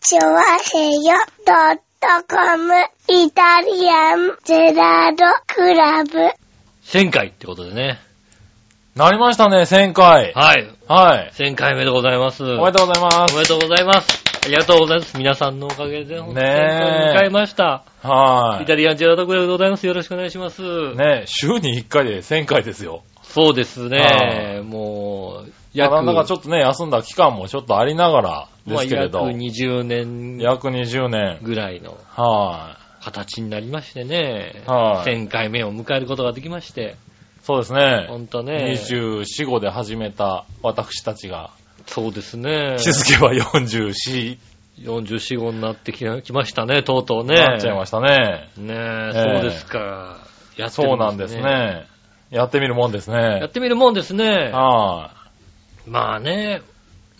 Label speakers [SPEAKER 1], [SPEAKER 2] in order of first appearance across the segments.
[SPEAKER 1] チョワヘヨドットコムイタリアンゼラードクラブ。
[SPEAKER 2] 1000回ってことでね。
[SPEAKER 3] なりましたね、1000回。
[SPEAKER 2] はい。
[SPEAKER 3] はい。
[SPEAKER 2] 1000回目でございます。
[SPEAKER 3] おめでとうございま
[SPEAKER 2] お
[SPEAKER 3] す。
[SPEAKER 2] めでとうございます。ありがとうございます。皆さんのおかげで、本当に
[SPEAKER 3] ねえ
[SPEAKER 2] 迎えました。
[SPEAKER 3] は
[SPEAKER 2] イタリアンジェラートクラブでございます。よろしくお願いします。
[SPEAKER 3] い。ね、週に1回で1000回ですよ。
[SPEAKER 2] そうですね
[SPEAKER 3] は。
[SPEAKER 2] もう、
[SPEAKER 3] や、
[SPEAKER 2] 約、
[SPEAKER 3] なんだかちょっとね、休んだ期間もちょっとありながらで
[SPEAKER 2] まあ
[SPEAKER 3] すけれ
[SPEAKER 2] 約
[SPEAKER 3] ど。
[SPEAKER 2] 20年
[SPEAKER 3] 約20年。
[SPEAKER 2] ぐらいの
[SPEAKER 3] は
[SPEAKER 2] 形になりましてね。
[SPEAKER 3] はい
[SPEAKER 2] 1000回目を迎えることができまして。
[SPEAKER 3] い。そうですね。
[SPEAKER 2] ほんとね。
[SPEAKER 3] 24、5で始めた私たちが、
[SPEAKER 2] そうですね。
[SPEAKER 3] 気づけば44、
[SPEAKER 2] 44、5になってきなきましたね、とうとうね。
[SPEAKER 3] なっちゃいましたね。
[SPEAKER 2] ねえ、
[SPEAKER 3] ええ
[SPEAKER 2] そうですか。やって
[SPEAKER 3] そ
[SPEAKER 2] る
[SPEAKER 3] うなんです
[SPEAKER 2] ね。
[SPEAKER 3] ね。やってみるもんです
[SPEAKER 2] やっ
[SPEAKER 3] ね。
[SPEAKER 2] てみるもんですね。
[SPEAKER 3] は
[SPEAKER 2] まあね、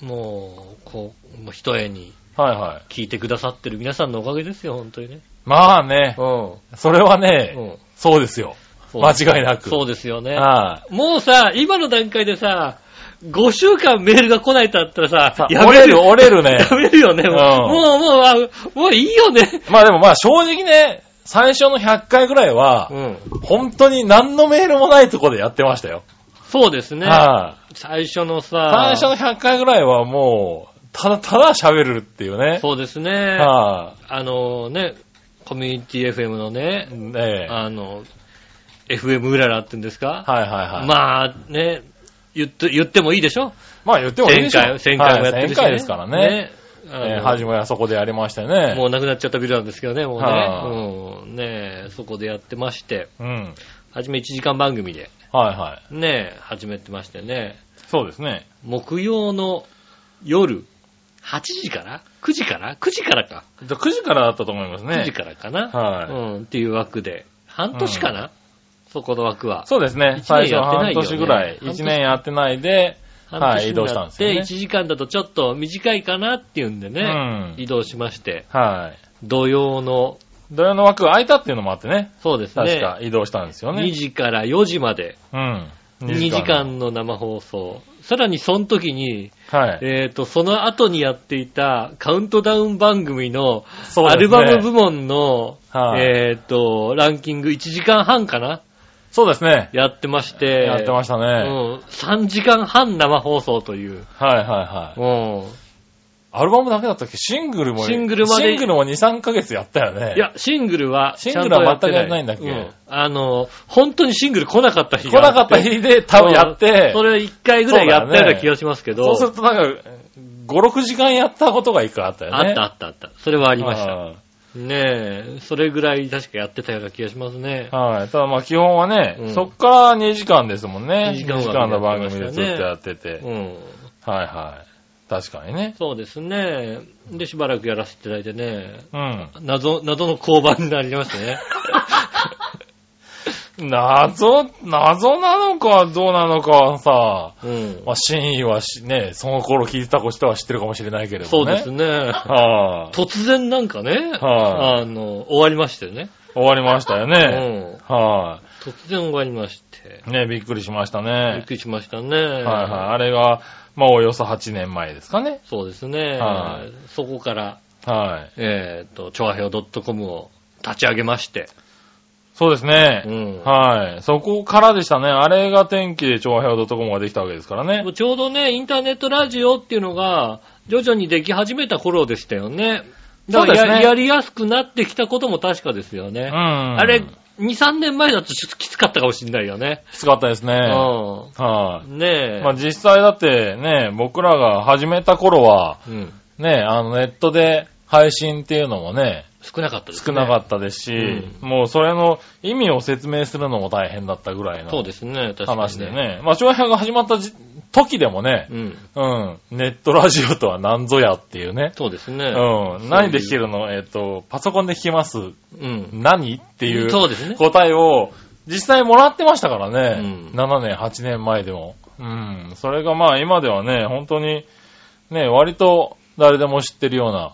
[SPEAKER 2] もう、こう、もう一重に
[SPEAKER 3] い。はいはい。
[SPEAKER 2] 聞いてくださってる皆さんのおかげですよ、本当にね。
[SPEAKER 3] まあね
[SPEAKER 2] う、ん。
[SPEAKER 3] それはね、
[SPEAKER 2] うん。
[SPEAKER 3] そうですよ。
[SPEAKER 2] そう
[SPEAKER 3] 間違いなく。
[SPEAKER 2] そうですよね。
[SPEAKER 3] はい。
[SPEAKER 2] もうさ、今の段階でさ、5週間メールが来ないとあったらさ、
[SPEAKER 3] さ
[SPEAKER 2] や
[SPEAKER 3] 折
[SPEAKER 2] め
[SPEAKER 3] れ
[SPEAKER 2] る
[SPEAKER 3] る、
[SPEAKER 2] よ。
[SPEAKER 3] 折れるね。
[SPEAKER 2] やめるよね、もう。もう、もうあ、もういいよね。
[SPEAKER 3] まあでもまあ正直ね、最初の100回ぐらいは、
[SPEAKER 2] うん。
[SPEAKER 3] 本当に何のメールもないとこでやってましたよ。
[SPEAKER 2] そうですね。
[SPEAKER 3] は
[SPEAKER 2] 最初の
[SPEAKER 3] い。
[SPEAKER 2] さ、
[SPEAKER 3] 最初の100回ぐらいはもう、ただただ喋るっていうね。
[SPEAKER 2] そうですね。
[SPEAKER 3] は
[SPEAKER 2] あのね、コミュニティ FM のね
[SPEAKER 3] い。、ねえ。はい
[SPEAKER 2] あの、FM うららって言うんですか、
[SPEAKER 3] はいはい。まあ、
[SPEAKER 2] まあね、言って、言ってもいいでしょ
[SPEAKER 3] 言ってもいいでしょ。
[SPEAKER 2] 回、1000回もやってるし、ね。
[SPEAKER 3] はい1000回ですからね。。
[SPEAKER 2] あの
[SPEAKER 3] えー初めはそこでやりましたよね。
[SPEAKER 2] もうなくなっちゃったビルなんですけどね、もう
[SPEAKER 3] はあ
[SPEAKER 2] ね。うん。ねそこでやってまして、
[SPEAKER 3] うん。
[SPEAKER 2] はじめ1時間番組で、
[SPEAKER 3] はいはい。
[SPEAKER 2] ね始めてましてね、
[SPEAKER 3] そうですね。
[SPEAKER 2] 木曜の夜、8時から ?9 時から ?9 時からか。
[SPEAKER 3] じゃあ9時からだったと思いますね。
[SPEAKER 2] 9時からかな。
[SPEAKER 3] はい
[SPEAKER 2] うん、っていう枠で。半年かな、そこの枠は。
[SPEAKER 3] そうですね。
[SPEAKER 2] 一年
[SPEAKER 3] 最初
[SPEAKER 2] や
[SPEAKER 3] の
[SPEAKER 2] ってな
[SPEAKER 3] 半
[SPEAKER 2] いよね
[SPEAKER 3] 年ぐらい。
[SPEAKER 2] 半年
[SPEAKER 3] 1年やってないで、
[SPEAKER 2] 半
[SPEAKER 3] はい、
[SPEAKER 2] 年
[SPEAKER 3] 移
[SPEAKER 2] にな
[SPEAKER 3] 動
[SPEAKER 2] っ
[SPEAKER 3] したんですよ
[SPEAKER 2] て、
[SPEAKER 3] ね
[SPEAKER 2] 1。時間だとちょっと短いかなっていうんでね、
[SPEAKER 3] うん
[SPEAKER 2] 移動しまして、
[SPEAKER 3] はい。
[SPEAKER 2] 土曜の、
[SPEAKER 3] 土曜の枠が空いたっていうのもあってね。
[SPEAKER 2] そうです
[SPEAKER 3] 確
[SPEAKER 2] ね、
[SPEAKER 3] か移動したんですよね。
[SPEAKER 2] 2時から4時まで、
[SPEAKER 3] うん。
[SPEAKER 2] 2時間の生放送、さらにその時に、
[SPEAKER 3] はい。
[SPEAKER 2] えっ、と、その後にやっていたカウントダウン番組の、
[SPEAKER 3] そうですね
[SPEAKER 2] アルバム部門の、
[SPEAKER 3] はい
[SPEAKER 2] えっ、と、ランキング1時間半かな
[SPEAKER 3] そうですね。
[SPEAKER 2] やってまして、
[SPEAKER 3] やってましたね。
[SPEAKER 2] う
[SPEAKER 3] はい
[SPEAKER 2] ん、3時間半生放送という、
[SPEAKER 3] はいは
[SPEAKER 2] う
[SPEAKER 3] い。
[SPEAKER 2] ん、
[SPEAKER 3] アルバムだけだったっけシングルも、
[SPEAKER 2] シングルまで
[SPEAKER 3] シングルも2、3ヶ月やったよね。
[SPEAKER 2] い、や、シングルは、
[SPEAKER 3] シングルは全くやってないんだっけ
[SPEAKER 2] うあの、本当にシングル来なかった日
[SPEAKER 3] 来
[SPEAKER 2] があ
[SPEAKER 3] なかった日で
[SPEAKER 2] て
[SPEAKER 3] 多分やって、
[SPEAKER 2] それ1回ぐらいやったような気がしますけど、
[SPEAKER 3] そうするとなんか、5、6時間やったことが一回あったよ
[SPEAKER 2] あ
[SPEAKER 3] ね。
[SPEAKER 2] ったあったあった。それはあ
[SPEAKER 3] あ
[SPEAKER 2] りました。ねえ、それぐらい確かやってたような気がしますね。
[SPEAKER 3] はい。ただまあ基本はね、
[SPEAKER 2] うん
[SPEAKER 3] そっから2時間ですもんね。
[SPEAKER 2] 2時間は
[SPEAKER 3] の番組でずっとやってて。
[SPEAKER 2] うん。
[SPEAKER 3] はいはい。確かにね。
[SPEAKER 2] そうですね。で、しばらくやらせていただいてね、
[SPEAKER 3] うん。
[SPEAKER 2] 謎、謎の交番になりました ね。
[SPEAKER 3] 謎、謎なのかどうなのかはさ、
[SPEAKER 2] うん
[SPEAKER 3] ま。あ、真意はしね、その頃聞いてた人は知ってるかもしれないけれど
[SPEAKER 2] そ
[SPEAKER 3] も
[SPEAKER 2] う
[SPEAKER 3] ね。
[SPEAKER 2] です
[SPEAKER 3] ね。
[SPEAKER 2] ね。
[SPEAKER 3] はあ、
[SPEAKER 2] 突然なんかね、
[SPEAKER 3] は
[SPEAKER 2] あの、終わりましてね。
[SPEAKER 3] 終わりましたよ
[SPEAKER 2] う
[SPEAKER 3] ね。
[SPEAKER 2] ん。
[SPEAKER 3] は
[SPEAKER 2] 突然終わりまして
[SPEAKER 3] い、。ね、びっくりしました
[SPEAKER 2] びっ
[SPEAKER 3] ね。
[SPEAKER 2] くりしましたね。
[SPEAKER 3] はいはい。あれが、まあ、およそ8年前ですかね。
[SPEAKER 2] そうですね。
[SPEAKER 3] は
[SPEAKER 2] そこから、
[SPEAKER 3] はい。
[SPEAKER 2] えっ、と、チョアヘオ .com を立ち上げまして。
[SPEAKER 3] そうですね。
[SPEAKER 2] うん
[SPEAKER 3] はい。そこからでしたね。あれが天気で調和表 .com ができたわけですからね。
[SPEAKER 2] ちょうどね、インターネットラジオっていうのが、徐々にでき始めた頃でしたよね。だから
[SPEAKER 3] そうです
[SPEAKER 2] や
[SPEAKER 3] ね
[SPEAKER 2] やりやすくなってきたことも確かですよね。
[SPEAKER 3] うん。
[SPEAKER 2] あ
[SPEAKER 3] あ
[SPEAKER 2] れ
[SPEAKER 3] き、
[SPEAKER 2] 2、3年前だとちょっときつかったかもしれないよね。
[SPEAKER 3] つかったですね。はい、
[SPEAKER 2] うん。ねえ。
[SPEAKER 3] まあ実際だってね、僕らが始めた頃は、
[SPEAKER 2] うん。
[SPEAKER 3] ね、あのネットで配信っていうのもね、
[SPEAKER 2] 少なかったですね。
[SPEAKER 3] 少なかったですし、
[SPEAKER 2] う
[SPEAKER 3] もうそれの意味を説明するのも大変だったぐらい
[SPEAKER 2] そう
[SPEAKER 3] の
[SPEAKER 2] ですね、確かに、
[SPEAKER 3] 話で。ね。まあ、長編が始まったじ時でもね、
[SPEAKER 2] うん。
[SPEAKER 3] うん、ネットラジオとは何ぞやっていうね。
[SPEAKER 2] そうですね。
[SPEAKER 3] うん、何で聞けるのえっ、と、パソコンで聞きます。
[SPEAKER 2] うん。
[SPEAKER 3] 何っていう
[SPEAKER 2] そうですね。
[SPEAKER 3] 答えを実際もらってましたからね。
[SPEAKER 2] うん
[SPEAKER 3] 7年、8年前でも。うん。それがまあ今ではね、本当に、ね、割と誰でも知ってるような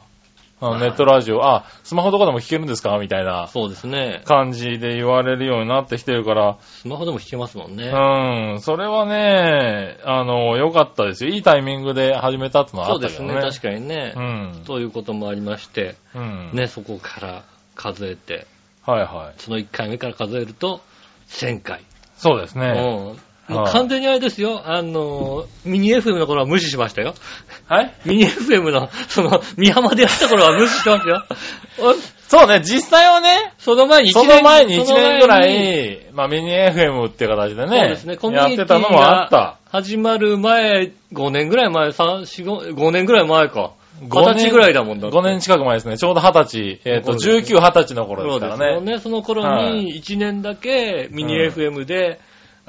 [SPEAKER 3] あ のネットラジオ、あ、スマホとかでも聞けるんですかみたいな
[SPEAKER 2] そうですね。
[SPEAKER 3] 感じで言われるようになってきてるから、
[SPEAKER 2] スマホでも弾けますもんね。
[SPEAKER 3] うん、それはね、あの、良かったですよ。いいタイミングで始めたってのは
[SPEAKER 2] そ
[SPEAKER 3] あ
[SPEAKER 2] う
[SPEAKER 3] っ
[SPEAKER 2] で
[SPEAKER 3] た
[SPEAKER 2] す
[SPEAKER 3] けど
[SPEAKER 2] ね。
[SPEAKER 3] ね。
[SPEAKER 2] 確かにね。
[SPEAKER 3] うん。
[SPEAKER 2] ということもありまして、
[SPEAKER 3] うん。。
[SPEAKER 2] ね、そこから数えて、
[SPEAKER 3] はいはい。
[SPEAKER 2] その1回目から数えると、1000回。
[SPEAKER 3] そうです
[SPEAKER 2] うん
[SPEAKER 3] ね。。
[SPEAKER 2] もう
[SPEAKER 3] はい
[SPEAKER 2] 完全にあれですよ、あの、ミニ FM の頃は無視しましたよ。
[SPEAKER 3] はい
[SPEAKER 2] ミニ FM の、その、宮浜でやった頃は無視してますよ。お
[SPEAKER 3] そうね、実際はね、
[SPEAKER 2] その前に1
[SPEAKER 3] そ
[SPEAKER 2] 年
[SPEAKER 3] の前に1
[SPEAKER 2] その前
[SPEAKER 3] 年ぐらい、まあミニ FM って形
[SPEAKER 2] そ
[SPEAKER 3] で
[SPEAKER 2] うで
[SPEAKER 3] ね
[SPEAKER 2] すね、コ、ミ
[SPEAKER 3] や
[SPEAKER 2] ュ
[SPEAKER 3] っ
[SPEAKER 2] ニテ
[SPEAKER 3] て
[SPEAKER 2] ィ
[SPEAKER 3] たのもあった
[SPEAKER 2] が。始まる前、5年ぐらい前、3、4、5年ぐらい前か。
[SPEAKER 3] 五
[SPEAKER 2] 20
[SPEAKER 3] 年
[SPEAKER 2] 歳ぐらいだもんだって。
[SPEAKER 3] 5年近く前ですね。ちょうど20歳、えっ、と、
[SPEAKER 2] そうです
[SPEAKER 3] 19、20歳の頃で
[SPEAKER 2] そう
[SPEAKER 3] すか
[SPEAKER 2] です
[SPEAKER 3] ら
[SPEAKER 2] よ
[SPEAKER 3] ね。
[SPEAKER 2] ね。その頃に1年だけミニ
[SPEAKER 3] うん
[SPEAKER 2] FM で、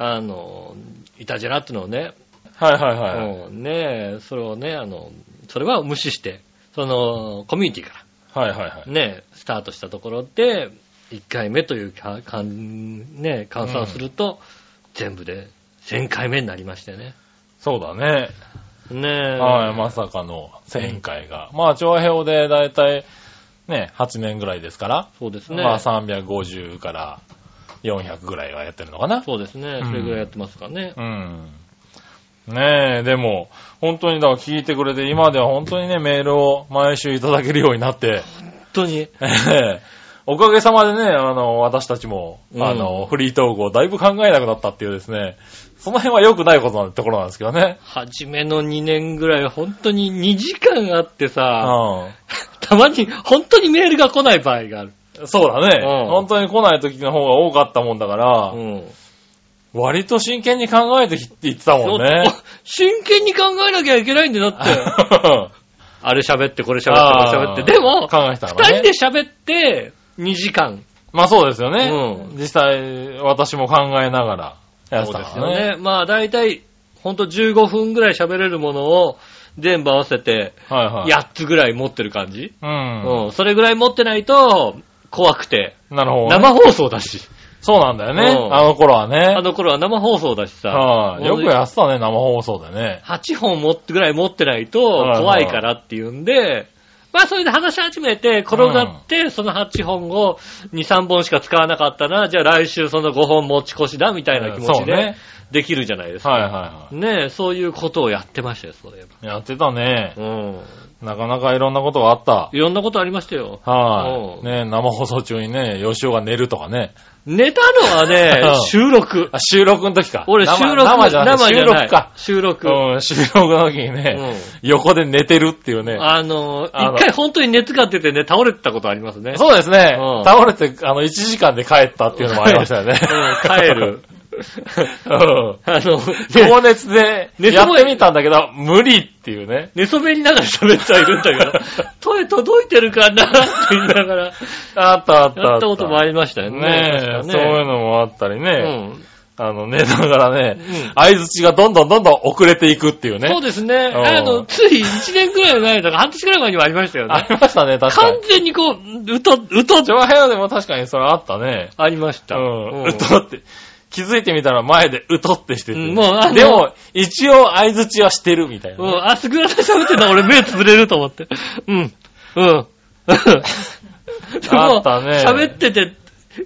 [SPEAKER 2] あの、いたじゃらってのをね、
[SPEAKER 3] はいはいはい。
[SPEAKER 2] うんねそれをね、あの、それは無視して、その、コミュニティか
[SPEAKER 3] はいはいはい
[SPEAKER 2] ら。ね、スタートしたところで、1回目というか、かんね、換算すると、全部で1000回目になりましてね。
[SPEAKER 3] そうだね。
[SPEAKER 2] ね
[SPEAKER 3] はい、まさかの1000回が。まあ、調和表でだいたいね、8年ぐらいですから、
[SPEAKER 2] そうですね。
[SPEAKER 3] まあ350から400ぐらいはやってるのかな。
[SPEAKER 2] そうですね。
[SPEAKER 3] うん
[SPEAKER 2] それぐらいやってますかね。
[SPEAKER 3] うん。ねえ、でも、本当にだから聞いてくれて、今では本当にね、メールを毎週いただけるようになって、
[SPEAKER 2] 本当に。
[SPEAKER 3] ええおかげさまでね、あの、私たちも、
[SPEAKER 2] うん
[SPEAKER 3] あの、フリートークをだいぶ考えなくなったっていうですね、その辺は良くないことなんところなんですけどね。
[SPEAKER 2] 初めの2年ぐらい、本当に2時間あって
[SPEAKER 3] う
[SPEAKER 2] さ、
[SPEAKER 3] ん。
[SPEAKER 2] たまに本当にメールが来ない場合がある。
[SPEAKER 3] そうだね。
[SPEAKER 2] うん
[SPEAKER 3] 本当に来ない時の方が多かったもんだから、
[SPEAKER 2] うん。
[SPEAKER 3] 割と真剣に考えてき言ってたもんね。
[SPEAKER 2] 真剣に考えなきゃいけないんだよ、だって。 あれ喋って、これ喋って、これ喋って。で
[SPEAKER 3] あ
[SPEAKER 2] も
[SPEAKER 3] ー、考えてたのね。
[SPEAKER 2] 2人で喋って、2時間。
[SPEAKER 3] まあそうですよね。
[SPEAKER 2] う
[SPEAKER 3] 実際、私も考えながらやっ
[SPEAKER 2] そ
[SPEAKER 3] て
[SPEAKER 2] う
[SPEAKER 3] た
[SPEAKER 2] で
[SPEAKER 3] か
[SPEAKER 2] す
[SPEAKER 3] ら
[SPEAKER 2] よね。
[SPEAKER 3] ね。
[SPEAKER 2] まあ大体、ほんと15分ぐらい喋れるものを、全部合わせて、
[SPEAKER 3] はいはい。
[SPEAKER 2] 8つぐらい持ってる感じ。
[SPEAKER 3] うん。
[SPEAKER 2] うん。それぐらい持ってないと、怖くて。
[SPEAKER 3] なるほどね。
[SPEAKER 2] 生放送だし。
[SPEAKER 3] そうなんだよね
[SPEAKER 2] う。ん
[SPEAKER 3] あの頃はね
[SPEAKER 2] あ。の頃は生放送だしさ。
[SPEAKER 3] はい。よくやってたね、生放送でね。
[SPEAKER 2] 8本持ってぐらい持ってないと
[SPEAKER 3] はいはい
[SPEAKER 2] 怖いからっていうんで、まあそれで話し始めて転がってその8本を2、3本しか使わなかったな、じゃあ来週その5本持ち越しだみたいな気持
[SPEAKER 3] そ
[SPEAKER 2] ち
[SPEAKER 3] う
[SPEAKER 2] で
[SPEAKER 3] ね
[SPEAKER 2] できるじゃないですか。
[SPEAKER 3] はいはいは
[SPEAKER 2] ねえ、そういうことをやってましたよ、そういえば。
[SPEAKER 3] い。やってたね。
[SPEAKER 2] うん。
[SPEAKER 3] なかなかいろんなことがあった。
[SPEAKER 2] いろんなことありましたよ。
[SPEAKER 3] は
[SPEAKER 2] う
[SPEAKER 3] い。
[SPEAKER 2] ん
[SPEAKER 3] ね生放送中にね、吉尾が寝るとかね。
[SPEAKER 2] 寝たのはね
[SPEAKER 3] う、ん
[SPEAKER 2] 収録。
[SPEAKER 3] あ、収録の時か。
[SPEAKER 2] 俺収
[SPEAKER 3] 生
[SPEAKER 2] 録。
[SPEAKER 3] 生じゃなくて
[SPEAKER 2] 生じ
[SPEAKER 3] 収
[SPEAKER 2] ゃない
[SPEAKER 3] 録か。
[SPEAKER 2] 収録。
[SPEAKER 3] うん、収録の時にね、横で寝てるっていうね。
[SPEAKER 2] あの、
[SPEAKER 3] あの
[SPEAKER 2] 一回本当に熱が出てね、倒れてたことありますね。
[SPEAKER 3] そうですね。
[SPEAKER 2] うん
[SPEAKER 3] 倒れて、あの、1時間で帰ったっていうのもありましたよね。
[SPEAKER 2] うん帰る。
[SPEAKER 3] うん。
[SPEAKER 2] あの、
[SPEAKER 3] 高熱で、
[SPEAKER 2] 熱
[SPEAKER 3] やっ
[SPEAKER 2] も
[SPEAKER 3] てみたんだけど、無理っていうね。
[SPEAKER 2] 寝そべりながら喋ってはいるんだけど、声届いてるかなって言いながら、や
[SPEAKER 3] あったあったあ
[SPEAKER 2] ったこともありましたよね。
[SPEAKER 3] ねえ、そういうのもあったり
[SPEAKER 2] う
[SPEAKER 3] ね。
[SPEAKER 2] ん。
[SPEAKER 3] あの、寝ながらね
[SPEAKER 2] うん、
[SPEAKER 3] 相づちがどんどんどんどん遅れていくっていうね。
[SPEAKER 2] そうですね。
[SPEAKER 3] ん
[SPEAKER 2] あの、つい1年くらい前、だから半年くらい前にもありましたよ
[SPEAKER 3] あ
[SPEAKER 2] ね。
[SPEAKER 3] りましたね、確か
[SPEAKER 2] 完
[SPEAKER 3] に。
[SPEAKER 2] 全にこう、うと、うと、
[SPEAKER 3] 上辺でも確かにそれあったね。
[SPEAKER 2] ありました。
[SPEAKER 3] う
[SPEAKER 2] ん
[SPEAKER 3] ん。うとって。気づいてみたら前でうとってしてて。
[SPEAKER 2] うんもうあの
[SPEAKER 3] でも、一応相づちはしてるみたいな
[SPEAKER 2] う
[SPEAKER 3] ね。
[SPEAKER 2] ん、あ、すぐらさん喋ってんだ、俺目つぶれると思って。うん、うん。でも
[SPEAKER 3] あったね
[SPEAKER 2] 喋ってて、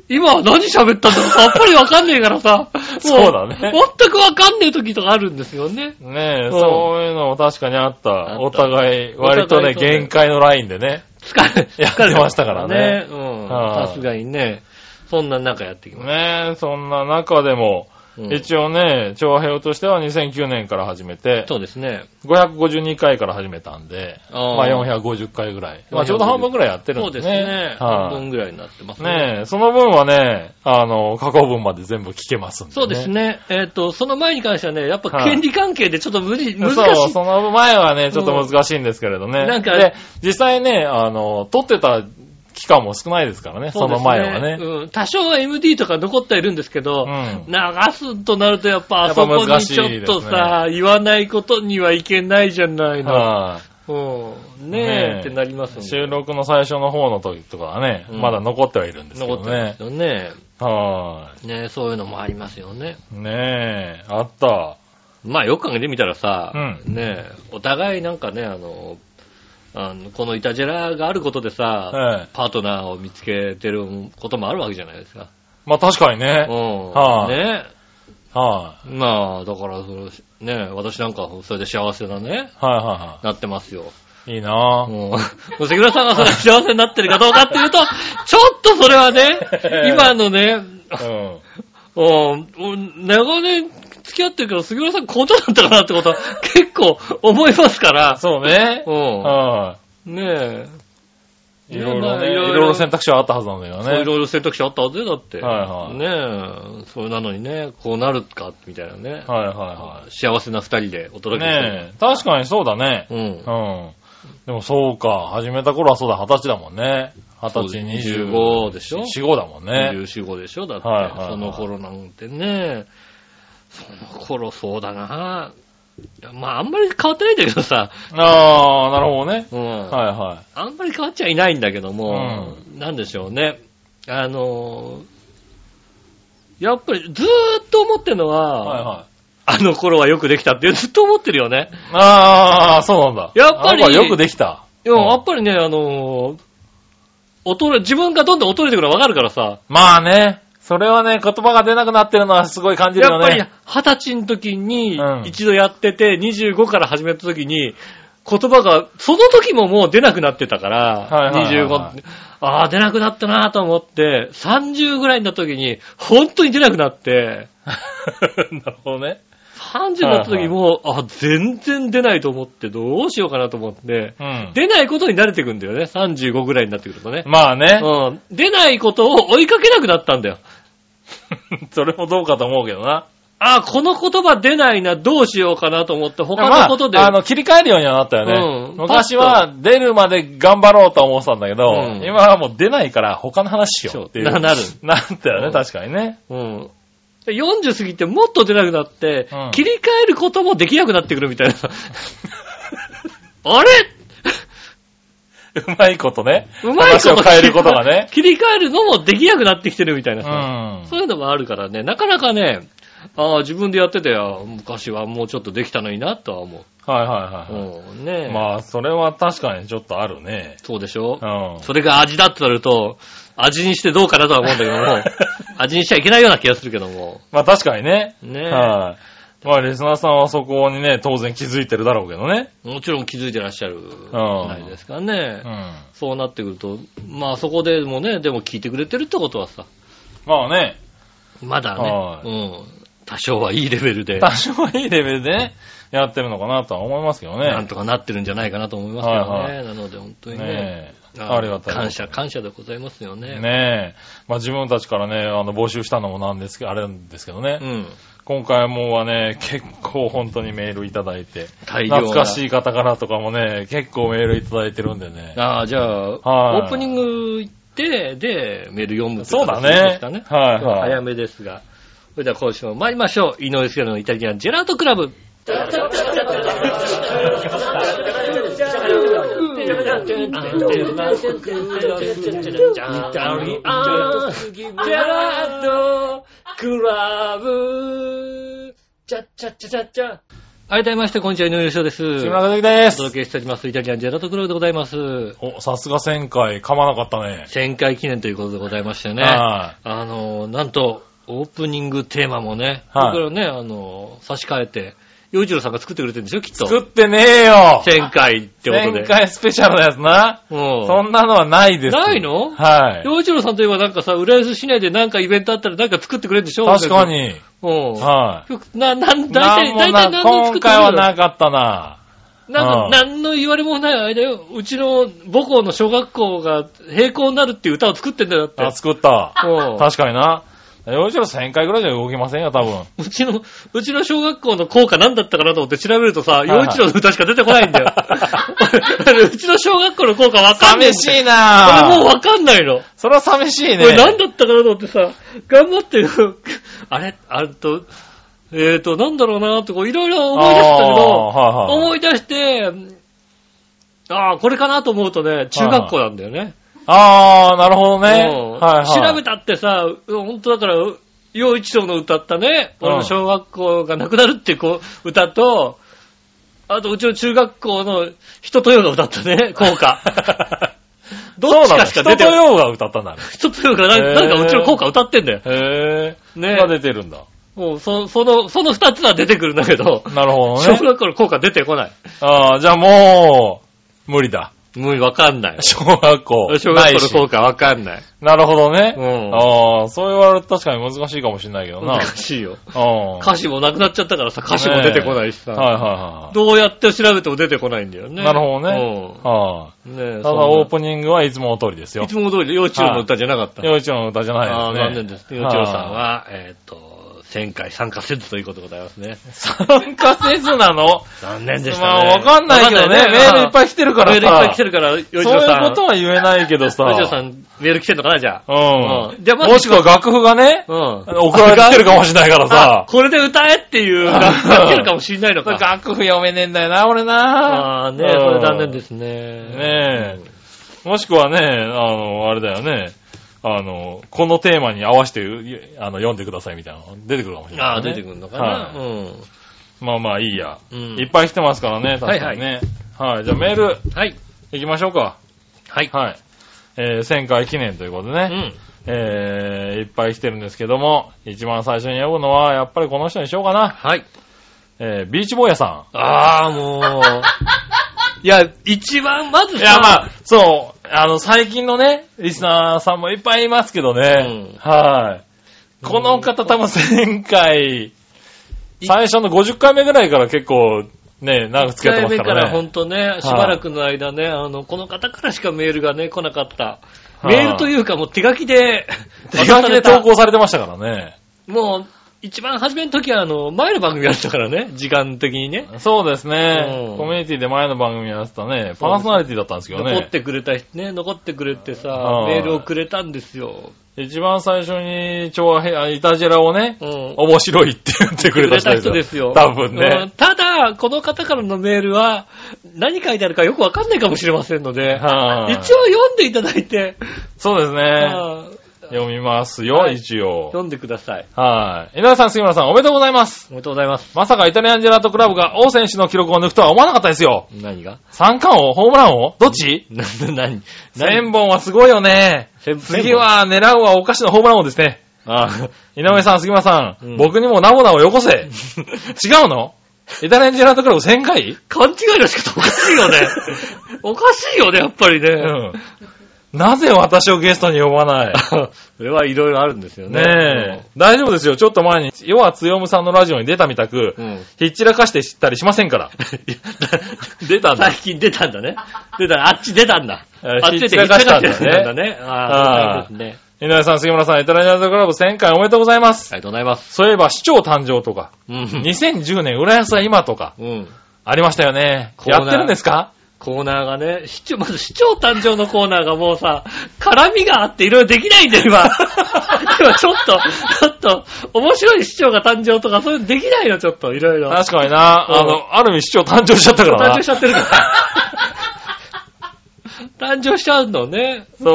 [SPEAKER 2] 今は何喋ったんだろうさっぱりわかんねえからさ。も
[SPEAKER 3] そうだね
[SPEAKER 2] 全くわかんねえ時とかあるんですよね。
[SPEAKER 3] ねえ、
[SPEAKER 2] ん
[SPEAKER 3] そういうのも確かに
[SPEAKER 2] あ
[SPEAKER 3] あっ。
[SPEAKER 2] ったた
[SPEAKER 3] お互い、割と
[SPEAKER 2] お互い
[SPEAKER 3] ね、
[SPEAKER 2] とね
[SPEAKER 3] 限界のラインでね。
[SPEAKER 2] 疲れ、
[SPEAKER 3] や
[SPEAKER 2] 疲れ
[SPEAKER 3] ってましたからね。
[SPEAKER 2] うん。
[SPEAKER 3] はい
[SPEAKER 2] さすがにね。そんな中やってきまし
[SPEAKER 3] ねえ、そんな中でも、
[SPEAKER 2] た。うん
[SPEAKER 3] 一応ね、調和平和としては2009年から始めて、
[SPEAKER 2] そうですね。
[SPEAKER 3] 552回から始めたんで、
[SPEAKER 2] あー
[SPEAKER 3] まあ450回ぐらい。まあちょうど半分ぐらいやってる
[SPEAKER 2] そうん
[SPEAKER 3] で
[SPEAKER 2] ですす
[SPEAKER 3] ね。
[SPEAKER 2] ね。半
[SPEAKER 3] は
[SPEAKER 2] 分
[SPEAKER 3] い。
[SPEAKER 2] ぐらいになってます
[SPEAKER 3] ねえ、その分はね、あの、過去分まで全部聞けますんで。
[SPEAKER 2] そうです。ね。えっと、その前に関してはね、やっぱ
[SPEAKER 3] はい
[SPEAKER 2] 権利関係でちょっと無理、難しい。
[SPEAKER 3] そう、その前はね、ちょっと難しいんですけれどね。
[SPEAKER 2] うんなんか
[SPEAKER 3] で、実際ね、あの、撮ってた期間も少ないですからね、そ
[SPEAKER 2] そうです
[SPEAKER 3] の前はね。
[SPEAKER 2] うん。多少は MD とか残ってはいるんですけど、
[SPEAKER 3] うん
[SPEAKER 2] 流すとなるとやっぱあそこ
[SPEAKER 3] や
[SPEAKER 2] に
[SPEAKER 3] っぱ難しい
[SPEAKER 2] ち
[SPEAKER 3] で
[SPEAKER 2] ょ
[SPEAKER 3] すね
[SPEAKER 2] っとさ、言わないことにはいけないじゃないの。
[SPEAKER 3] はい、
[SPEAKER 2] うん。
[SPEAKER 3] ね
[SPEAKER 2] ねえ
[SPEAKER 3] え
[SPEAKER 2] ってなりますんで
[SPEAKER 3] 収録の最初の方の時とかはね、
[SPEAKER 2] うん
[SPEAKER 3] まだ残ってはいるんですけ
[SPEAKER 2] 残
[SPEAKER 3] ど
[SPEAKER 2] ってるんで
[SPEAKER 3] ね
[SPEAKER 2] す。よね。
[SPEAKER 3] は
[SPEAKER 2] ねえ、そういうのもありますよね。
[SPEAKER 3] い。ねえ、あった。
[SPEAKER 2] まあよく考えてみたらさ、
[SPEAKER 3] う
[SPEAKER 2] ねえ、お互いなんかね、あの、あのこのイタジェラがあることでさ、
[SPEAKER 3] ええ。
[SPEAKER 2] パートナーを見つけてることもあるわけじゃないですか。
[SPEAKER 3] まあ確かに
[SPEAKER 2] う
[SPEAKER 3] ね。
[SPEAKER 2] ん。
[SPEAKER 3] はい
[SPEAKER 2] ね。
[SPEAKER 3] は
[SPEAKER 2] まあ、だから、そのね、私なんか、それで幸せだね、
[SPEAKER 3] い。はいは
[SPEAKER 2] なってますよ。
[SPEAKER 3] いはい。いいな ぁ。
[SPEAKER 2] もう、関村さんがそれ幸せになってるかどうかっていうと、ちょっとそれは ね、今のね、
[SPEAKER 3] うん。
[SPEAKER 2] うん、うん長年付き合ってるけど、杉村さんこんなだったかなってことは結構思いますから。
[SPEAKER 3] そうね。
[SPEAKER 2] う
[SPEAKER 3] は
[SPEAKER 2] ん。ね
[SPEAKER 3] い。いろ
[SPEAKER 2] い
[SPEAKER 3] いろね、い
[SPEAKER 2] やまあいろいろ
[SPEAKER 3] ろいろ選択肢はあったはずなんだけど
[SPEAKER 2] え、そうい
[SPEAKER 3] ね。
[SPEAKER 2] ろいろ選択肢あったはずよだって。
[SPEAKER 3] はいはい
[SPEAKER 2] ねえ、それなのにね、こうなるか、みたいなね。
[SPEAKER 3] はいはいは
[SPEAKER 2] 幸せな二人でお
[SPEAKER 3] い。
[SPEAKER 2] 届けしてる。
[SPEAKER 3] ねえ、確かにそうだね。
[SPEAKER 2] うん
[SPEAKER 3] う。ん。でもそうか、始めた頃はそうだ、二十歳だもんね。二
[SPEAKER 2] そう
[SPEAKER 3] 十歳、
[SPEAKER 2] で
[SPEAKER 3] 二
[SPEAKER 2] す
[SPEAKER 3] 十
[SPEAKER 2] 25でしょ
[SPEAKER 3] 四五だもんね。
[SPEAKER 2] 24、5でしょだって、
[SPEAKER 3] はいはいはい
[SPEAKER 2] その頃なんてね。その頃そうだな。いやまあ、あんまり変わってないんだけどさ。
[SPEAKER 3] ああ、なるほどね。
[SPEAKER 2] うん。
[SPEAKER 3] はいは
[SPEAKER 2] あんまり変わっちゃいないんだけども、なんでしょうね。あのーやっぱりずーっと思ってるのは、
[SPEAKER 3] い。はいはい。
[SPEAKER 2] あの頃はよくできたってずっと思ってるよね。
[SPEAKER 3] ああ、そうなんだ。
[SPEAKER 2] やっぱり
[SPEAKER 3] あの子はよくできた。
[SPEAKER 2] いや、
[SPEAKER 3] うん
[SPEAKER 2] やっぱりね、あのー衰れ、自分がどんどん衰えてくるのわかるからさ、
[SPEAKER 3] まあね、それはね、言葉が出なくなってるのはすごい感じる
[SPEAKER 2] やっ
[SPEAKER 3] よ
[SPEAKER 2] ぱり
[SPEAKER 3] ね。
[SPEAKER 2] 二十歳の時に
[SPEAKER 3] うん
[SPEAKER 2] 一度やってて、25から始めた時に、言葉が、その時ももう出なくなってたから、
[SPEAKER 3] はいはいはいはい
[SPEAKER 2] 25って、ああ、出なくなったなと思って、30ぐらいになった時に、本当に出なくなって、
[SPEAKER 3] なるほどね。
[SPEAKER 2] 30になった時も、あ、全然出ないと思って、どうしようかなと思って、
[SPEAKER 3] うん。
[SPEAKER 2] 出ないことに慣れてくんだよね、35ぐらいになってくるとね。
[SPEAKER 3] まあね、
[SPEAKER 2] うん。出ないことを追いかけなくなったんだよ。
[SPEAKER 3] それもどうかと思うけどな。
[SPEAKER 2] あーこの言葉出ないな、どうしようかなと思って、他のことで。
[SPEAKER 3] まあ、あの、切り替えるようにはなったよね。
[SPEAKER 2] うん
[SPEAKER 3] 昔は出るまで頑張ろうとは思ってたんだけど、
[SPEAKER 2] うん
[SPEAKER 3] 今はもう出ないから他の話しようっていう。
[SPEAKER 2] そうななる
[SPEAKER 3] なったよ
[SPEAKER 2] う
[SPEAKER 3] ね、
[SPEAKER 2] ん
[SPEAKER 3] 確かにね。
[SPEAKER 2] うん。で40過ぎてもっと出なくなって、
[SPEAKER 3] うん
[SPEAKER 2] 切り替えることもできなくなってくるみたい な。あれ
[SPEAKER 3] うまいことね。
[SPEAKER 2] うまいこと
[SPEAKER 3] 話を変えることがね。
[SPEAKER 2] 切り替えるのもできなくなってきてるみたいうなさ。
[SPEAKER 3] ん。
[SPEAKER 2] そういうのもあるからね、なかなかね、ああ、自分でやってて、あー昔はもうちょっとできたのになとは思
[SPEAKER 3] はいは
[SPEAKER 2] う。
[SPEAKER 3] いは
[SPEAKER 2] うん、ね
[SPEAKER 3] い。
[SPEAKER 2] え
[SPEAKER 3] まあ、それは確かにちょっとあるね。
[SPEAKER 2] そうでしょ
[SPEAKER 3] うん。
[SPEAKER 2] それが味だってなると、味にしてどうかなとは思うんだけど も、味にしちゃいけないような気がするけども。
[SPEAKER 3] まあ確かにね。
[SPEAKER 2] ねえ、
[SPEAKER 3] はい。まあ、リスナーさんはそこにね、当然気づいてるだろうけどね。
[SPEAKER 2] もちろん気づいてらっしゃるじゃないですかね。
[SPEAKER 3] うん。
[SPEAKER 2] そうなってくると、まあそこでもね、でも聞いてくれてるってことはさ、
[SPEAKER 3] まあね、
[SPEAKER 2] まだね
[SPEAKER 3] は、
[SPEAKER 2] うん、多少はいいレベルで、
[SPEAKER 3] 多少いいレベルでね、やってるのかなとは思いますけどね。
[SPEAKER 2] なんとかなってるんじゃないかなと思いますけどね。
[SPEAKER 3] はい
[SPEAKER 2] なので本当にね、
[SPEAKER 3] ねえ。
[SPEAKER 2] の
[SPEAKER 3] ありがたい。
[SPEAKER 2] 感謝、感謝でございますよね。
[SPEAKER 3] ねえ。まあ自分たちからね、あの、募集したのもなんですけど、あれなんですけどね。
[SPEAKER 2] うん。
[SPEAKER 3] 今回もはね、結構本当にメールいただいて。
[SPEAKER 2] 大量な
[SPEAKER 3] 懐かしい方からとかもね、結構メールいただいてるんでね。
[SPEAKER 2] ああ、じゃあ、オ
[SPEAKER 3] はい
[SPEAKER 2] ープニング行って、で、メール読むって
[SPEAKER 3] そうだ
[SPEAKER 2] 形です
[SPEAKER 3] ね
[SPEAKER 2] か。ね。
[SPEAKER 3] は
[SPEAKER 2] 今
[SPEAKER 3] い
[SPEAKER 2] 日は
[SPEAKER 3] は
[SPEAKER 2] 早
[SPEAKER 3] い。
[SPEAKER 2] めですが。それでは今週も参りましょう。井上杉のイタリアンジェラートクラブ。改めまして、こんにちは、井上翔です。
[SPEAKER 3] 木村和樹で
[SPEAKER 2] お
[SPEAKER 3] す。
[SPEAKER 2] 届けしております。イタリアンジェラートクラブでございます。
[SPEAKER 3] お、さすが1000回噛まなかったね。
[SPEAKER 2] 1000回記念ということでございましてね。あ
[SPEAKER 3] は
[SPEAKER 2] の、なんと、オープニングテーマもね、
[SPEAKER 3] はい
[SPEAKER 2] これをね、あの、差し替えて、洋一郎さんが作ってくれてるんでしょ、きっと。
[SPEAKER 3] い。作ってねえよ
[SPEAKER 2] 1000回ってことで。
[SPEAKER 3] 前回スペシャルのやつな。そ
[SPEAKER 2] うん
[SPEAKER 3] なのはないです。
[SPEAKER 2] ないの
[SPEAKER 3] はい。
[SPEAKER 2] 洋一郎さんといえばなんかさ、浦安市内でなんかイベントあったらなんか作ってくれるんでしょ
[SPEAKER 3] 確か。に。
[SPEAKER 2] うん。
[SPEAKER 3] は
[SPEAKER 2] な、なん、
[SPEAKER 3] い。
[SPEAKER 2] 大体、
[SPEAKER 3] な
[SPEAKER 2] 大体何の
[SPEAKER 3] んもな
[SPEAKER 2] 作
[SPEAKER 3] 今
[SPEAKER 2] ってく
[SPEAKER 3] 回
[SPEAKER 2] れ
[SPEAKER 3] は
[SPEAKER 2] る
[SPEAKER 3] なかったな。
[SPEAKER 2] なん
[SPEAKER 3] う
[SPEAKER 2] か、
[SPEAKER 3] ん
[SPEAKER 2] 何の言われもない間よ。うちの母校の小学校が閉校になるっていう歌を作ってんだよ、だ
[SPEAKER 3] あ、
[SPEAKER 2] って。
[SPEAKER 3] 作った。
[SPEAKER 2] うん
[SPEAKER 3] 確かにな。よいしろ1000回ぐらいじゃ動きませんよ、多分。
[SPEAKER 2] うちの、うちの小学校の校歌何だったかなと思って調べるとさ、
[SPEAKER 3] い
[SPEAKER 2] 洋一郎の歌しか出てこないんだ よ。俺うちの小学校の校歌わかんない。
[SPEAKER 3] 寂しい
[SPEAKER 2] 俺もう
[SPEAKER 3] なぁ。
[SPEAKER 2] わかんないの。
[SPEAKER 3] それは寂しいね。
[SPEAKER 2] これ何だったかなと思ってさ、頑張って、あれ、あれと、えーと、なんだろうなってこういろいろ思い出したけど、
[SPEAKER 3] あーはいはい
[SPEAKER 2] 思い出して、ああ、これかなと思うとね、中学校なんだよね。
[SPEAKER 3] あー、なるほどね。
[SPEAKER 2] うん
[SPEAKER 3] はいはい。
[SPEAKER 2] 調べたってさ、本当だから、洋一郎の歌ったね、
[SPEAKER 3] うん
[SPEAKER 2] 俺の小学校がなくなるってこう歌と、あと、うちの中学校の人とよが歌ったね、効 果。どっ
[SPEAKER 3] そう
[SPEAKER 2] ち
[SPEAKER 3] なの
[SPEAKER 2] かしか出
[SPEAKER 3] 人
[SPEAKER 2] て
[SPEAKER 3] と
[SPEAKER 2] ない。
[SPEAKER 3] ようが歌ったんだね。
[SPEAKER 2] 人とよがな、なんかうちの効果歌ってんだよ。
[SPEAKER 3] へぇー。
[SPEAKER 2] ね
[SPEAKER 3] が出てるんだ。
[SPEAKER 2] もう、そ、その、その二つは出てくるんだけど、
[SPEAKER 3] なるほど
[SPEAKER 2] 小
[SPEAKER 3] ね
[SPEAKER 2] 学。校の効果出てこない。
[SPEAKER 3] ああ、じゃあもう、無理だ。
[SPEAKER 2] もうわかんない。
[SPEAKER 3] 小学校。
[SPEAKER 2] 小学校の
[SPEAKER 3] ない
[SPEAKER 2] 効
[SPEAKER 3] し
[SPEAKER 2] 果わかんない。
[SPEAKER 3] なるほどね。
[SPEAKER 2] うん
[SPEAKER 3] ああ、そう言われると確かに難しいかもしれないけどな。
[SPEAKER 2] 難しいよ。
[SPEAKER 3] うん。
[SPEAKER 2] 歌詞もなくなっちゃったからさ、歌詞も出てこないし
[SPEAKER 3] ねえは
[SPEAKER 2] さ。
[SPEAKER 3] いはいはい
[SPEAKER 2] どうやって調べても出てこないんだよね。
[SPEAKER 3] なるほどね。は
[SPEAKER 2] うん。ねえ
[SPEAKER 3] い。た
[SPEAKER 2] そん
[SPEAKER 3] だ
[SPEAKER 2] な
[SPEAKER 3] オープニングはいつもの通りですよ
[SPEAKER 2] いつ。も通りで幼稚園の歌じゃなかった。
[SPEAKER 3] 幼稚園の歌じゃないですね。
[SPEAKER 2] ああ、残念です。幼稚園さんは、えーっと、1000回参加せずということでございますね。
[SPEAKER 3] 参加せずなの
[SPEAKER 2] 残念でしたね。
[SPEAKER 3] まあわかんないけどね。メールいっぱい来てるから
[SPEAKER 2] メ
[SPEAKER 3] さ。
[SPEAKER 2] ールいっぱい来てるから、幼稚園
[SPEAKER 3] そう
[SPEAKER 2] さ
[SPEAKER 3] い
[SPEAKER 2] ん。
[SPEAKER 3] うことは言えないけどさ。
[SPEAKER 2] 幼稚園さん、メール来てんのかな、じゃあ。
[SPEAKER 3] う。
[SPEAKER 2] うんんじゃあまず
[SPEAKER 3] もしくは楽譜がね、
[SPEAKER 2] うん。
[SPEAKER 3] 送られてきてるかもしれないから
[SPEAKER 2] あ
[SPEAKER 3] さ、。
[SPEAKER 2] これで歌えっていう、なってるかもしん ないのか。
[SPEAKER 3] 楽譜読めねえんだよな、俺な。。
[SPEAKER 2] ああ、ねえ、それ残念ですすね。
[SPEAKER 3] ねえ。もしくはね、あの、あれだよね。あの、このテーマに合わせて、あの、読んでくださいみたいなの出てくるかもしれない、
[SPEAKER 2] ああ、出てくるのかな。
[SPEAKER 3] は
[SPEAKER 2] うん。
[SPEAKER 3] い。まあまあ、いいや。
[SPEAKER 2] うん
[SPEAKER 3] いっぱい来てますからね、確かにね。はい。じゃあメール、
[SPEAKER 2] はい。
[SPEAKER 3] 行きましょうか。
[SPEAKER 2] はい。
[SPEAKER 3] はい。えー、1000回記念ということでね。
[SPEAKER 2] うん。
[SPEAKER 3] えー、いっぱい来てるんですけども、一番最初に呼ぶのは、やっぱりこの人にしようかな。
[SPEAKER 2] はい。
[SPEAKER 3] えー、ビーチボーヤさ
[SPEAKER 2] ああ、もう。いや、一番、まず
[SPEAKER 3] ん。
[SPEAKER 2] さ
[SPEAKER 3] いや、まあ、そう、あの、最近のね、リスナーさんもいっぱいいますけど
[SPEAKER 2] うん
[SPEAKER 3] ね。はい。この方多分前回、最初の50回目ぐらいから結構、ね、長く
[SPEAKER 2] 付
[SPEAKER 3] 付き合
[SPEAKER 2] き合って
[SPEAKER 3] ってますから
[SPEAKER 2] ほ
[SPEAKER 3] ね。
[SPEAKER 2] んとね、しばらくの間ね、あの、この方からしかメールがね、来なかった。
[SPEAKER 3] い
[SPEAKER 2] メールというか、もう手書きで、
[SPEAKER 3] 手書き
[SPEAKER 2] 渡
[SPEAKER 3] で
[SPEAKER 2] さ
[SPEAKER 3] 投
[SPEAKER 2] れ
[SPEAKER 3] 稿されてましたからね。
[SPEAKER 2] たもう、一番初めの時は、あの、前の番組やってたからね、時間的にね。
[SPEAKER 3] そうですね、
[SPEAKER 2] うん
[SPEAKER 3] コミュニティで前の番組やってたね、パーソナリティだったんですけどね。
[SPEAKER 2] 残ってくれた人ね、残ってくれてさ
[SPEAKER 3] は、い
[SPEAKER 2] メールをくれたんですよ。
[SPEAKER 3] 一番最初に、調和へ、あイタジェラをね、
[SPEAKER 2] うん。
[SPEAKER 3] 面白いって言ってくれた人ですよ。多分
[SPEAKER 2] うん
[SPEAKER 3] ね。
[SPEAKER 2] ただ、この方からのメールは、何書いてあるかよくわかんないかもしれませんので、
[SPEAKER 3] は
[SPEAKER 2] 一
[SPEAKER 3] い
[SPEAKER 2] 応読んでいただいて、
[SPEAKER 3] そうですね。
[SPEAKER 2] うん
[SPEAKER 3] 読みますよ、
[SPEAKER 2] はい
[SPEAKER 3] 一応。
[SPEAKER 2] 読んでください。
[SPEAKER 3] はい。稲田さん、杉村さん、おめでとうございます。
[SPEAKER 2] おめでとうございます。
[SPEAKER 3] まさかイタリアンジェラートクラブが王選手の記録を抜くとは思わなかったですよ。
[SPEAKER 2] 何が
[SPEAKER 3] 三冠王ホームラン王どっち
[SPEAKER 2] な、な、何
[SPEAKER 3] 千本はすごいよね。
[SPEAKER 2] 千
[SPEAKER 3] 次。は狙うはお菓子のホームラン王ですね。
[SPEAKER 2] あ
[SPEAKER 3] 井上さん、杉村さ、
[SPEAKER 2] うんん
[SPEAKER 3] 僕にもナボナをよこせ。違うのイタリアンジェラートクラブ1000回
[SPEAKER 2] 勘違いの仕方おかしい よね。おかしいよね、やっぱりね。
[SPEAKER 3] うん。なぜ私をゲストに呼 ばない
[SPEAKER 2] それはいろいろあるんですよね。
[SPEAKER 3] ねえ。大丈夫ですよ。ちょっと前に、要はつよむさんのラジオに出たみたく、
[SPEAKER 2] うん。 うん
[SPEAKER 3] ひっちらかして知ったりしませんから。出たんだ
[SPEAKER 2] 最近出たんだね。出た、あっち出たんだ。
[SPEAKER 3] え
[SPEAKER 2] あっち出て
[SPEAKER 3] ひっちらかしたんだね
[SPEAKER 2] ひっちらかしたんだね。ああ、
[SPEAKER 3] ああ
[SPEAKER 2] そうですね。
[SPEAKER 3] 井上さん、杉村さん、イタリアンジャズクラブ1000回おめでとうございます。
[SPEAKER 2] ありがとうございます。
[SPEAKER 3] そういえば、市長誕生とか、
[SPEAKER 2] うん。
[SPEAKER 3] 2010年、浦安は今とか、
[SPEAKER 2] うん。
[SPEAKER 3] ありましたよね。
[SPEAKER 2] コーナ
[SPEAKER 3] や
[SPEAKER 2] ー
[SPEAKER 3] ってるんですか
[SPEAKER 2] コーナーがね、市長、まず市長誕生のコーナーがもうさ、絡みがあっていろいろできないんだよ、 今。今ちょっと、ちょっと、面白い市長が誕生とか、そういうのできないの、ちょっと、いろいろ。
[SPEAKER 3] 確かにな。
[SPEAKER 2] うん
[SPEAKER 3] あの、ある意味市長誕生しちゃったから
[SPEAKER 2] 誕
[SPEAKER 3] な
[SPEAKER 2] 生し。ちゃってるから。誕生しちゃうのね。そう
[SPEAKER 3] そ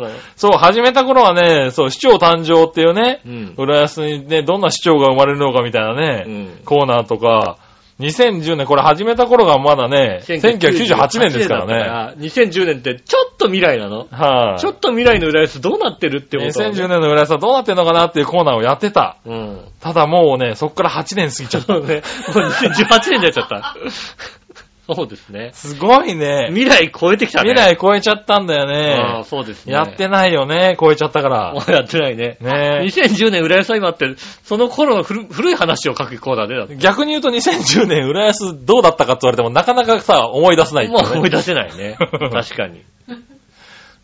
[SPEAKER 2] な
[SPEAKER 3] う
[SPEAKER 2] の。
[SPEAKER 3] そう、始めた頃はね、そう、市長誕生っていうね、
[SPEAKER 2] うん
[SPEAKER 3] 浦安にね、どんな市長が生まれるのかみたいなね、
[SPEAKER 2] うん
[SPEAKER 3] コーナーとか、2010年、これ始めた頃がまだね、1998年ですからね。
[SPEAKER 2] ね。2010年ってちょっと未来なの
[SPEAKER 3] はい、
[SPEAKER 2] ちょっと未来の浦安どうなってるってこと
[SPEAKER 3] 2010年の浦安はどうなってんのかなっていうコーナーをやってた。
[SPEAKER 2] うん。
[SPEAKER 3] ただもうね、そっから8年過ぎちゃった。
[SPEAKER 2] そうね。もう2018年になっちゃった。そうですね。
[SPEAKER 3] すごいね。
[SPEAKER 2] 未来超えてきたね。
[SPEAKER 3] 未来超えちゃったんだよ
[SPEAKER 2] ああ、
[SPEAKER 3] ね。
[SPEAKER 2] そうですね。
[SPEAKER 3] やってないよね、超えちゃったから
[SPEAKER 2] も。うやってないね。
[SPEAKER 3] ね
[SPEAKER 2] 2010年浦安は今って、その頃の古古い話を書くコーナーでだって。
[SPEAKER 3] 逆に言うと2010年、浦安どうだったかって言われてもなかなかさ、思い出せないってい
[SPEAKER 2] も
[SPEAKER 3] う
[SPEAKER 2] う
[SPEAKER 3] ね
[SPEAKER 2] 思い出せない ね。確かに。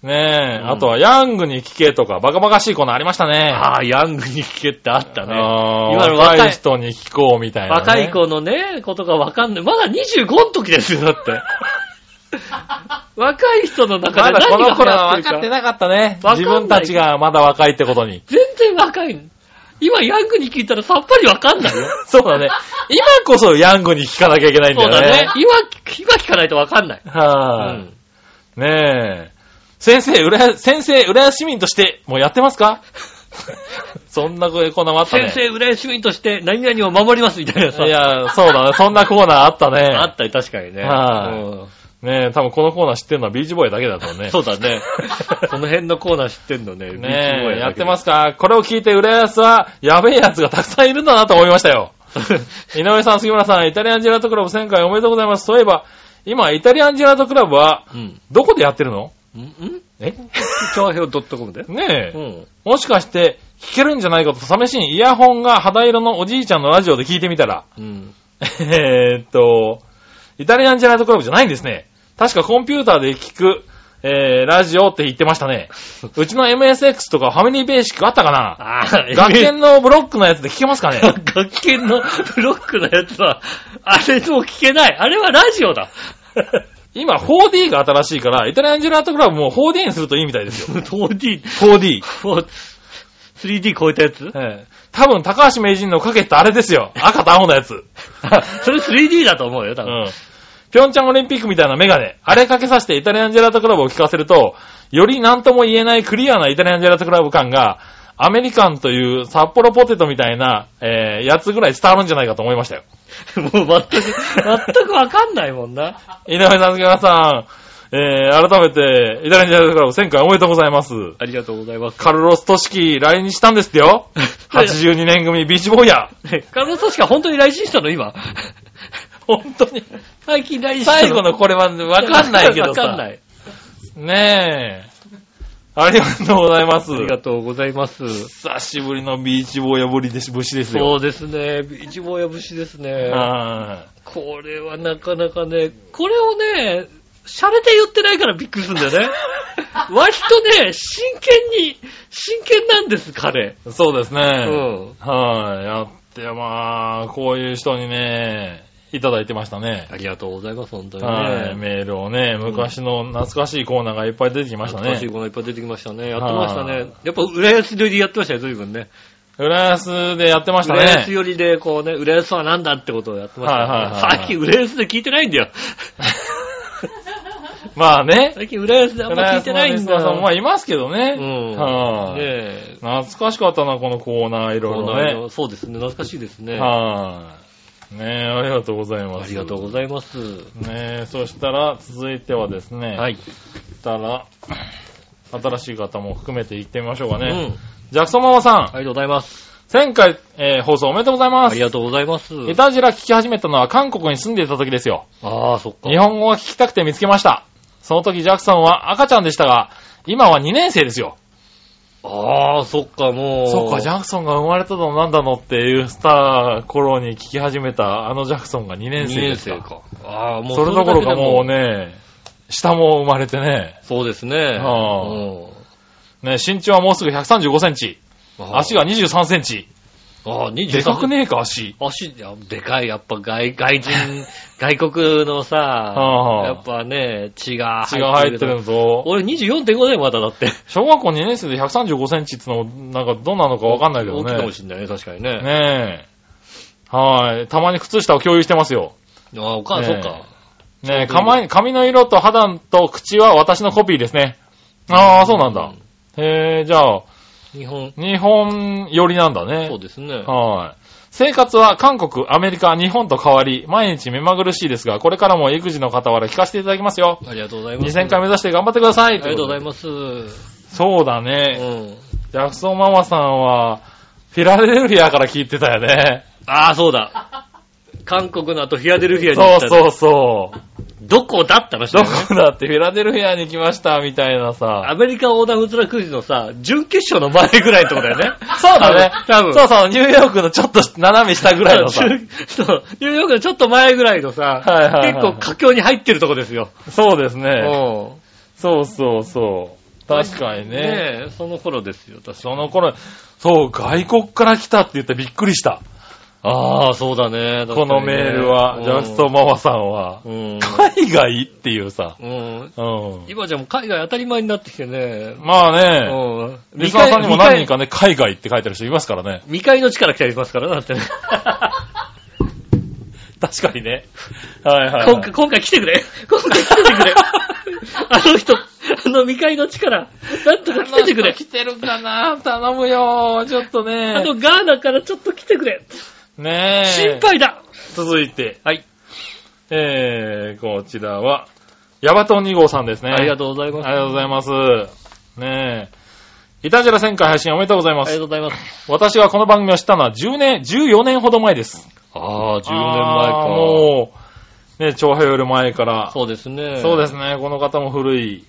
[SPEAKER 3] ね
[SPEAKER 2] う
[SPEAKER 3] え、
[SPEAKER 2] ん
[SPEAKER 3] あとは、ヤングに聞けとか、バカバカしいコーナーありましたね。
[SPEAKER 2] ああ、ヤングに聞けってあったね。
[SPEAKER 3] あー
[SPEAKER 2] 今の若い
[SPEAKER 3] 若い人に聞こうみたいな、ね。
[SPEAKER 2] 若い子のね、ことがわかんない。まだ25の時ですよ、だ って。若い人の中
[SPEAKER 3] ま
[SPEAKER 2] で
[SPEAKER 3] だこ
[SPEAKER 2] 何
[SPEAKER 3] の
[SPEAKER 2] が
[SPEAKER 3] 頃
[SPEAKER 2] 流
[SPEAKER 3] は
[SPEAKER 2] 行って
[SPEAKER 3] 分
[SPEAKER 2] る
[SPEAKER 3] か
[SPEAKER 2] か
[SPEAKER 3] ってなかったね。
[SPEAKER 2] わかんな
[SPEAKER 3] 自
[SPEAKER 2] い
[SPEAKER 3] 分たちがまだ若いってこと に。
[SPEAKER 2] 全然若いの。今、ヤングに聞いたらさっぱりわかんないよ。
[SPEAKER 3] そうだね。今こそヤングに聞かなきゃいけ ないんだ
[SPEAKER 2] そう
[SPEAKER 3] よね。
[SPEAKER 2] だね。今、今聞かないとわかんない。
[SPEAKER 3] は
[SPEAKER 2] う
[SPEAKER 3] い、
[SPEAKER 2] ん
[SPEAKER 3] ねえ。先生、浦安、先生、浦安市民として、もうやってますか そんなこんなもあったね。
[SPEAKER 2] 先生、浦安市民として何々を守りますみたいなさ。
[SPEAKER 3] いや、そうだね。そんなコーナーあったね。
[SPEAKER 2] あったり確かにね。
[SPEAKER 3] は
[SPEAKER 2] う
[SPEAKER 3] い
[SPEAKER 2] ん
[SPEAKER 3] ねえ、多分このコーナー知ってるのはビーチボーイだけだとね。
[SPEAKER 2] そうだ ね。この辺のコーナー知ってんのね。ビーチボ
[SPEAKER 3] ね
[SPEAKER 2] ー
[SPEAKER 3] え、
[SPEAKER 2] イ。
[SPEAKER 3] やってますすかこれを聞いて浦安は、やべえ奴がたくさんいるんだなと思いまし たよ。井上さん、杉村さん、イタリアンジェラートクラブ1000回おめでとうございます。そういえば、今、イタリアンジェラートクラブは、
[SPEAKER 2] うん。
[SPEAKER 3] どこでやってるの
[SPEAKER 2] んん
[SPEAKER 3] え
[SPEAKER 2] 調和表 .com で。
[SPEAKER 3] ね
[SPEAKER 2] う
[SPEAKER 3] え、
[SPEAKER 2] ん。
[SPEAKER 3] もしかして、聞けるんじゃないかと、試しにイヤホンが肌色のおじいちゃんのラジオで聞いてみたら、
[SPEAKER 2] うん。
[SPEAKER 3] えーっと、イタリアンジェラートクラブじゃないんですね。確かコンピューターで聞く、えー、ラジオって言ってましたね。うちの MSX とかファミリーベーシックあったかな
[SPEAKER 2] ああ、
[SPEAKER 3] 学研のブロックのやつで聞けますかね
[SPEAKER 2] 学研のブロックのやつは、あれもう聞けない。あれはラジオ だ。
[SPEAKER 3] 今 4D が新しいから、イタリアンジェラートクラブも 4D にするといいみたいですよ。
[SPEAKER 2] 4D、
[SPEAKER 3] 4D。
[SPEAKER 2] 4 3D 超えたやつ
[SPEAKER 3] ええ多分高橋名人のかけたあれですよ。赤と青のやつ。
[SPEAKER 2] あそれ 3D だと思うよ、多分。
[SPEAKER 3] うん。ピョンチャンオリンピックみたいなメガネ。あれかけさせてイタリアンジェラートクラブを聞かせると、より何とも言えないクリアなイタリアンジェラートクラブ感が、アメリカンという札幌ポテトみたいな、えー、やつぐらい伝わるんじゃないかと思いましたよ。
[SPEAKER 2] もう全く、全くわかんないもんな。
[SPEAKER 3] 井上さん、杉村さん、えー、改めて、イタリアンジェラートクラブ1000回おめでとうございます。
[SPEAKER 2] ありがとうございます。
[SPEAKER 3] カルロス・トシキ来日したんですってよ。82年 組ビーチボーイヤー。
[SPEAKER 2] ねカルロスしか本当に来信したの、 今。
[SPEAKER 3] 本当に。
[SPEAKER 2] 最近来信した
[SPEAKER 3] 最後のこれはわかんないけどさ。
[SPEAKER 2] わかんない。
[SPEAKER 3] ねえ。ありがとうございます。
[SPEAKER 2] ありがとうございます。
[SPEAKER 3] 久しぶりのビーチ坊やぶりです、ぶしです
[SPEAKER 2] そ
[SPEAKER 3] よ。
[SPEAKER 2] うですね。ビーチボーヤ節ですね。
[SPEAKER 3] は
[SPEAKER 2] これはなかなかね、これをね、洒落て言ってないからびっくりするんだよね。 割とね、真剣に、真剣なんです、彼。
[SPEAKER 3] いそうです
[SPEAKER 2] う
[SPEAKER 3] ね。
[SPEAKER 2] ん。
[SPEAKER 3] はい。やって、まあ、こういう人にね、いただいてましたね。
[SPEAKER 2] ありがとうございます、本当にね。
[SPEAKER 3] はい。メールをね、昔の懐かしいコーナーがいっぱい出てきました
[SPEAKER 2] 懐かしい
[SPEAKER 3] ね。
[SPEAKER 2] ものいっぱい出てきましたね。やってました
[SPEAKER 3] は
[SPEAKER 2] ね。やっぱ浦安寄りでやってましたよ、随分ね。
[SPEAKER 3] 浦安でやってました
[SPEAKER 2] 浦安
[SPEAKER 3] ね。
[SPEAKER 2] 寄りで、こうね、浦安はなんだってことをやってましたね。
[SPEAKER 3] はいはいはいはい
[SPEAKER 2] 最近浦安で聞いてないんだ よ。
[SPEAKER 3] まあね。
[SPEAKER 2] 最近浦安であんま
[SPEAKER 3] 浦
[SPEAKER 2] 聞い
[SPEAKER 3] 安
[SPEAKER 2] て
[SPEAKER 3] の
[SPEAKER 2] ない
[SPEAKER 3] リ
[SPEAKER 2] ん
[SPEAKER 3] ス
[SPEAKER 2] だ
[SPEAKER 3] ナーさんまあ
[SPEAKER 2] よ。
[SPEAKER 3] いますけどね。
[SPEAKER 2] うん
[SPEAKER 3] はい、
[SPEAKER 2] ねえ。
[SPEAKER 3] 懐かしかったな、このコーナー、いろい
[SPEAKER 2] この間
[SPEAKER 3] ろ
[SPEAKER 2] のそうですね、懐かしいです
[SPEAKER 3] ね。
[SPEAKER 2] ね。
[SPEAKER 3] はい、ねえ、ありがとうございます。
[SPEAKER 2] ありがとうございます。
[SPEAKER 3] ねえ、そしたら、続いてはですね。
[SPEAKER 2] はい。
[SPEAKER 3] そし たら、新しい方も含めて行ってみましょうか
[SPEAKER 2] うん。あ
[SPEAKER 3] ね。ジャクソンママさ
[SPEAKER 2] りが
[SPEAKER 3] ん、
[SPEAKER 2] とうございます。
[SPEAKER 3] 前回、えー放送おめでとうございま
[SPEAKER 2] あ
[SPEAKER 3] す
[SPEAKER 2] り。がとうございます。
[SPEAKER 3] イタジラ聞き始めたのは韓国に住んでいた時ですよ。
[SPEAKER 2] ああ、そっか
[SPEAKER 3] 日。本語が聞きたくて見つけました。その時ジャクソンは赤ちゃんでしたが、今は2年生ですよ。
[SPEAKER 2] ああ、そっか、もう。
[SPEAKER 3] そっか、ジャクソンが生まれたのなんだのっていうスター頃に聞き始めたあのジャクソンが2年
[SPEAKER 2] 2
[SPEAKER 3] 生で
[SPEAKER 2] 年
[SPEAKER 3] すか
[SPEAKER 2] 生か。ああ、もう
[SPEAKER 3] それどころかもう
[SPEAKER 2] ね。
[SPEAKER 3] ね、下も生まれてね、
[SPEAKER 2] そうですね。
[SPEAKER 3] ああ
[SPEAKER 2] うん
[SPEAKER 3] ね身長はもうすぐ135センチ。
[SPEAKER 2] ああ
[SPEAKER 3] 足が。23センチ。
[SPEAKER 2] ああ、23。
[SPEAKER 3] でかくねえか、足。
[SPEAKER 2] 足、いやでかい、やっぱ外、外 人、外国のさ、
[SPEAKER 3] ああ
[SPEAKER 2] やっぱね、血が
[SPEAKER 3] 血が入ってる
[SPEAKER 2] の。
[SPEAKER 3] のと、
[SPEAKER 2] 俺24.5だよ、まだだって。
[SPEAKER 3] 小学校2年生で135センチってのも、なんかどうなのかわかんないけど
[SPEAKER 2] 大きいか
[SPEAKER 3] ね
[SPEAKER 2] も。しんないね、確かにね。
[SPEAKER 3] ねえ。はい。たまに靴下を共有してますよ。
[SPEAKER 2] ああ、お母
[SPEAKER 3] ね
[SPEAKER 2] さん、そっか。
[SPEAKER 3] ねえ、髪髪の色と肌と口は私のコピーですね。ああ、そうなんだ。へえ、じゃあ、
[SPEAKER 2] 日本、
[SPEAKER 3] 日本寄りなんだね。
[SPEAKER 2] そうですね。
[SPEAKER 3] はい。生活は韓国、アメリカ、日本と変わり、毎日目まぐるしいですが、これからも育児の傍ら聞かせていただきますよ。
[SPEAKER 2] ありがとうございます。
[SPEAKER 3] 2000回目指して頑張ってください。
[SPEAKER 2] ありがとうござい
[SPEAKER 3] ま
[SPEAKER 2] ます。う
[SPEAKER 3] す。そうだね。
[SPEAKER 2] ん。
[SPEAKER 3] ジャクソンママさんは、フィラデルフィアから聞いてた よね。
[SPEAKER 2] ああ、そうだ。韓国の後、フィアデルフィアに行
[SPEAKER 3] そ
[SPEAKER 2] っ
[SPEAKER 3] う
[SPEAKER 2] た。
[SPEAKER 3] そうそう。
[SPEAKER 2] どこだった話だ
[SPEAKER 3] ど
[SPEAKER 2] よね。
[SPEAKER 3] こだってフィラデルフィアに来ましたみたいなさ。
[SPEAKER 2] ア。メリカ横断ウズラクイズのさ、準決勝の前ぐらいってことだよね
[SPEAKER 3] そうだね。
[SPEAKER 2] 多分。
[SPEAKER 3] そううそう、ニューヨークのちょっと斜め下ぐらい のさ。
[SPEAKER 2] 準そう、ニューヨークのちょっと前ぐらいのさ、
[SPEAKER 3] はいはいはいはい
[SPEAKER 2] 結構佳境に入ってるとこですよ。
[SPEAKER 3] そうです
[SPEAKER 2] う
[SPEAKER 3] ね。
[SPEAKER 2] ん。
[SPEAKER 3] そうそうそう。確かにね。
[SPEAKER 2] ねえ、その頃ですよ、確
[SPEAKER 3] その頃、そう、外国から来たって言ってびっくりした。
[SPEAKER 2] ああ、そうだね。
[SPEAKER 3] このメールは、ジャクソンママさんは。
[SPEAKER 2] ン。
[SPEAKER 3] 海外っていうさ。
[SPEAKER 2] うん。うん。
[SPEAKER 3] うん。
[SPEAKER 2] 今じゃもう海外当たり前になってきてね。
[SPEAKER 3] まあね、
[SPEAKER 2] うん。
[SPEAKER 3] リスナーさんにも何人かね、海外って書いてる人いますからね。
[SPEAKER 2] 未開の地から来たりしますからな、だってね。
[SPEAKER 3] 確かにね。はいはいはい。
[SPEAKER 2] 今 回、今回来てくれ。今回来てくれ。あの人、あの未開の地から、なんとか来ててくれ
[SPEAKER 3] 来。てるかな頼むよちょっとね。
[SPEAKER 2] あの、ガーナからちょっと来てくれ。
[SPEAKER 3] ねえ。
[SPEAKER 2] 心配だ。
[SPEAKER 3] 続いて、
[SPEAKER 2] はい。
[SPEAKER 3] えー、こちらは、ヤバトン2号さんですね。
[SPEAKER 2] ありがと
[SPEAKER 3] と
[SPEAKER 2] うございうます。
[SPEAKER 3] ありがとうございます。ねえ。イタジェラ1000回配信おめでとうございま
[SPEAKER 2] ありが
[SPEAKER 3] す。
[SPEAKER 2] とうございます。
[SPEAKER 3] 私はこの番組を知ったのは10年、14年ほど前です。
[SPEAKER 2] ああ、10年前
[SPEAKER 3] あー
[SPEAKER 2] か。
[SPEAKER 3] もう、ね、長平より前から。
[SPEAKER 2] そうですね。
[SPEAKER 3] そうですね。この方も古い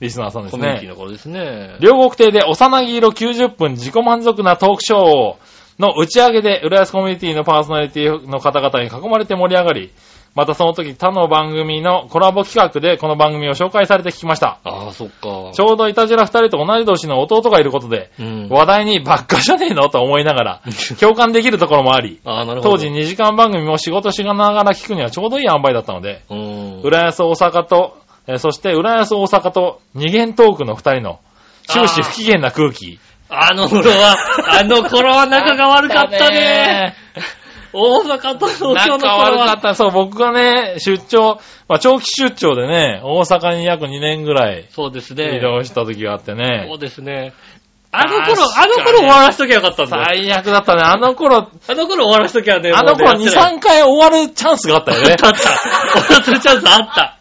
[SPEAKER 3] リスナーさんです
[SPEAKER 2] コミュニティ
[SPEAKER 3] ね。
[SPEAKER 2] の頃ですね。
[SPEAKER 3] 両国亭で幼い色90分自己満足なトークショーの打ち上げで、浦安コミュニティのパーソナリティの方々に囲まれて盛り上がり、またその時他の番組のコラボ企画でこの番組を紹介されて聞きました。
[SPEAKER 2] ああ、そっか。
[SPEAKER 3] ちょうどいたじら二人と同い年の弟がいることで、
[SPEAKER 2] うん。
[SPEAKER 3] 話題にばっかじゃねえのと思いながら、共感できるところもあり、
[SPEAKER 2] ああ、なるほど。
[SPEAKER 3] 当時2時間番組も仕事しながら聞くにはちょうどいい塩梅だったので、
[SPEAKER 2] うん。
[SPEAKER 3] 浦安大阪と、えーそして浦安大阪と二元トークの二人の終始不機嫌な空気。
[SPEAKER 2] あの頃 は、あの頃は仲が悪かったね。大阪と東
[SPEAKER 3] あったね。
[SPEAKER 2] 京の
[SPEAKER 3] 仲
[SPEAKER 2] 頃
[SPEAKER 3] 悪か
[SPEAKER 2] は
[SPEAKER 3] っ。た。そう、僕がね、出張、まあ、長期出張でね、大阪に約2年ぐらい
[SPEAKER 2] そうです
[SPEAKER 3] 移
[SPEAKER 2] ね。
[SPEAKER 3] 動した時があっ
[SPEAKER 2] そ
[SPEAKER 3] て
[SPEAKER 2] う
[SPEAKER 3] ね。
[SPEAKER 2] ですね。あの頃、
[SPEAKER 3] 確
[SPEAKER 2] あ
[SPEAKER 3] かに
[SPEAKER 2] の頃終わらしときゃよかったんだよ。
[SPEAKER 3] 最悪だったね。あの頃、
[SPEAKER 2] あの頃終わらしときゃね、
[SPEAKER 3] あの頃
[SPEAKER 2] もう
[SPEAKER 3] 2、
[SPEAKER 2] ねやって
[SPEAKER 3] 3回終わるチャンスがあったよ
[SPEAKER 2] ない あ
[SPEAKER 3] ね。
[SPEAKER 2] ったあった。終わらせるチャンスあった。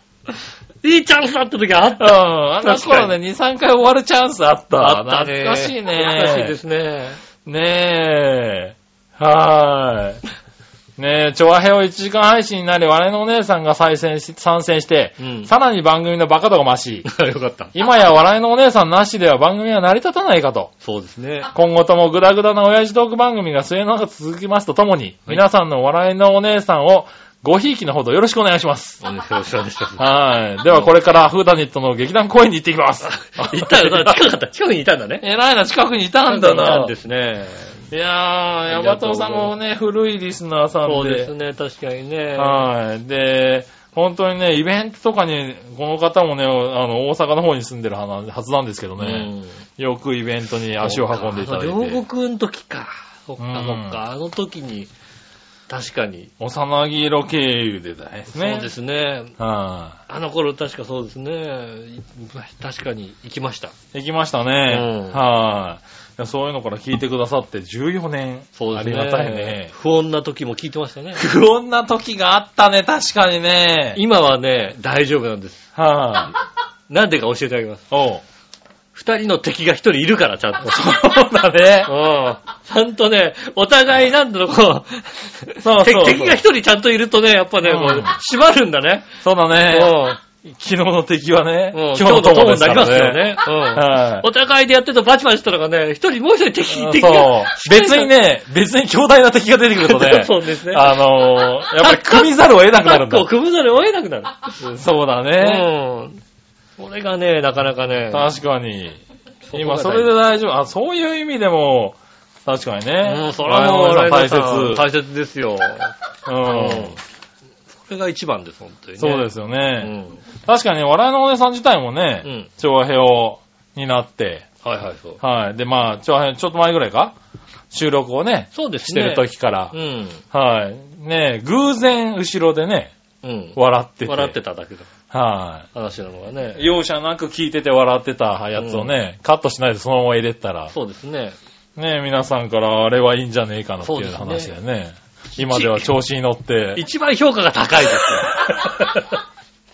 [SPEAKER 2] いいチャンスだった時あっ
[SPEAKER 3] うん。
[SPEAKER 2] た。
[SPEAKER 3] あの頃ね、2、3回終わるチャンスあった。懐かしいね。
[SPEAKER 2] 懐かしいですね。
[SPEAKER 3] ねえ。はーい。ねえ、調和平を1時間配信になり、我のお姉さんが再戦し参戦して、
[SPEAKER 2] うん
[SPEAKER 3] さらに番組のバカ度が増 し、
[SPEAKER 2] よかった。
[SPEAKER 3] 今や笑いのお姉さんなしでは番組は成り立たないかと。
[SPEAKER 2] そうですね。
[SPEAKER 3] 今後ともグダグダな親父トーク番組が末永く続きますとともに、
[SPEAKER 2] はい
[SPEAKER 3] 皆さんの笑いのお姉さんをごひいきのほどよろしくお願いします。
[SPEAKER 2] お願いしますお願いします
[SPEAKER 3] はい。ではこれからフーダニットの劇団公演に行ってき ます。
[SPEAKER 2] 行ったよな、近かった。近くにいたんだね。
[SPEAKER 3] 偉いな、近くにいたんだ
[SPEAKER 2] いた
[SPEAKER 3] な。
[SPEAKER 2] んですね。
[SPEAKER 3] いやー、ヤバトさんもね、古いリスナーさんで。
[SPEAKER 2] そうですね、確かにね。
[SPEAKER 3] はい。で、本当にね、イベントとかに、この方もね、あの、大阪の方に住んでるはなはずなんですけど
[SPEAKER 2] う
[SPEAKER 3] ね、
[SPEAKER 2] ん
[SPEAKER 3] よくイベントに足を運んでいただい
[SPEAKER 2] 両
[SPEAKER 3] て、
[SPEAKER 2] 国の時か。そっか、そ
[SPEAKER 3] うん
[SPEAKER 2] っか。あの時に、確かに。
[SPEAKER 3] 幼木色経由でだね。
[SPEAKER 2] そうですね。
[SPEAKER 3] は
[SPEAKER 2] あの頃確かそうですね。い確かに行きました。
[SPEAKER 3] い。できましたね。
[SPEAKER 2] うん
[SPEAKER 3] はいいや。そういうのから聞いてくださって14年。
[SPEAKER 2] そうですね。
[SPEAKER 3] ありがたいね。。
[SPEAKER 2] 不穏な時も聞いてましたね
[SPEAKER 3] 不穏な時があったね、確かにね。
[SPEAKER 2] 今はね、大丈夫なんです。
[SPEAKER 3] はい。
[SPEAKER 2] なんでか教えてあげます。
[SPEAKER 3] おう。
[SPEAKER 2] 二人の敵が一人いるから、ちゃんと。
[SPEAKER 3] そうだね。
[SPEAKER 2] うんちゃんとね、お互いなんだろう、こう、
[SPEAKER 3] そうそうそ
[SPEAKER 2] 敵
[SPEAKER 3] う
[SPEAKER 2] 敵が一人ちゃんといるとね、やっぱね、
[SPEAKER 3] うん
[SPEAKER 2] こう、縛るんだね。
[SPEAKER 3] そうだ
[SPEAKER 2] う
[SPEAKER 3] ね。
[SPEAKER 2] ん
[SPEAKER 3] 昨日の敵はね、
[SPEAKER 2] うん
[SPEAKER 3] 今日の友です
[SPEAKER 2] になりま
[SPEAKER 3] から
[SPEAKER 2] すよね。うん
[SPEAKER 3] はい。
[SPEAKER 2] お互いでやってるとバチバチしたのがね、一人、もう一人敵、敵
[SPEAKER 3] そ
[SPEAKER 2] が、
[SPEAKER 3] う。。別にね、別に強大な敵が出てくると ね
[SPEAKER 2] そうですね。
[SPEAKER 3] あのー、やっぱり組みざるを得なくなるん
[SPEAKER 2] タッグを
[SPEAKER 3] だ。
[SPEAKER 2] 組むざるを得なくなる。
[SPEAKER 3] そうだね。
[SPEAKER 2] うん。それがね、なかなかね。
[SPEAKER 3] 確かに。
[SPEAKER 2] こが
[SPEAKER 3] 今、それで大丈夫。あ、そういう意味でも、確かに
[SPEAKER 2] う
[SPEAKER 3] ね
[SPEAKER 2] ん、。それはもう、
[SPEAKER 3] 我々
[SPEAKER 2] 大
[SPEAKER 3] の
[SPEAKER 2] 切。
[SPEAKER 3] 大切。
[SPEAKER 2] 大切ですよ。
[SPEAKER 3] うん。
[SPEAKER 2] それが一番です、本当にね。
[SPEAKER 3] そうですよ
[SPEAKER 2] う
[SPEAKER 3] ね。
[SPEAKER 2] ん。
[SPEAKER 3] 確かに、笑いのお姉さん自体も
[SPEAKER 2] う
[SPEAKER 3] ね、
[SPEAKER 2] ん。
[SPEAKER 3] 調和表になって、
[SPEAKER 2] はいはい、そう。
[SPEAKER 3] はい。で、まあ、調和表、ちょっと前ぐらいか収録をね、
[SPEAKER 2] そうです
[SPEAKER 3] して
[SPEAKER 2] ね。
[SPEAKER 3] る時から
[SPEAKER 2] う。ん。
[SPEAKER 3] はい。ね偶然後ろでね、
[SPEAKER 2] うん。
[SPEAKER 3] 笑ってて。
[SPEAKER 2] 笑ってただけの
[SPEAKER 3] はい。
[SPEAKER 2] 話なのがね。
[SPEAKER 3] 容赦なく聞いてて笑ってたやつをね、カットしないでそのまま入れてたら、
[SPEAKER 2] そうですね。
[SPEAKER 3] ね、皆さんからあれはいいんじゃねえかなって
[SPEAKER 2] そう
[SPEAKER 3] い
[SPEAKER 2] で
[SPEAKER 3] う
[SPEAKER 2] すね
[SPEAKER 3] 話だよね。今では調子に乗って。
[SPEAKER 2] 一番評価が高い ですよ。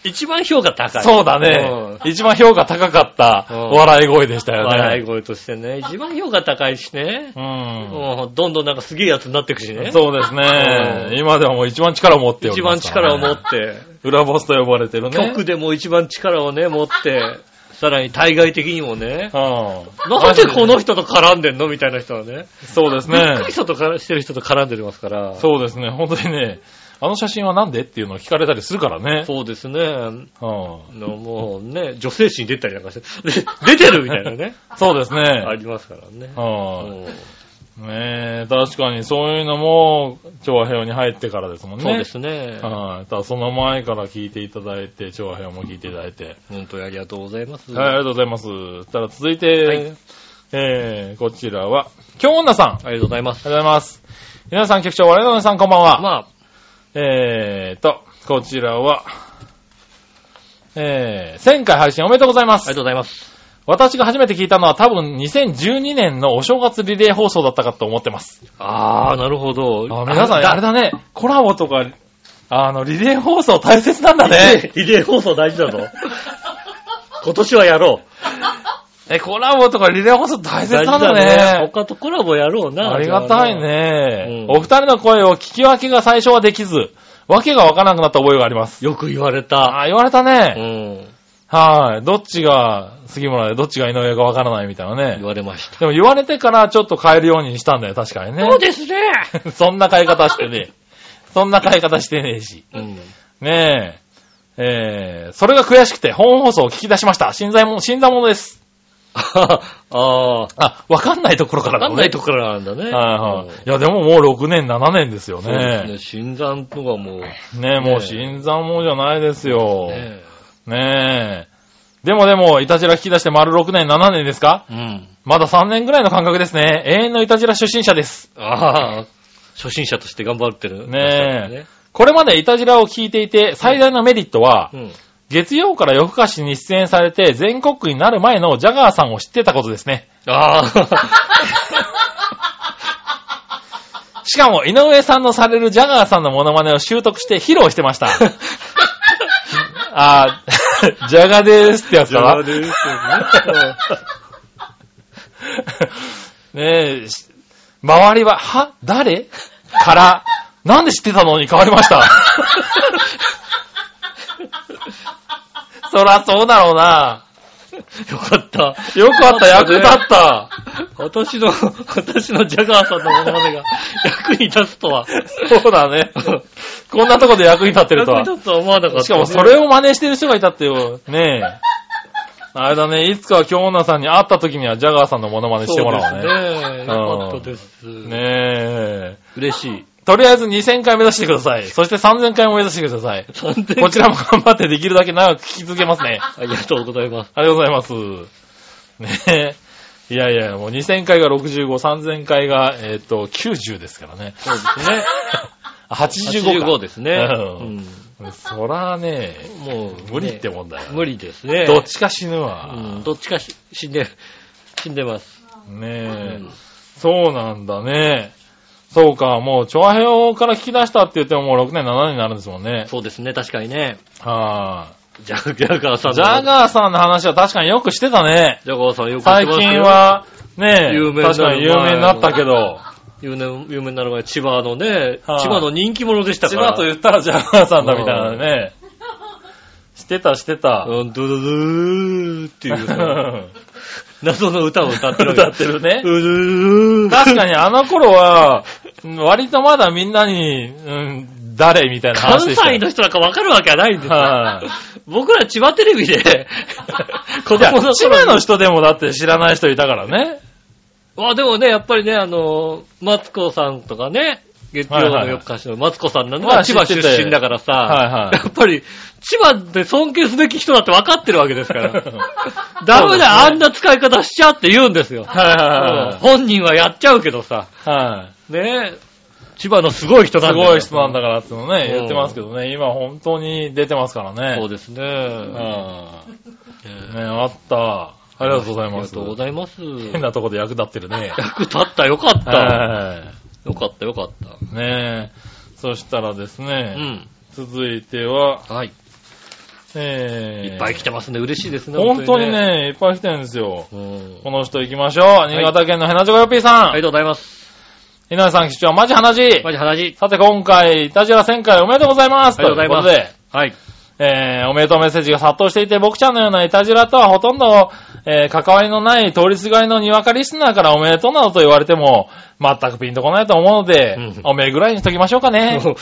[SPEAKER 2] 一番評価高い。
[SPEAKER 3] そうだね、
[SPEAKER 2] うん
[SPEAKER 3] 一番評価高かった
[SPEAKER 2] うん
[SPEAKER 3] 笑い声でしたよ
[SPEAKER 2] 笑い
[SPEAKER 3] ね。
[SPEAKER 2] 声としてね。一番評価高いしね。
[SPEAKER 3] うん。
[SPEAKER 2] もうどんどんなんかすげえやつになっていくしね。
[SPEAKER 3] そうですね、
[SPEAKER 2] うん
[SPEAKER 3] 今ではもう一番力を持ってお
[SPEAKER 2] 一
[SPEAKER 3] り
[SPEAKER 2] 番
[SPEAKER 3] ますか
[SPEAKER 2] 力
[SPEAKER 3] ら
[SPEAKER 2] を
[SPEAKER 3] ね
[SPEAKER 2] 持って、
[SPEAKER 3] 裏ボスと呼ばれてるね。
[SPEAKER 2] 曲でも一番力をね、持って、さらに対外的にもね
[SPEAKER 3] う、ん。
[SPEAKER 2] なんでこの人と絡んでんのみたいな人はね、
[SPEAKER 3] そうです
[SPEAKER 2] びっく
[SPEAKER 3] ね
[SPEAKER 2] り。したとかしてる人と絡んでますから。
[SPEAKER 3] そうですね。本当にね、あの写真はなんでっていうのを聞かれたりするからね。
[SPEAKER 2] そうですね。
[SPEAKER 3] うん
[SPEAKER 2] のもうね、女性誌に出たりなんかして、で出てるみたいな ね、
[SPEAKER 3] そうですね。
[SPEAKER 2] ありますからね。
[SPEAKER 3] はい
[SPEAKER 2] うん
[SPEAKER 3] ねえ、確かにそういうのも、調和表に入ってからですもんね。
[SPEAKER 2] そうですね。
[SPEAKER 3] はい。ただその前から聞いていただいて、調和表も聞いていただいて。
[SPEAKER 2] 本当にありがとうございます。
[SPEAKER 3] はい、ありがとうございます。ただ続いて、えー、こちらは、京女さん。あり
[SPEAKER 2] ありがとうございます。
[SPEAKER 3] がとうございます。皆さん、局長、我々の皆さん、こんばんは。
[SPEAKER 2] まあ、
[SPEAKER 3] えーと、こちらは、えー、1000回配信おめでとうございま
[SPEAKER 2] ありが
[SPEAKER 3] す。
[SPEAKER 2] とうございます。
[SPEAKER 3] 私が初めて聞いたのは多分2012年のお正月リレー放送だったかと思ってます。
[SPEAKER 2] あー、なるほど。
[SPEAKER 3] あ皆さん、あれだね、コラボとか、あの、リレー放送大切なんだね。
[SPEAKER 2] ねリレー放送大事だぞ。今年はやろう。
[SPEAKER 3] え、コラボとかリレー放送大切なんだ
[SPEAKER 2] 大事
[SPEAKER 3] ね。
[SPEAKER 2] 他とコラボやろうな。
[SPEAKER 3] ありがた
[SPEAKER 2] じゃ
[SPEAKER 3] い
[SPEAKER 2] あな。
[SPEAKER 3] ね。
[SPEAKER 2] うん
[SPEAKER 3] お二人の声を聞き分けが最初はできず、わけがわからなくなった覚えがあります。
[SPEAKER 2] よく言われた。
[SPEAKER 3] あ、言われた
[SPEAKER 2] う
[SPEAKER 3] ね。
[SPEAKER 2] ん。
[SPEAKER 3] はい。どっちが杉村でどっちが井上かわからないみたいな
[SPEAKER 2] 言
[SPEAKER 3] ね。
[SPEAKER 2] われました。
[SPEAKER 3] でも言われてからちょっと変えるようにしたんだよ、確かにね。
[SPEAKER 2] ですね。
[SPEAKER 3] そんな買い方してねえ。そんな買い方してねえし。
[SPEAKER 2] うん。
[SPEAKER 3] ねえ。えー、それが悔しくて本放送を聞き出しました。新参者、新参者です。
[SPEAKER 2] あー。
[SPEAKER 3] あ、わかんないところか
[SPEAKER 2] わ
[SPEAKER 3] ら
[SPEAKER 2] か
[SPEAKER 3] だ
[SPEAKER 2] ん
[SPEAKER 3] ね。
[SPEAKER 2] ないところなんだね。
[SPEAKER 3] はいはい。
[SPEAKER 2] うん
[SPEAKER 3] いや、でももう6年、7年ですよ
[SPEAKER 2] そうです
[SPEAKER 3] ね
[SPEAKER 2] ね。。新参とかもう。
[SPEAKER 3] ねえ、もう新参者じゃないですよ。ね
[SPEAKER 2] ね
[SPEAKER 3] え。でもでも、いたじら聞き出して丸6年、7年ですか
[SPEAKER 2] うん。
[SPEAKER 3] まだ3年ぐらいの感覚ですね。永遠のいたじら初心者です。
[SPEAKER 2] ああ、初心者として頑張ってる。
[SPEAKER 3] ねこれまでいたじらを聞いていて、最大のメリットは
[SPEAKER 2] え。、うん。
[SPEAKER 3] 月曜から夜更かしに出演されて全国区になる前のジャガーさんを知ってたことですね。
[SPEAKER 2] ああ、
[SPEAKER 3] しかも、井上さんのされるジャガーさんのモノマネを習得して披露して ました。あージャガでーすってやつだな。
[SPEAKER 2] ですよね。
[SPEAKER 3] ねえ、し周りは、は誰から、なんで知ってたのに変わりました。 そらそうだろうな。
[SPEAKER 2] よかった。
[SPEAKER 3] よかった、役立った。
[SPEAKER 2] 私の、私のジャガーさんのモノマネが役に立つとは。
[SPEAKER 3] そうだね。こんなとこで役に立ってるとは
[SPEAKER 2] 役に。立つとは思わなかった。
[SPEAKER 3] しかもそれを真似してる人がいたってよ。ねえ。あれだね、いつか京女さんに会った時にはジャガーさんのモノマネしてもらおうね。
[SPEAKER 2] そうですね。よかったです。
[SPEAKER 3] ねえ。
[SPEAKER 2] 嬉しい。
[SPEAKER 3] とりあえず2000回目指してください。そして3000回も目指してください。
[SPEAKER 2] 3000
[SPEAKER 3] こちらも頑張ってできるだけ長く聞き続けますね。
[SPEAKER 2] ありがとうございます。
[SPEAKER 3] ありがとうございます。ねえ。いやいや、もう2000回が65、3000回が、えっ、と、90ですからね。
[SPEAKER 2] そうですね。
[SPEAKER 3] あ85か。
[SPEAKER 2] 85ですね。う
[SPEAKER 3] う
[SPEAKER 2] ん
[SPEAKER 3] そらね、
[SPEAKER 2] もうね、
[SPEAKER 3] 無理ってもんだよ。
[SPEAKER 2] 無理ですね。
[SPEAKER 3] どっちか死ぬわ。
[SPEAKER 2] うんどっちかし死んで、死んでます。
[SPEAKER 3] ねえ、
[SPEAKER 2] うん
[SPEAKER 3] そうなんだね。そうか、もう、調和表から聞き出したって言ってももう6年、7年になるんですもんね。
[SPEAKER 2] そうですね、確かにね。
[SPEAKER 3] は
[SPEAKER 2] ジャジャガーさんの
[SPEAKER 3] い。ジャガーさんの話は確かによくしてたね。
[SPEAKER 2] ジャガーさんよく知って
[SPEAKER 3] 最
[SPEAKER 2] ますよ
[SPEAKER 3] 近、は、ね
[SPEAKER 2] 有名にな
[SPEAKER 3] え、
[SPEAKER 2] る前
[SPEAKER 3] 確かに有名になったけど、
[SPEAKER 2] 有名有名になる前、千葉のね、
[SPEAKER 3] はい
[SPEAKER 2] 千葉の人気者でしたか
[SPEAKER 3] 千
[SPEAKER 2] ら。
[SPEAKER 3] 葉と言ったらジャガーさんだみたいなね。 してた、して た。
[SPEAKER 2] うん、ドゥドゥドゥーっていうさ
[SPEAKER 3] 歌
[SPEAKER 2] 謎の歌を歌ってる。
[SPEAKER 3] ってるね
[SPEAKER 2] ド。ゥドゥドゥー
[SPEAKER 3] 確かにあの頃は、うん割とまだみんなに、うん、誰みたいな
[SPEAKER 2] 関
[SPEAKER 3] 話でしたよ。
[SPEAKER 2] 西の人なんかわかるわけはないんです
[SPEAKER 3] はい
[SPEAKER 2] よ。僕ら千葉テレビ で、子
[SPEAKER 3] いや
[SPEAKER 2] 供の頃に
[SPEAKER 3] 千葉の人でもだって知らない人いたからね。
[SPEAKER 2] あ、でもね、やっぱりね、あの、マツコさんとかね、月曜の夜更かしのマツコさんなん
[SPEAKER 3] ま
[SPEAKER 2] か
[SPEAKER 3] あ
[SPEAKER 2] 千葉
[SPEAKER 3] 知
[SPEAKER 2] 出
[SPEAKER 3] ってて
[SPEAKER 2] 身だからさ、
[SPEAKER 3] はいはい
[SPEAKER 2] やっぱり、千葉で尊敬すべき人だって分かってるわけです から。ダ
[SPEAKER 3] ダ
[SPEAKER 2] メだよ、
[SPEAKER 3] メだ、
[SPEAKER 2] あ
[SPEAKER 3] あ
[SPEAKER 2] ん
[SPEAKER 3] んな。
[SPEAKER 2] な使い方しちゃって言うんですよ。うん
[SPEAKER 3] は
[SPEAKER 2] 本人はやっちゃうけどさ、
[SPEAKER 3] いはいはい。はい。
[SPEAKER 2] ねえ千葉のすごい人なん
[SPEAKER 3] す
[SPEAKER 2] だ
[SPEAKER 3] ごい人なん
[SPEAKER 2] だ。
[SPEAKER 3] だからってのね、
[SPEAKER 2] うん
[SPEAKER 3] 言ってますけどね、今本当に出てますからね。
[SPEAKER 2] そうですね。
[SPEAKER 3] うん。
[SPEAKER 2] あ
[SPEAKER 3] ねあった。ありがとうござい
[SPEAKER 2] り
[SPEAKER 3] ま
[SPEAKER 2] が
[SPEAKER 3] す
[SPEAKER 2] と。うございます。
[SPEAKER 3] 変なとこで役立ってるね。
[SPEAKER 2] 役立った、よかった。
[SPEAKER 3] は
[SPEAKER 2] よかった、よかった。
[SPEAKER 3] い。ねえ。そしたらです
[SPEAKER 2] う
[SPEAKER 3] ね、
[SPEAKER 2] ん。
[SPEAKER 3] 続いては、
[SPEAKER 2] はい。
[SPEAKER 3] えー
[SPEAKER 2] いっぱい来てますね。嬉しいですね。
[SPEAKER 3] 本当に。ね、いっぱい来てるんですよ。
[SPEAKER 2] うん
[SPEAKER 3] この人行きましょう。新潟県のヘナジョコヨッピーさ
[SPEAKER 2] ありが
[SPEAKER 3] ん。
[SPEAKER 2] とうございます。
[SPEAKER 3] 井上さん、貴重、マジ話。
[SPEAKER 2] マジ話。
[SPEAKER 3] さて今回、いたじら1000回おめでとうございます。
[SPEAKER 2] ありがとうござい
[SPEAKER 3] という
[SPEAKER 2] はい。
[SPEAKER 3] ことで、えー、おめでとうメッセージが殺到していて、僕ちゃんのようないたじらとはほとんど、えー、関わりのない通りすがりのにわかリスナーからおめでとうなどと言われても、全くピンとこないと思うので、
[SPEAKER 2] うん
[SPEAKER 3] おめえぐらいにしときましょうか ね。
[SPEAKER 2] もう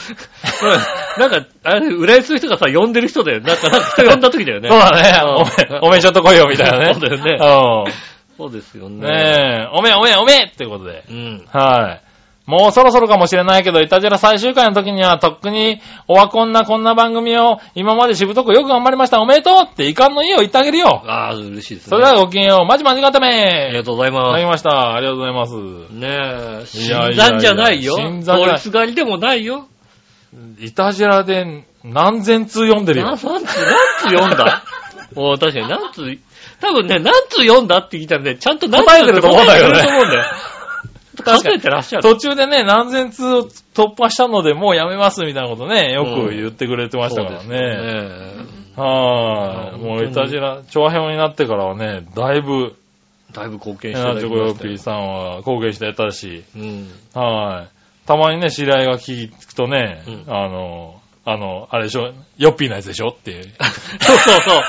[SPEAKER 2] なんか、あれ、浦安の人がさ、呼んでる人だよね。なんか、なんか人呼んだ時だよね
[SPEAKER 3] そう。だね。
[SPEAKER 2] うん
[SPEAKER 3] おめえ、おめえちょっと来いよ、みたいな ね。
[SPEAKER 2] そうだよね
[SPEAKER 3] ね。
[SPEAKER 2] そうですよ
[SPEAKER 3] うん。
[SPEAKER 2] ね。
[SPEAKER 3] ねえ、おめえ、おめえ、おめえってことで。
[SPEAKER 2] うん。
[SPEAKER 3] はい。もうそろそろかもしれないけど、イタジェラ最終回の時には、とっくに、オワコンなこんな番組を、今までしぶとくよく頑張りました、おめでとうって遺憾の意を言ってあげるよ。
[SPEAKER 2] ああ、嬉しいですね。
[SPEAKER 3] それではごきげんよう、まじまじがた
[SPEAKER 2] あり
[SPEAKER 3] め
[SPEAKER 2] がとうござい
[SPEAKER 3] いただ
[SPEAKER 2] ま
[SPEAKER 3] きました。ありがとうございます。
[SPEAKER 2] す。ねえ、
[SPEAKER 3] い
[SPEAKER 2] 死
[SPEAKER 3] やいやいや
[SPEAKER 2] んじゃないよ。
[SPEAKER 3] 新
[SPEAKER 2] 通
[SPEAKER 3] 参じゃない
[SPEAKER 2] りすがりでもないよ。
[SPEAKER 3] イタジェラで何千通読んでる
[SPEAKER 2] な、な
[SPEAKER 3] よ
[SPEAKER 2] ん。つ、なんつ読んだもう確かに、なんつ、多分ね、何通読んだって聞いたらね、ちゃんと何
[SPEAKER 3] 答えてると思うんだけどね
[SPEAKER 2] 答えてると思うんだよ。数えてらっしゃる。
[SPEAKER 3] 途中でね、何千通を突破したので、もうやめますみたいなことね、よく言ってくれてましたから
[SPEAKER 2] そうです
[SPEAKER 3] ね。
[SPEAKER 2] ね
[SPEAKER 3] はーい。
[SPEAKER 2] 本
[SPEAKER 3] も
[SPEAKER 2] 当
[SPEAKER 3] う
[SPEAKER 2] に
[SPEAKER 3] いたじら、長編になってからはね、だいぶ、
[SPEAKER 2] だいぶ貢献
[SPEAKER 3] エ
[SPEAKER 2] していた
[SPEAKER 3] ナ
[SPEAKER 2] だ
[SPEAKER 3] チ
[SPEAKER 2] き
[SPEAKER 3] ョコヨ
[SPEAKER 2] ま
[SPEAKER 3] ッ
[SPEAKER 2] し
[SPEAKER 3] ピ
[SPEAKER 2] た
[SPEAKER 3] ー
[SPEAKER 2] よ。
[SPEAKER 3] さんは貢献してやったし、
[SPEAKER 2] うん。
[SPEAKER 3] はい。たまにね、知り合いが聞くとね、
[SPEAKER 2] うん
[SPEAKER 3] あの、あの、あれでしょ、ヨッピーのやつでしょっていう。
[SPEAKER 2] そうそうそう。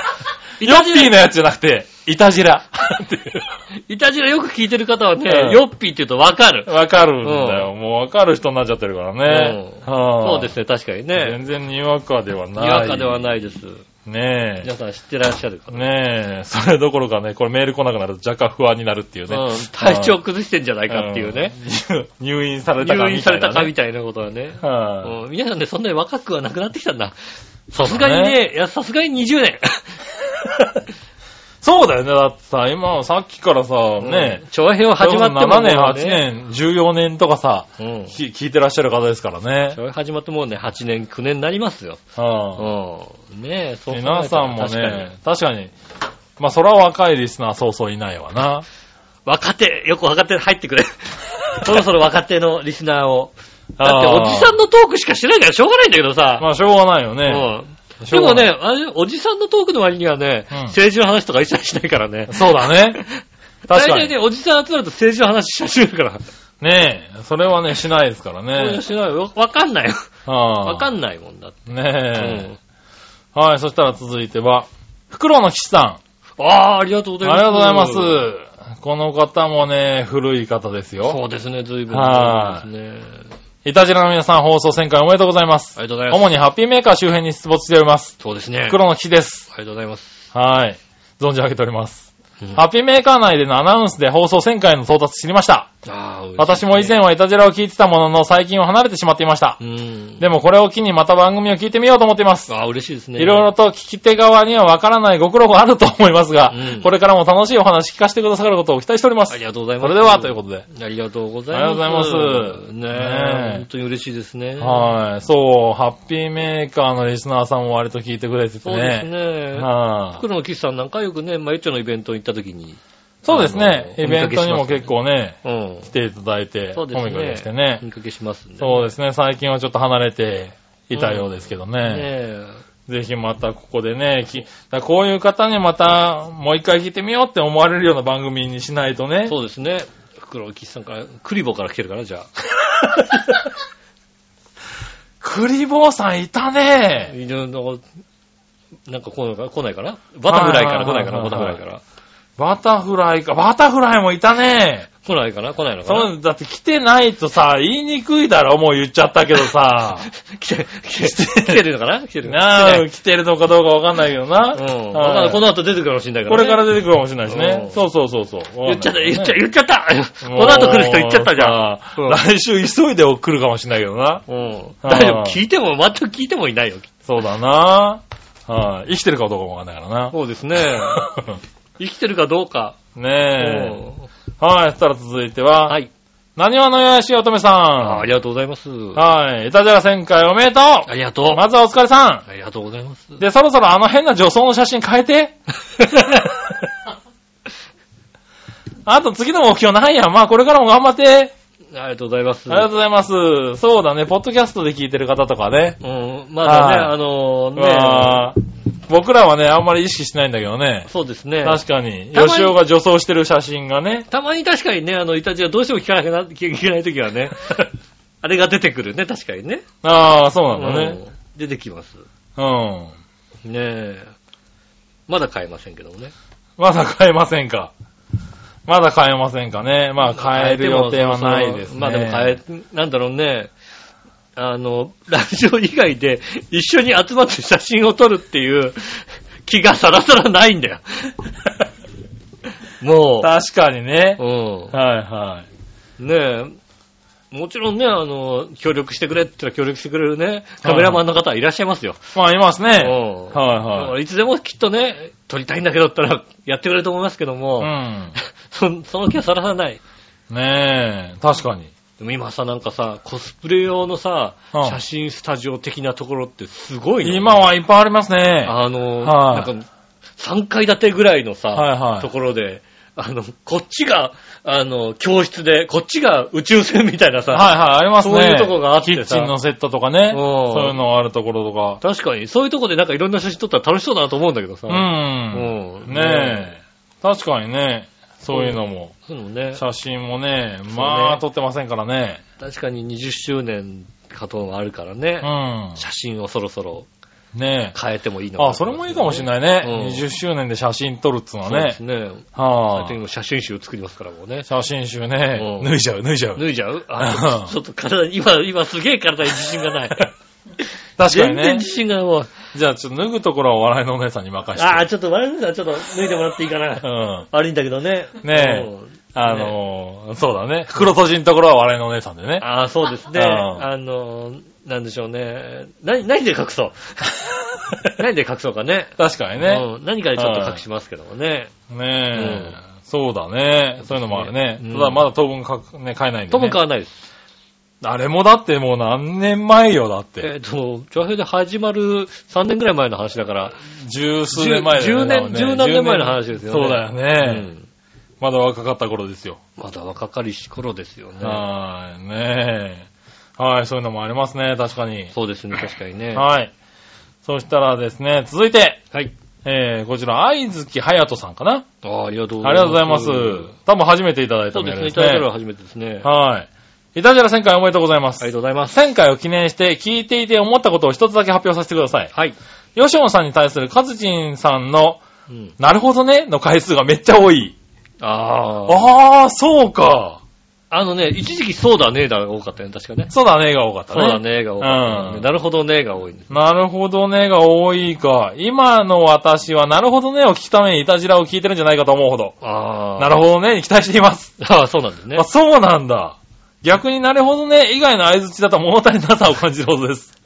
[SPEAKER 3] ヨッピーのやつじゃなくて、いたじら。っていう
[SPEAKER 2] いたじらよく聞いてる方はね、
[SPEAKER 3] うん
[SPEAKER 2] ヨッピーって言うとわかる。
[SPEAKER 3] わかるんだよ。もうわかる人になっちゃってるからね。
[SPEAKER 2] うん
[SPEAKER 3] は
[SPEAKER 2] そ
[SPEAKER 3] いう
[SPEAKER 2] ですね、確かにね。
[SPEAKER 3] 全然にわかでは
[SPEAKER 2] に
[SPEAKER 3] ない。
[SPEAKER 2] わかではないです。
[SPEAKER 3] ね
[SPEAKER 2] 皆さん知ってらっしゃるから。
[SPEAKER 3] え。ねえ。それどころかね、これメール来なくなると若干不安になるっていうね。
[SPEAKER 2] うん体調崩してんじゃないかっていうね。
[SPEAKER 3] うん。入院されたかみたいな、
[SPEAKER 2] 入院されたかみたいなことはね。う
[SPEAKER 3] は
[SPEAKER 2] ん皆さんね、そんなに若くはなくなってきたんだ。さすがにね、いや、さすがに20年。
[SPEAKER 3] いそうだよね。だってさ、今、さっきからさ、ね
[SPEAKER 2] うん、長編は始まっても
[SPEAKER 3] 7年、
[SPEAKER 2] もう
[SPEAKER 3] 8
[SPEAKER 2] ね。
[SPEAKER 3] 年、14年とかさ、
[SPEAKER 2] うん
[SPEAKER 3] き聞いてらっしゃる方ですからね。
[SPEAKER 2] 長編始まってもうね、8年、9年になりますよ。
[SPEAKER 3] は
[SPEAKER 2] うん。ねえ、
[SPEAKER 3] い
[SPEAKER 2] そう考えたら
[SPEAKER 3] 皆さんも
[SPEAKER 2] 確かに
[SPEAKER 3] ね、確かに、まあ、そら若いリスナーそうそういないわな。
[SPEAKER 2] 若手、よく若手入ってくれ。 そろそろ若手のリスナーを。だっておじさんのトークしかしてないからしょうがないんだけどさ。
[SPEAKER 3] まあ、しょうがないよね。
[SPEAKER 2] うん。
[SPEAKER 3] し
[SPEAKER 2] で
[SPEAKER 3] ょう
[SPEAKER 2] も
[SPEAKER 3] がない
[SPEAKER 2] ね、あれ、おじさんのトークの割にはね、
[SPEAKER 3] うん
[SPEAKER 2] 政治の話とか一切しないからね。
[SPEAKER 3] そう だね。確か
[SPEAKER 2] 大体
[SPEAKER 3] に。
[SPEAKER 2] ね、おじさん集まると政治の話し始める から。
[SPEAKER 3] ねえ、それはね、しないですから
[SPEAKER 2] そういう
[SPEAKER 3] ね
[SPEAKER 2] の。しないよ。わかんないよ。わ
[SPEAKER 3] わ
[SPEAKER 2] か
[SPEAKER 3] なん
[SPEAKER 2] ないもんだって。
[SPEAKER 3] い。ねえ。はい、そしたら続いては、袋の騎士さ
[SPEAKER 2] うんああ、ありがとうご
[SPEAKER 3] ん。あ
[SPEAKER 2] ざい
[SPEAKER 3] り
[SPEAKER 2] ま
[SPEAKER 3] が
[SPEAKER 2] す。
[SPEAKER 3] とうございます。この方もね、古い方です
[SPEAKER 2] そ
[SPEAKER 3] よ。
[SPEAKER 2] うですね、随分。
[SPEAKER 3] は
[SPEAKER 2] そ
[SPEAKER 3] いう
[SPEAKER 2] ですね。
[SPEAKER 3] いたじらの皆さん、放送1000回おめでとうございます。
[SPEAKER 2] ありがとうございます。
[SPEAKER 3] 主にハッピーメーカー周辺に出没しております。
[SPEAKER 2] そうですね。あり
[SPEAKER 3] 袋の騎士です。
[SPEAKER 2] がとうございます。
[SPEAKER 3] はい。存じ上げております。
[SPEAKER 2] うん
[SPEAKER 3] ハッピーメーカー内でのアナウンスで放送1000回の到達知りました。
[SPEAKER 2] あー
[SPEAKER 3] 私も以前。はいたじらを聞いてたものの、最近は離れてしまっていました
[SPEAKER 2] 嬉。しいですねうん。
[SPEAKER 3] でもこれを機にまた番組を聞いてみようと思っています。
[SPEAKER 2] ああ、嬉しいですね。
[SPEAKER 3] いろいろと聞き手側にはわからないご苦労があると思いますが、
[SPEAKER 2] うん
[SPEAKER 3] これからも楽しいお話聞かせてくださることを期待しており ます。
[SPEAKER 2] ありがとうござい
[SPEAKER 3] そ
[SPEAKER 2] ます。
[SPEAKER 3] れでは、ということで。
[SPEAKER 2] ありがとうござい
[SPEAKER 3] あ
[SPEAKER 2] ま
[SPEAKER 3] り
[SPEAKER 2] す。
[SPEAKER 3] がとうございます
[SPEAKER 2] ね
[SPEAKER 3] ねえ
[SPEAKER 2] え、本当に嬉しいですね。
[SPEAKER 3] はい。そう、ハッピーメーカーのリスナーさんも割と聞いてくれてて
[SPEAKER 2] そうです
[SPEAKER 3] ね。
[SPEAKER 2] ね。
[SPEAKER 3] はい
[SPEAKER 2] 袋の岸さんなんかよくね、まゆっちょのイベントに行った時に。
[SPEAKER 3] そうですね。
[SPEAKER 2] あの
[SPEAKER 3] イベントにも結構ね、
[SPEAKER 2] うん
[SPEAKER 3] 来。ていただいて、
[SPEAKER 2] そう
[SPEAKER 3] コ
[SPEAKER 2] で
[SPEAKER 3] ミ
[SPEAKER 2] すね。
[SPEAKER 3] ックでしてね
[SPEAKER 2] お。見かけしますんで。
[SPEAKER 3] そうですね。最近はちょっと離れていたようですけど
[SPEAKER 2] ね
[SPEAKER 3] ね。
[SPEAKER 2] え。
[SPEAKER 3] ぜひまたここでね、きだこういう方にまたもう一回聞いてみようって思われるような番組にしないとね。
[SPEAKER 2] そうですね。袋の岸さんから、クリボーから来てるから、じゃ
[SPEAKER 3] クリボーさんいた
[SPEAKER 2] あ。
[SPEAKER 3] ね。
[SPEAKER 2] いろいろなんか来ないか来ないかなバタフライから来ないかな
[SPEAKER 3] は
[SPEAKER 2] バ
[SPEAKER 3] い
[SPEAKER 2] タ
[SPEAKER 3] はい
[SPEAKER 2] フ
[SPEAKER 3] はい
[SPEAKER 2] ラ
[SPEAKER 3] はい
[SPEAKER 2] イから。
[SPEAKER 3] バタフライか。バタフライもいたね。
[SPEAKER 2] 来ないかな来ないのかな
[SPEAKER 3] そう、だって来てないとさ、言いにくいだろ、もう言っちゃったけどさ。
[SPEAKER 2] 来て、来て、来てるのかな来てるのか
[SPEAKER 3] なあ、
[SPEAKER 2] な来て
[SPEAKER 3] 来てるのかどうかわかんないけど
[SPEAKER 2] ない
[SPEAKER 3] な。
[SPEAKER 2] うん。
[SPEAKER 3] はい
[SPEAKER 2] わかんないこの後出てくるかもしれないから
[SPEAKER 3] こ
[SPEAKER 2] ね。
[SPEAKER 3] れから出てくるかもしれないしね
[SPEAKER 2] う。ん
[SPEAKER 3] そうそうそうそう。
[SPEAKER 2] 言っちゃった、
[SPEAKER 3] わかん
[SPEAKER 2] 言
[SPEAKER 3] な
[SPEAKER 2] っ
[SPEAKER 3] い
[SPEAKER 2] ちゃ、
[SPEAKER 3] けどね
[SPEAKER 2] 言っちゃった。この後来る人言っちゃったじゃん。
[SPEAKER 3] もう
[SPEAKER 2] うん
[SPEAKER 3] さ来週急いで来るかもしれないけどな。
[SPEAKER 2] うん。
[SPEAKER 3] あー
[SPEAKER 2] 大丈夫。聞いても、全く聞いてもい ないよ。
[SPEAKER 3] そうだな。はい。生きてるかどうかもわかんないからな。
[SPEAKER 2] そうですね 生きてるかどうか。 う
[SPEAKER 3] ね
[SPEAKER 2] ん
[SPEAKER 3] え。はい。そしたら続いては、
[SPEAKER 2] はい。
[SPEAKER 3] 何話のよやしおとめさん。
[SPEAKER 2] あありがとうございます。
[SPEAKER 3] はい。いたじら1000回おめでと
[SPEAKER 2] ありがとう
[SPEAKER 3] う。。まずはお疲れさ
[SPEAKER 2] ありがとうございます
[SPEAKER 3] ん。。で、そろそろあの変な女装の写真変 えて。あと次の目標ないやん。まあこれからも頑張って。
[SPEAKER 2] ありがとうございます。
[SPEAKER 3] ありがとうございます。そうだね。ポッドキャストで聞いてる方とかね。
[SPEAKER 2] うん、まだね、
[SPEAKER 3] はい
[SPEAKER 2] あの
[SPEAKER 3] うわ
[SPEAKER 2] ね、
[SPEAKER 3] ー僕らはね、あんまり意識しないんだけどね。
[SPEAKER 2] そうですね。
[SPEAKER 3] 確かに。
[SPEAKER 2] たまに
[SPEAKER 3] 吉尾が女装してる写真がね。
[SPEAKER 2] たまに確かにね、あの、イタチはどうしても聞かなきゃな聞けないときは ね、あれが出てくるね、確かにね。
[SPEAKER 3] ああ、そうなんだ
[SPEAKER 2] う
[SPEAKER 3] ね。
[SPEAKER 2] ん出てきます。
[SPEAKER 3] うん。
[SPEAKER 2] ねえ。まだ買えませんけどもね。
[SPEAKER 3] まだ買えませんか。まだ買えませんかね。まあ買える予定はないですね。
[SPEAKER 2] まあでも買え、なんだろうね。あの、ラジオ以外で一緒に集まって写真を撮るっていう気がさらさらないんだよ。 も
[SPEAKER 3] 確かにね。
[SPEAKER 2] う。う
[SPEAKER 3] はいはい。
[SPEAKER 2] ん。ねえ。もちろんね、あの、協力してくれって言ったら協力してくれるね、カメラマンの方はいらっしゃいますよ。
[SPEAKER 3] まあいます
[SPEAKER 2] う
[SPEAKER 3] ね。
[SPEAKER 2] ん。だか
[SPEAKER 3] はいはい。
[SPEAKER 2] らいつでもきっとね、撮りたいんだけどって言ったらやってくれると思いますけど
[SPEAKER 3] う
[SPEAKER 2] も、
[SPEAKER 3] ん。
[SPEAKER 2] そその気はさらさらない。
[SPEAKER 3] ねえ、確かに。
[SPEAKER 2] でも今さ、なんかさ、コスプレ用のさ、
[SPEAKER 3] うん
[SPEAKER 2] 写真スタジオ的なところってすごいの
[SPEAKER 3] 今、はいっぱいありますね。
[SPEAKER 2] あの、
[SPEAKER 3] は
[SPEAKER 2] な
[SPEAKER 3] い
[SPEAKER 2] んか、 3階建てぐらいのさ、
[SPEAKER 3] はいはい
[SPEAKER 2] ところで、あの、こっちが、あの、教室で、こっちが宇宙船みたいなさ、
[SPEAKER 3] はいはい、ありますね。
[SPEAKER 2] そういうとこがあって
[SPEAKER 3] キ
[SPEAKER 2] さ
[SPEAKER 3] ッチンのセットとかね。
[SPEAKER 2] うん
[SPEAKER 3] そういうのあるところとか。
[SPEAKER 2] 確かに、そういうとこでなんかいろんな写真撮ったら楽しそうだなと思うんだけどさ。
[SPEAKER 3] う。
[SPEAKER 2] うんん。
[SPEAKER 3] ねえ。確かにね、そういうのも。
[SPEAKER 2] え。そういうのね。
[SPEAKER 3] 写真もね、まあ、撮ってませんからね。
[SPEAKER 2] 確かに20周年かともあるからね。
[SPEAKER 3] う
[SPEAKER 2] 写真をそろそろ
[SPEAKER 3] ん。ねえ。
[SPEAKER 2] 変えてもいいのかな
[SPEAKER 3] あ、それもいいかもしれないね。
[SPEAKER 2] うん
[SPEAKER 3] 20周年で写真撮るっつうのは
[SPEAKER 2] そうで
[SPEAKER 3] ね
[SPEAKER 2] す。ね。
[SPEAKER 3] は
[SPEAKER 2] 最
[SPEAKER 3] ぁ。
[SPEAKER 2] 近写真集作りますからもうね。
[SPEAKER 3] 写真集ね
[SPEAKER 2] う、ん
[SPEAKER 3] 脱いじゃう、脱いじゃう。
[SPEAKER 2] 脱いじゃうあ
[SPEAKER 3] うん
[SPEAKER 2] ちょっと体に、今、今すげえ体に自信がない。
[SPEAKER 3] 確か
[SPEAKER 2] 全
[SPEAKER 3] に
[SPEAKER 2] 然
[SPEAKER 3] ね。
[SPEAKER 2] 自信がもう、
[SPEAKER 3] じゃあ、ちょっと脱ぐところは笑いのお姉さんに任せて。
[SPEAKER 2] ああ、ちょっと悪いんだ、ちょっと脱いでもらっていいか
[SPEAKER 3] う
[SPEAKER 2] な。
[SPEAKER 3] ん。
[SPEAKER 2] 悪いんだけどね。
[SPEAKER 3] ねえ
[SPEAKER 2] うん
[SPEAKER 3] あのー、そうだね。袋閉じのところは笑いのお姉さんでね。
[SPEAKER 2] ああ、そうですね。
[SPEAKER 3] うん
[SPEAKER 2] あの、なんでしょうね。何、何で隠そう 何で隠そうかね。
[SPEAKER 3] 確かにね。
[SPEAKER 2] うん何かでちょっと隠しますけどもね。
[SPEAKER 3] ねえ、そうだね。そういうのもあるね。
[SPEAKER 2] うん
[SPEAKER 3] ただまだ当分かく、ね、買えないんで、ね。
[SPEAKER 2] とも変わらないです。
[SPEAKER 3] あれもだってもう何年前よ、だっ
[SPEAKER 2] え
[SPEAKER 3] て。
[SPEAKER 2] っと、長編で始まる3年ぐらい前の話だから、
[SPEAKER 3] 十数年前だよね。
[SPEAKER 2] 10 10年何年前の話ですよね
[SPEAKER 3] そうだよ
[SPEAKER 2] う
[SPEAKER 3] ね。
[SPEAKER 2] ん
[SPEAKER 3] まだ若かった頃ですよ。
[SPEAKER 2] まだ若かりし頃ですよね。
[SPEAKER 3] はーい、ねえ。はい、そういうのもありますね、確かに。
[SPEAKER 2] そうですね、確かにね。
[SPEAKER 3] はい。そしたらですね、続いて、
[SPEAKER 2] はい。
[SPEAKER 3] えー、こちら、愛月隼人さんかな。
[SPEAKER 2] ああ、ありがとうご
[SPEAKER 3] あ
[SPEAKER 2] ざい
[SPEAKER 3] り
[SPEAKER 2] ます。
[SPEAKER 3] がとうございます。多分初めていただい
[SPEAKER 2] そ
[SPEAKER 3] た
[SPEAKER 2] う
[SPEAKER 3] メ
[SPEAKER 2] で
[SPEAKER 3] ー
[SPEAKER 2] すね、
[SPEAKER 3] ルで
[SPEAKER 2] い
[SPEAKER 3] す
[SPEAKER 2] ただいたの
[SPEAKER 3] ね
[SPEAKER 2] は。初めてですね。あ
[SPEAKER 3] はい。いたじら1000回おめでとうございます。
[SPEAKER 2] りがとうございます。
[SPEAKER 3] 1000回を記念して聞いていて思ったことを一つだけ発表させてください。
[SPEAKER 2] はい。
[SPEAKER 3] 吉野さんに対するカズチンさんの、
[SPEAKER 2] うん
[SPEAKER 3] なるほどね、の回数がめっちゃ多い。
[SPEAKER 2] ああ。
[SPEAKER 3] あー、そうか。
[SPEAKER 2] あのね、一時期そうだねだが多かったよね、確かね。
[SPEAKER 3] そうだねが多かった
[SPEAKER 2] そう
[SPEAKER 3] ね。
[SPEAKER 2] だねが多かったね、
[SPEAKER 3] うん
[SPEAKER 2] なるほどねが多いんです。
[SPEAKER 3] なるほどねが多いか。今の私はなるほどねを聞くためにいたじらを聞いてるんじゃないかと思うほど。
[SPEAKER 2] ああ。
[SPEAKER 3] なるほどねに期待しています。
[SPEAKER 2] ほど。ああ、そうなんですね
[SPEAKER 3] あ、。そうなんだ。逆になるほどね以外の合図値だと物足りなさを感じるほどです。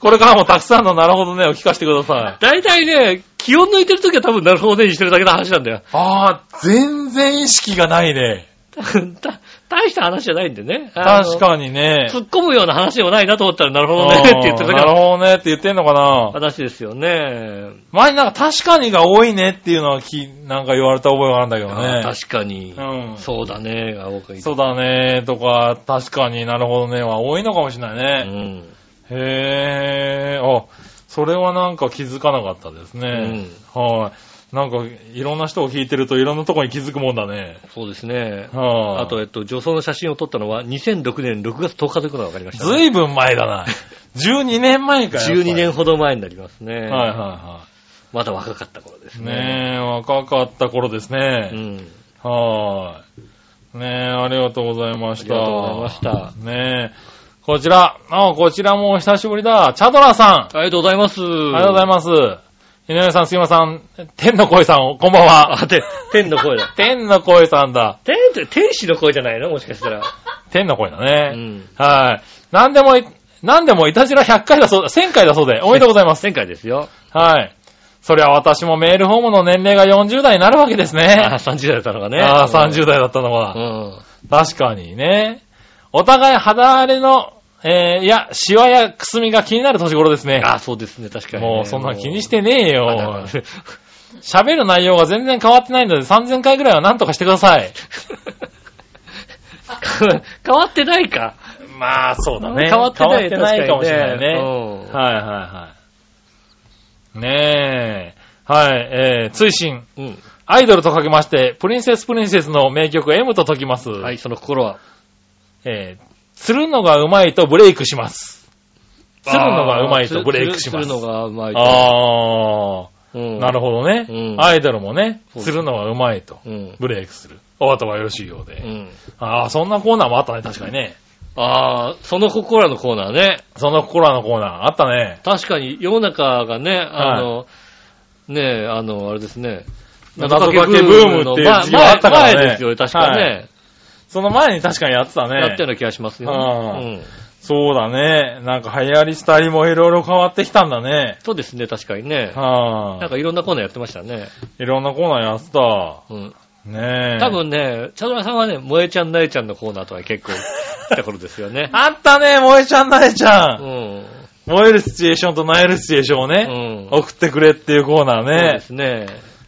[SPEAKER 3] これからもたくさんのなるほどねを聞かせてください。
[SPEAKER 2] 大体ね、気を抜いてるときは多分なるほどねにしてるだけの話なんだよ。
[SPEAKER 3] ああ、全然意識がないね。
[SPEAKER 2] たた大した話じゃないんでね。あの
[SPEAKER 3] 確かにね。
[SPEAKER 2] 突っ込むような話でもないなと思ったら、なるほどね
[SPEAKER 3] あー
[SPEAKER 2] って言ってるだけ
[SPEAKER 3] なる
[SPEAKER 2] の
[SPEAKER 3] ほどねって言ってんのかな。
[SPEAKER 2] 話ですよね。
[SPEAKER 3] 前になんか確かにが多いねっていうのはき、なんか言われた覚えがあるんだけど
[SPEAKER 2] あ
[SPEAKER 3] ね
[SPEAKER 2] ー。確かに、
[SPEAKER 3] うん
[SPEAKER 2] そうだねが多くいい
[SPEAKER 3] そうだねとか、確かになるほどねは多いのかもしれな
[SPEAKER 2] う
[SPEAKER 3] いね。
[SPEAKER 2] ん。
[SPEAKER 3] へー。あ、それはなんか気づかなかったですね。はい。なんか、いろんな人を聞いてるといろんなとこに気づくもんだね。
[SPEAKER 2] そうですね。
[SPEAKER 3] はい。
[SPEAKER 2] あと、えっと、女装の写真を撮ったのは2006年6月10日ということが分かりましたね、
[SPEAKER 3] ずいぶん前だ な。12年前かよ。やっぱり
[SPEAKER 2] 12年ほど前になりますね。
[SPEAKER 3] はいはいは
[SPEAKER 2] まだ若かった頃です
[SPEAKER 3] い。
[SPEAKER 2] ね。
[SPEAKER 3] ねえ、若かった頃です
[SPEAKER 2] う
[SPEAKER 3] ね。
[SPEAKER 2] ん。
[SPEAKER 3] はーい。ねえ、ありがとうございました。
[SPEAKER 2] ありがとうございました
[SPEAKER 3] ねえ、こちら、あこちらもお久しぶりだ。チャドラさん。
[SPEAKER 2] ありがとうございます。あ
[SPEAKER 3] ありがとうございます。井上さん、杉山さん、天の声さん、こんばんは。
[SPEAKER 2] あ、て、天の声 だ。
[SPEAKER 3] 天の声さんだ。
[SPEAKER 2] 天って、天使の声じゃないのもしかしたら。
[SPEAKER 3] 天の声だ
[SPEAKER 2] う
[SPEAKER 3] ね。
[SPEAKER 2] ん。
[SPEAKER 3] はい。なんでもい、なんでもいたじら100回だそうだ、1000回だそうで、おめでとうご ざいます。
[SPEAKER 2] 前回ですよ。
[SPEAKER 3] はい。そりゃ私もメールホームの年齢が40代になるわけですね。
[SPEAKER 2] あー、30代だったのが ね。
[SPEAKER 3] ああ、30代だったの
[SPEAKER 2] う
[SPEAKER 3] は。
[SPEAKER 2] ん。
[SPEAKER 3] 確かにね。お互い肌荒れの、えー、いや、シワやくすみが気になる年頃ですね。
[SPEAKER 2] あー、そうですね、確かにね、
[SPEAKER 3] もうそんな気にしてねえ
[SPEAKER 2] もう
[SPEAKER 3] よ。 喋る内容が全然変わってないので3000回ぐらいは何とかしてください。
[SPEAKER 2] 変わってないか。
[SPEAKER 3] まあ、そうだね。
[SPEAKER 2] 変わってない
[SPEAKER 3] 変わってないかもしれない
[SPEAKER 2] 確か
[SPEAKER 3] ね。
[SPEAKER 2] にねうん
[SPEAKER 3] はいはいはい。ねえ。はい、えー、追伸。
[SPEAKER 2] うん。
[SPEAKER 3] アイドルとかけまして、プリンセスプリンセスの名曲 M と解きます。
[SPEAKER 2] はい、その心は。
[SPEAKER 3] えー、釣るのがうまいとブレイクします。釣るのがうまいとブレイクしま
[SPEAKER 2] する
[SPEAKER 3] す。
[SPEAKER 2] のがうまいと。
[SPEAKER 3] あ
[SPEAKER 2] うん
[SPEAKER 3] ー、なるほどね。
[SPEAKER 2] うん
[SPEAKER 3] アイドルもね、
[SPEAKER 2] そうそう
[SPEAKER 3] 釣るのがうまいと
[SPEAKER 2] うん。
[SPEAKER 3] ブレイクする。お後はよろしいようで。
[SPEAKER 2] うん。
[SPEAKER 3] あー、そんなコーナーもあったね、確かにね。
[SPEAKER 2] ああ、その心のコーナーね。
[SPEAKER 3] その心のコーナーあったね。
[SPEAKER 2] 確かに世の中がね、あの、ねえ、あの、あれですね。
[SPEAKER 3] 謎かけブームっていう時期があったから
[SPEAKER 2] 前
[SPEAKER 3] ね
[SPEAKER 2] 前ですよね、確かね。
[SPEAKER 3] はその前に確かにやってたね。
[SPEAKER 2] やったような気がしますよ、
[SPEAKER 3] うん
[SPEAKER 2] うん。
[SPEAKER 3] そうだね。なんか流行りしたりもいろいろ変わってきたんだね。
[SPEAKER 2] そうですね、確かにね。
[SPEAKER 3] は
[SPEAKER 2] なん
[SPEAKER 3] ぁ、
[SPEAKER 2] かいろんなコーナーやってましたね。
[SPEAKER 3] いろんなコーナーやってた。
[SPEAKER 2] うん。
[SPEAKER 3] ねえ。。
[SPEAKER 2] 多。分ね、チャドラさんはね、萌えちゃん、なえちゃんのコーナーとか結構来た頃ですよね
[SPEAKER 3] あったね、萌えちゃん、なえちゃ。
[SPEAKER 2] うんん。
[SPEAKER 3] 燃えるシチュエーションとなえるシチュエーションを
[SPEAKER 2] う
[SPEAKER 3] ね、
[SPEAKER 2] ん。
[SPEAKER 3] 送ってくれっていうコーナー
[SPEAKER 2] そうで
[SPEAKER 3] ね。
[SPEAKER 2] すね。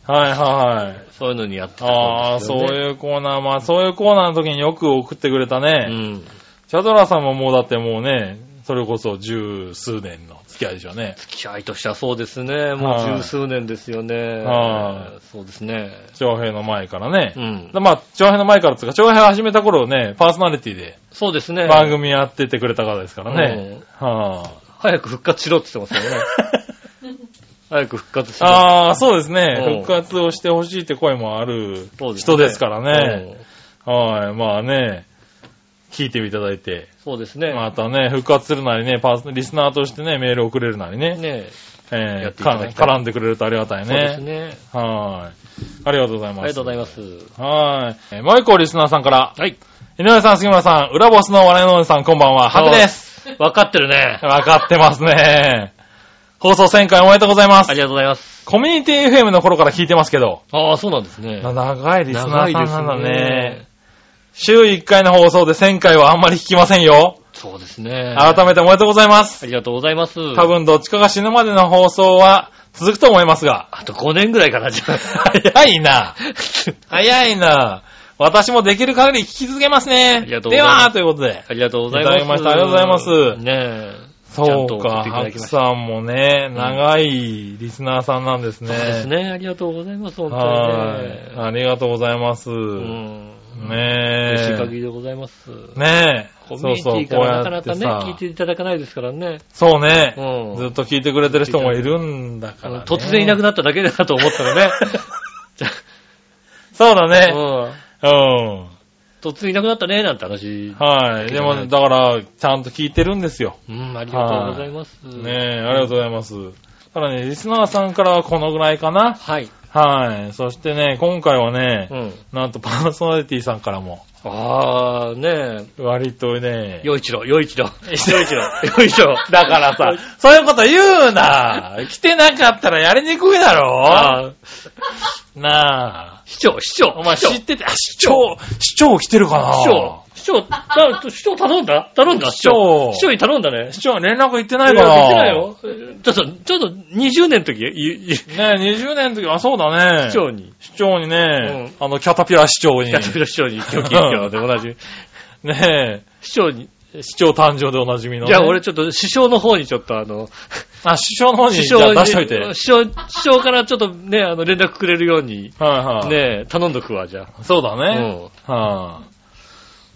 [SPEAKER 3] はいはい。
[SPEAKER 2] そういうのにやってた
[SPEAKER 3] ああ、そう
[SPEAKER 2] う。
[SPEAKER 3] いうコーナー、まあそういうコーナーの時によく送ってくれた
[SPEAKER 2] う
[SPEAKER 3] ね。
[SPEAKER 2] ん。
[SPEAKER 3] チャドラさんももうだってもうね、それこそ十数年の付き合いでしょうね。
[SPEAKER 2] 付き合いとしてはそうですね。も
[SPEAKER 3] は
[SPEAKER 2] う
[SPEAKER 3] い
[SPEAKER 2] 十数年ですよね。
[SPEAKER 3] は
[SPEAKER 2] そうですね。
[SPEAKER 3] 長平の前からね
[SPEAKER 2] う。ん。
[SPEAKER 3] まあ、長平の前からですか、長平始めた頃ね、パーソナリティで
[SPEAKER 2] そうですね。
[SPEAKER 3] 番組やっててくれた方ですからね。は
[SPEAKER 2] 早く復活しろって言ってますよね。 早く復活し
[SPEAKER 3] あ、
[SPEAKER 2] ろ。
[SPEAKER 3] ああ、そうですね
[SPEAKER 2] う。ん
[SPEAKER 3] 復活をしてほしいって声もある
[SPEAKER 2] そうですね
[SPEAKER 3] 人ですからね。
[SPEAKER 2] うん
[SPEAKER 3] はい、まあね、聞いていただいて、
[SPEAKER 2] そうですね。
[SPEAKER 3] またね、復活するなりね、パーソリスナーとしてね、メール送れるなりね、
[SPEAKER 2] ねえや
[SPEAKER 3] え
[SPEAKER 2] って
[SPEAKER 3] ー
[SPEAKER 2] いただきたい
[SPEAKER 3] 絡んでくれるとありがたい
[SPEAKER 2] そうです
[SPEAKER 3] ね。
[SPEAKER 2] ね。
[SPEAKER 3] はい。ありがとうござい
[SPEAKER 2] あ
[SPEAKER 3] ま
[SPEAKER 2] り
[SPEAKER 3] す。
[SPEAKER 2] がとうござい
[SPEAKER 3] ま
[SPEAKER 2] ます。
[SPEAKER 3] す。はい。えーもう一個リスナーさんから、
[SPEAKER 2] はい。
[SPEAKER 3] 井上さん、杉村さん、裏ボスの笑いのおじさん、こんばんは、ハクです。
[SPEAKER 2] わかってるね。
[SPEAKER 3] わかってますね。放送1000回おめでとうございます
[SPEAKER 2] あ。りがとうございます。
[SPEAKER 3] コミュニティ FM の頃から聞いてますけど、
[SPEAKER 2] ああ、そうなんですね。
[SPEAKER 3] 長いリスナ
[SPEAKER 2] 長
[SPEAKER 3] ー
[SPEAKER 2] い
[SPEAKER 3] さ
[SPEAKER 2] で
[SPEAKER 3] ん
[SPEAKER 2] す
[SPEAKER 3] なんだね
[SPEAKER 2] ね。。
[SPEAKER 3] 週1回の放送で1000回はあんまり聞きませんよ。
[SPEAKER 2] そうですね。あ
[SPEAKER 3] 改めておめでとうございます。
[SPEAKER 2] りがとうございます。
[SPEAKER 3] 多分どっちかが死ぬまでの放送は続くと思いますが。
[SPEAKER 2] あと5年ぐらいかな、じゃ あ。
[SPEAKER 3] 早いな。早いな。私もできる限り聞き続けますね。
[SPEAKER 2] りがとうございます
[SPEAKER 3] では、ということで。
[SPEAKER 2] ありがとうございます。
[SPEAKER 3] いただきましたありがとうございま
[SPEAKER 2] ね
[SPEAKER 3] す
[SPEAKER 2] え。ちゃ
[SPEAKER 3] そ
[SPEAKER 2] んと
[SPEAKER 3] う
[SPEAKER 2] 送っ
[SPEAKER 3] か、
[SPEAKER 2] ていた
[SPEAKER 3] ハ
[SPEAKER 2] だき
[SPEAKER 3] ク
[SPEAKER 2] ました
[SPEAKER 3] さんもね、長いリスナーさんなんですね。
[SPEAKER 2] そうですね。ありがとうございます、本当に
[SPEAKER 3] はい。
[SPEAKER 2] ね。
[SPEAKER 3] ありがとうございます。
[SPEAKER 2] うん。
[SPEAKER 3] ね
[SPEAKER 2] 嬉しい限
[SPEAKER 3] え。
[SPEAKER 2] りでございます。
[SPEAKER 3] ねえ。
[SPEAKER 2] コミ
[SPEAKER 3] そう
[SPEAKER 2] ュ
[SPEAKER 3] そ
[SPEAKER 2] ニ
[SPEAKER 3] う、
[SPEAKER 2] ティ
[SPEAKER 3] こ
[SPEAKER 2] か
[SPEAKER 3] う
[SPEAKER 2] ら
[SPEAKER 3] や
[SPEAKER 2] なかな
[SPEAKER 3] っ
[SPEAKER 2] か
[SPEAKER 3] て
[SPEAKER 2] ね、聞い
[SPEAKER 3] さ。
[SPEAKER 2] ていただかないですからね。
[SPEAKER 3] そうね
[SPEAKER 2] う。ん。
[SPEAKER 3] ずっと聞いてくれてる人もいるんだからね。
[SPEAKER 2] 突然いなくなっただけだなと思ったらね。 じゃ
[SPEAKER 3] そうだ
[SPEAKER 2] あ
[SPEAKER 3] ね。
[SPEAKER 2] うん
[SPEAKER 3] うん。
[SPEAKER 2] 突然いなくなったね、なんて話。
[SPEAKER 3] はい。でも、だから、ちゃんと聞いてるんですよ。
[SPEAKER 2] うん、ありがとうございます。
[SPEAKER 3] ねえ、ありがとうございます。ただね、リスナーさんからはこのぐらいかな。
[SPEAKER 2] はい。
[SPEAKER 3] はい。そしてね、今回は
[SPEAKER 2] う
[SPEAKER 3] ね、
[SPEAKER 2] ん。
[SPEAKER 3] なんとパーソナリティさんからも、
[SPEAKER 2] あー、ね
[SPEAKER 3] 割とね
[SPEAKER 2] え。、よいちろ、よいちろ。よいちろ、 よいちろ。
[SPEAKER 3] だからさ、そういうこと言う な来てなかったらやりにくいだろ
[SPEAKER 2] あー、
[SPEAKER 3] なあ。
[SPEAKER 2] 市長、市長。
[SPEAKER 3] お前
[SPEAKER 2] 市長
[SPEAKER 3] 知ってて、あ、市長、市長来てるかな
[SPEAKER 2] 市長、市長、た市長頼んだ頼んだ市
[SPEAKER 3] 市長
[SPEAKER 2] 長。市長に頼んだね。
[SPEAKER 3] 市長連絡行ってないか
[SPEAKER 2] や
[SPEAKER 3] な
[SPEAKER 2] 言ってないよ。ちょっと、ちょっと20年の時、いい市
[SPEAKER 3] ねえ、20年の時、あ、そうだね。
[SPEAKER 2] 長に。
[SPEAKER 3] 市長にね、
[SPEAKER 2] う
[SPEAKER 3] あの、キャタピラ市長に、
[SPEAKER 2] キャッチフラ市長 に今日聞いてでおなじみ。
[SPEAKER 3] ね
[SPEAKER 2] 市長に。
[SPEAKER 3] え、市長誕生でおなじみの、ね。
[SPEAKER 2] じゃあ俺ちょっと師匠の方にちょっとあの、
[SPEAKER 3] あ、師匠の方に、
[SPEAKER 2] 師
[SPEAKER 3] じゃ
[SPEAKER 2] 匠
[SPEAKER 3] あ
[SPEAKER 2] に、
[SPEAKER 3] 出しといて。はい
[SPEAKER 2] 師匠、師匠からちょっとね、あの連絡くれるように、
[SPEAKER 3] はい。
[SPEAKER 2] ねえ、頼んどくわ、じゃ
[SPEAKER 3] そうだ
[SPEAKER 2] あ。
[SPEAKER 3] ね。は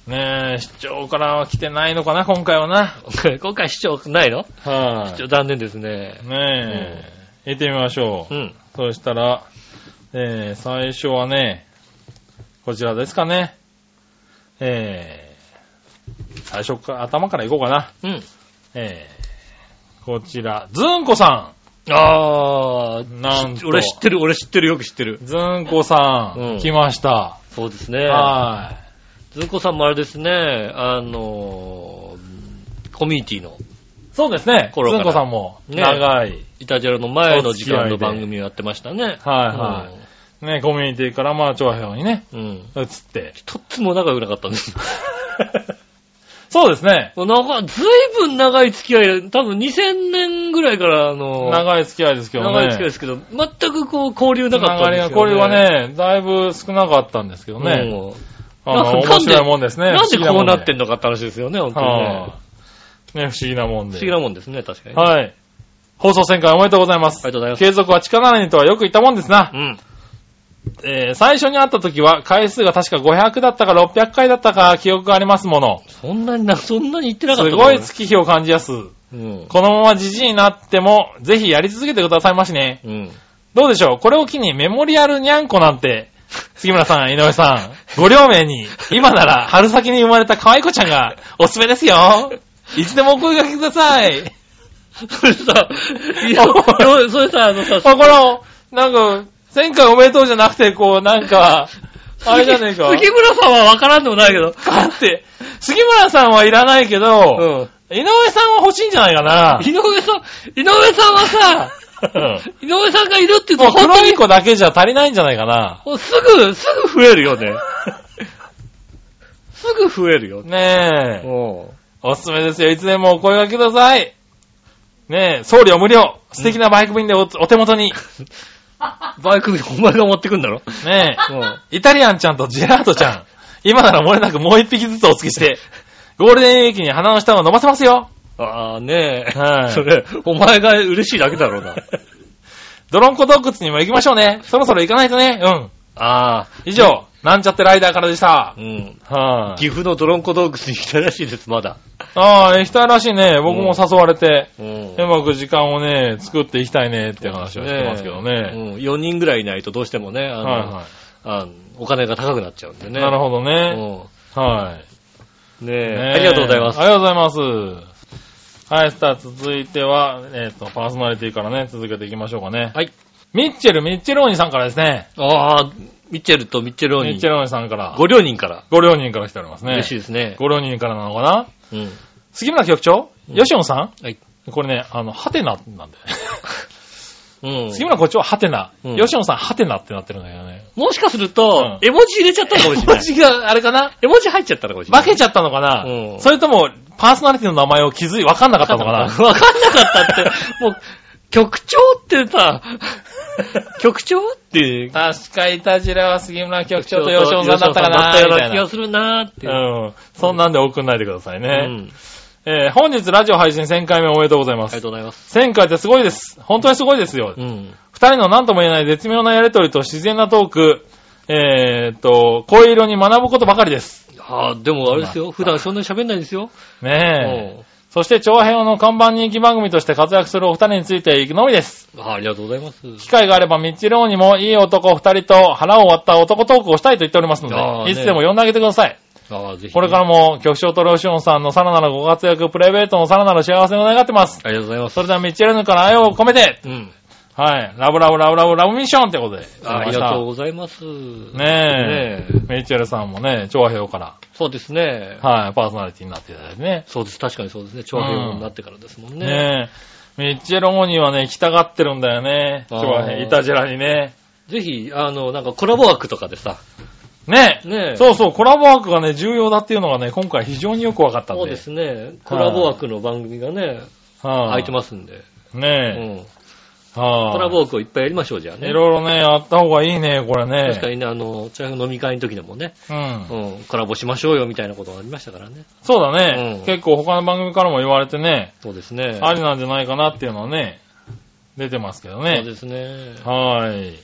[SPEAKER 3] い、ねえ、市長からは来てないのかな、今回はな。
[SPEAKER 2] うん。 今回市長ないの
[SPEAKER 3] はい、
[SPEAKER 2] ちょ残念ですね。
[SPEAKER 3] ねえ、行ってみましょう。
[SPEAKER 2] うん。
[SPEAKER 3] そうしたら、えー、最初はね、こちらですかね。えー、最初か、頭から行こうかな。
[SPEAKER 2] うん。
[SPEAKER 3] えー、こちら、ずんこさ
[SPEAKER 2] あ
[SPEAKER 3] ん。なん
[SPEAKER 2] ー、
[SPEAKER 3] と、
[SPEAKER 2] 俺知ってる、俺知ってる、よく知ってる。
[SPEAKER 3] ずんこさん、
[SPEAKER 2] うん
[SPEAKER 3] 来ました。
[SPEAKER 2] そうですね。
[SPEAKER 3] は
[SPEAKER 2] ずんこさんもあれですね、あのー、コミュニティの、
[SPEAKER 3] い。そうですね。ず
[SPEAKER 2] 頃から
[SPEAKER 3] んこさんも、
[SPEAKER 2] ね
[SPEAKER 3] 長い。
[SPEAKER 2] イタジェラの前の時間の
[SPEAKER 3] お付き合いで
[SPEAKER 2] 番組をやってましたね。
[SPEAKER 3] はいはい。ね、コミュニティから、まあ、長平にね、
[SPEAKER 2] い。うん。
[SPEAKER 3] 移って。
[SPEAKER 2] 一つも仲良くなかったんです。
[SPEAKER 3] そうですね。
[SPEAKER 2] なんか、ずいぶん長い付き合い、多分2000年ぐらいから、あの、
[SPEAKER 3] 長い付き合いですけどね。
[SPEAKER 2] 長い付き合いですけど、全くこう、交流なかったんですよ、ね。
[SPEAKER 3] これは、ね、だいぶ少なかったんですけどね。
[SPEAKER 2] うん
[SPEAKER 3] あ
[SPEAKER 2] な
[SPEAKER 3] の、
[SPEAKER 2] んで
[SPEAKER 3] 面白いもんですね。
[SPEAKER 2] なんでこうなって
[SPEAKER 3] ん
[SPEAKER 2] んのかって話ですよね、本当にね。
[SPEAKER 3] はあね、不思議なもん
[SPEAKER 2] 不
[SPEAKER 3] で。
[SPEAKER 2] 思議なもんですね、確かに。あ
[SPEAKER 3] はい。放送1000回おめでとうございます。
[SPEAKER 2] りがとうございます。
[SPEAKER 3] 継続は力なりとはよく言ったもんですな
[SPEAKER 2] う。ん。
[SPEAKER 3] えー最初に会った時は回数が確か500だったか600回だったか記憶がありますもの。
[SPEAKER 2] そんなにな、そんなに言ってなかった
[SPEAKER 3] す
[SPEAKER 2] と
[SPEAKER 3] ご
[SPEAKER 2] 思う
[SPEAKER 3] い月日を感じやす。
[SPEAKER 2] うん。
[SPEAKER 3] このままじじいになっても、ぜひやり続けてくださいましね。
[SPEAKER 2] うん。
[SPEAKER 3] どうでしょうこれを機にメモリアルにゃんこなんて、杉村さん、井上さん、ご両名に、今なら春先に生まれた可愛い子ちゃんがおすすめですよ。いつでもお声掛けくだ さい。
[SPEAKER 2] それ さ、いや、それさ、あのさ、
[SPEAKER 3] あ、この、なんか、前回おめでとうじゃなくて、こう、なんか、あれじゃねえ か。
[SPEAKER 2] 杉村さんは分からんでもないけど。
[SPEAKER 3] だって、杉村さんはいらないけど、
[SPEAKER 2] うん。
[SPEAKER 3] 井上さんは欲しいんじゃないか な。
[SPEAKER 2] 井上さん、井上さんはさ、井上さんがいるって言
[SPEAKER 3] も
[SPEAKER 2] う
[SPEAKER 3] う
[SPEAKER 2] と、本当
[SPEAKER 3] 黒い
[SPEAKER 2] に
[SPEAKER 3] 子だけじゃ足りないんじゃないかな。
[SPEAKER 2] もうすぐ、すぐ増えるよ ね。すぐ増えるよね。
[SPEAKER 3] ねえ。
[SPEAKER 2] お
[SPEAKER 3] おすすめですよ。いつでもお声掛けください。ねえ、送料無料。素敵なバイク便でおお手元に。
[SPEAKER 2] バイクでお前が持ってくんだろ
[SPEAKER 3] ね
[SPEAKER 2] うん。
[SPEAKER 3] え。イタリアンちゃんとジェラートちゃん。今なら漏れなくもう一匹ずつお付き して、ゴールデンウィークに鼻の下を伸ばせますよ。
[SPEAKER 2] ああ、ねえ。
[SPEAKER 3] はい
[SPEAKER 2] それ、お前が嬉しいだけだろう な。
[SPEAKER 3] ドロンコ洞窟にも行きましょうね。そろそろ行かないとね。うん。
[SPEAKER 2] ああ、
[SPEAKER 3] 以上、なんちゃってライダーからでした
[SPEAKER 2] う。ん。
[SPEAKER 3] はい、
[SPEAKER 2] 岐阜のドロンコ洞窟に来たらしいです、まだ。
[SPEAKER 3] ああ、行きたいらしいね。僕も誘われて、
[SPEAKER 2] うん
[SPEAKER 3] うまく時間をね、作っていきたいねって話をしてますけどね。
[SPEAKER 2] うん。4人ぐらいいないとどうしてもね、あの、
[SPEAKER 3] はいは
[SPEAKER 2] あのお金が高くなっちゃうんで
[SPEAKER 3] い。
[SPEAKER 2] ね。
[SPEAKER 3] なるほどね。
[SPEAKER 2] ど。
[SPEAKER 3] はい。
[SPEAKER 2] うん。ねえ、
[SPEAKER 3] ねえ
[SPEAKER 2] ありがとうございます
[SPEAKER 3] あ。りがとうございます。はい、スター続いては、えっ、と、パーソナリティからね、続けていきましょうかね。
[SPEAKER 2] はい。
[SPEAKER 3] ミッチェル、ミッチェローニさんからですね。
[SPEAKER 2] ああ、ミッチェルとミッチェルオ
[SPEAKER 3] ミッ
[SPEAKER 2] ニ
[SPEAKER 3] チェローニさんから。
[SPEAKER 2] ご両人から。
[SPEAKER 3] ご両人から来ておりますね。
[SPEAKER 2] 嬉しいですね。
[SPEAKER 3] ご両人からなのかな
[SPEAKER 2] うん。
[SPEAKER 3] 杉村局長、
[SPEAKER 2] うん
[SPEAKER 3] 吉野さん
[SPEAKER 2] はい。
[SPEAKER 3] これね、あの、ハテナなんで。
[SPEAKER 2] うん。
[SPEAKER 3] 杉村局長はハテナ。
[SPEAKER 2] うん
[SPEAKER 3] 吉野さんハテナってなってるんだけどね。
[SPEAKER 2] もしかすると、
[SPEAKER 3] う
[SPEAKER 2] 絵文字入れちゃったのかもしれ ない。
[SPEAKER 3] 字があれかな
[SPEAKER 2] 絵文字入っちゃったのかもしれない。
[SPEAKER 3] 負けちゃったのかな、
[SPEAKER 2] うん
[SPEAKER 3] それとも、パーソナリティの名前を気づい、わかんなかったのかな
[SPEAKER 2] わかんなかったって、もう、局長ってさ、局長って、
[SPEAKER 3] 確か、イタジラは杉村局長と
[SPEAKER 2] 吉
[SPEAKER 3] 吉
[SPEAKER 2] 野
[SPEAKER 3] 野さんだったかな
[SPEAKER 2] よう
[SPEAKER 3] み
[SPEAKER 2] な
[SPEAKER 3] た
[SPEAKER 2] い気
[SPEAKER 3] な
[SPEAKER 2] がするなーって。
[SPEAKER 3] うん。そんなんで送んないでくださいうね。
[SPEAKER 2] ん。
[SPEAKER 3] えー本日ラジオ配信1000回目おめでとうございま
[SPEAKER 2] ありが
[SPEAKER 3] す。
[SPEAKER 2] とうございます。
[SPEAKER 3] 1000回ってすごいです。本当にすごいですよ。
[SPEAKER 2] うん。
[SPEAKER 3] 二人の何とも言えない絶妙なやりとりと自然なトーク、えーっと、声色に学ぶことばかりです。
[SPEAKER 2] ああ、でもあれですよ。普段そんなに喋んないんですよ。
[SPEAKER 3] ねえ。そして、長編の看板人気番組として活躍するお二人についていくのみです。
[SPEAKER 2] うんああありがとうございます。
[SPEAKER 3] 機会があれば、ミッチローにもいい男二人と腹を割った男トークをしたいと言っておりますので、
[SPEAKER 2] あーね
[SPEAKER 3] いつでも呼んであげてください。
[SPEAKER 2] ああ、ぜひね。
[SPEAKER 3] これからも局長とロシオンさんのさらなるご活躍、プライベートのさらなる幸せを願ってます。
[SPEAKER 2] ありがとうございます。
[SPEAKER 3] それではミッチェルヌから愛を込めて、
[SPEAKER 2] うん。
[SPEAKER 3] はい、ラブラブラブラブラブミッションってことで。
[SPEAKER 2] ありがとう
[SPEAKER 3] う。
[SPEAKER 2] ございます。
[SPEAKER 3] ねえ
[SPEAKER 2] ねえ
[SPEAKER 3] ミッチェルさんもね、長平から、
[SPEAKER 2] そうですね。
[SPEAKER 3] はい、パーソナリティになっていただいてね。
[SPEAKER 2] そうです。確かにそうですね。長編になってからですもんね。
[SPEAKER 3] ねえミッチェル王にはね、行きたがってるんだよね。
[SPEAKER 2] あー
[SPEAKER 3] 長平、イタジェラにね。
[SPEAKER 2] ぜひ、あの、なんかコラボ枠とかでさ。
[SPEAKER 3] ねえ
[SPEAKER 2] ねえ。
[SPEAKER 3] そうそう、コラボワークがね、重要だっていうのがね、今回非常によく分かったんで。
[SPEAKER 2] そうですね。コラボ枠の番組がね、
[SPEAKER 3] は。
[SPEAKER 2] 空いてますすんで。う
[SPEAKER 3] ね
[SPEAKER 2] ん。
[SPEAKER 3] え。はあ
[SPEAKER 2] コラボ枠をいっぱいやりましょう、じゃあ
[SPEAKER 3] い
[SPEAKER 2] ね。
[SPEAKER 3] ろいろね、あった方がいいね、これね。
[SPEAKER 2] 確かにね、あの、チャイフ飲み会の時でもね、
[SPEAKER 3] うん。
[SPEAKER 2] うん、コラボしましょうよみたいなことがありましたからね。
[SPEAKER 3] そうだね、
[SPEAKER 2] うん
[SPEAKER 3] 結構他の番組からも言われてね、
[SPEAKER 2] そうですね。
[SPEAKER 3] ありなんじゃないかなっていうのはね、出てますけど
[SPEAKER 2] そう
[SPEAKER 3] ね。
[SPEAKER 2] ですね。
[SPEAKER 3] はーい。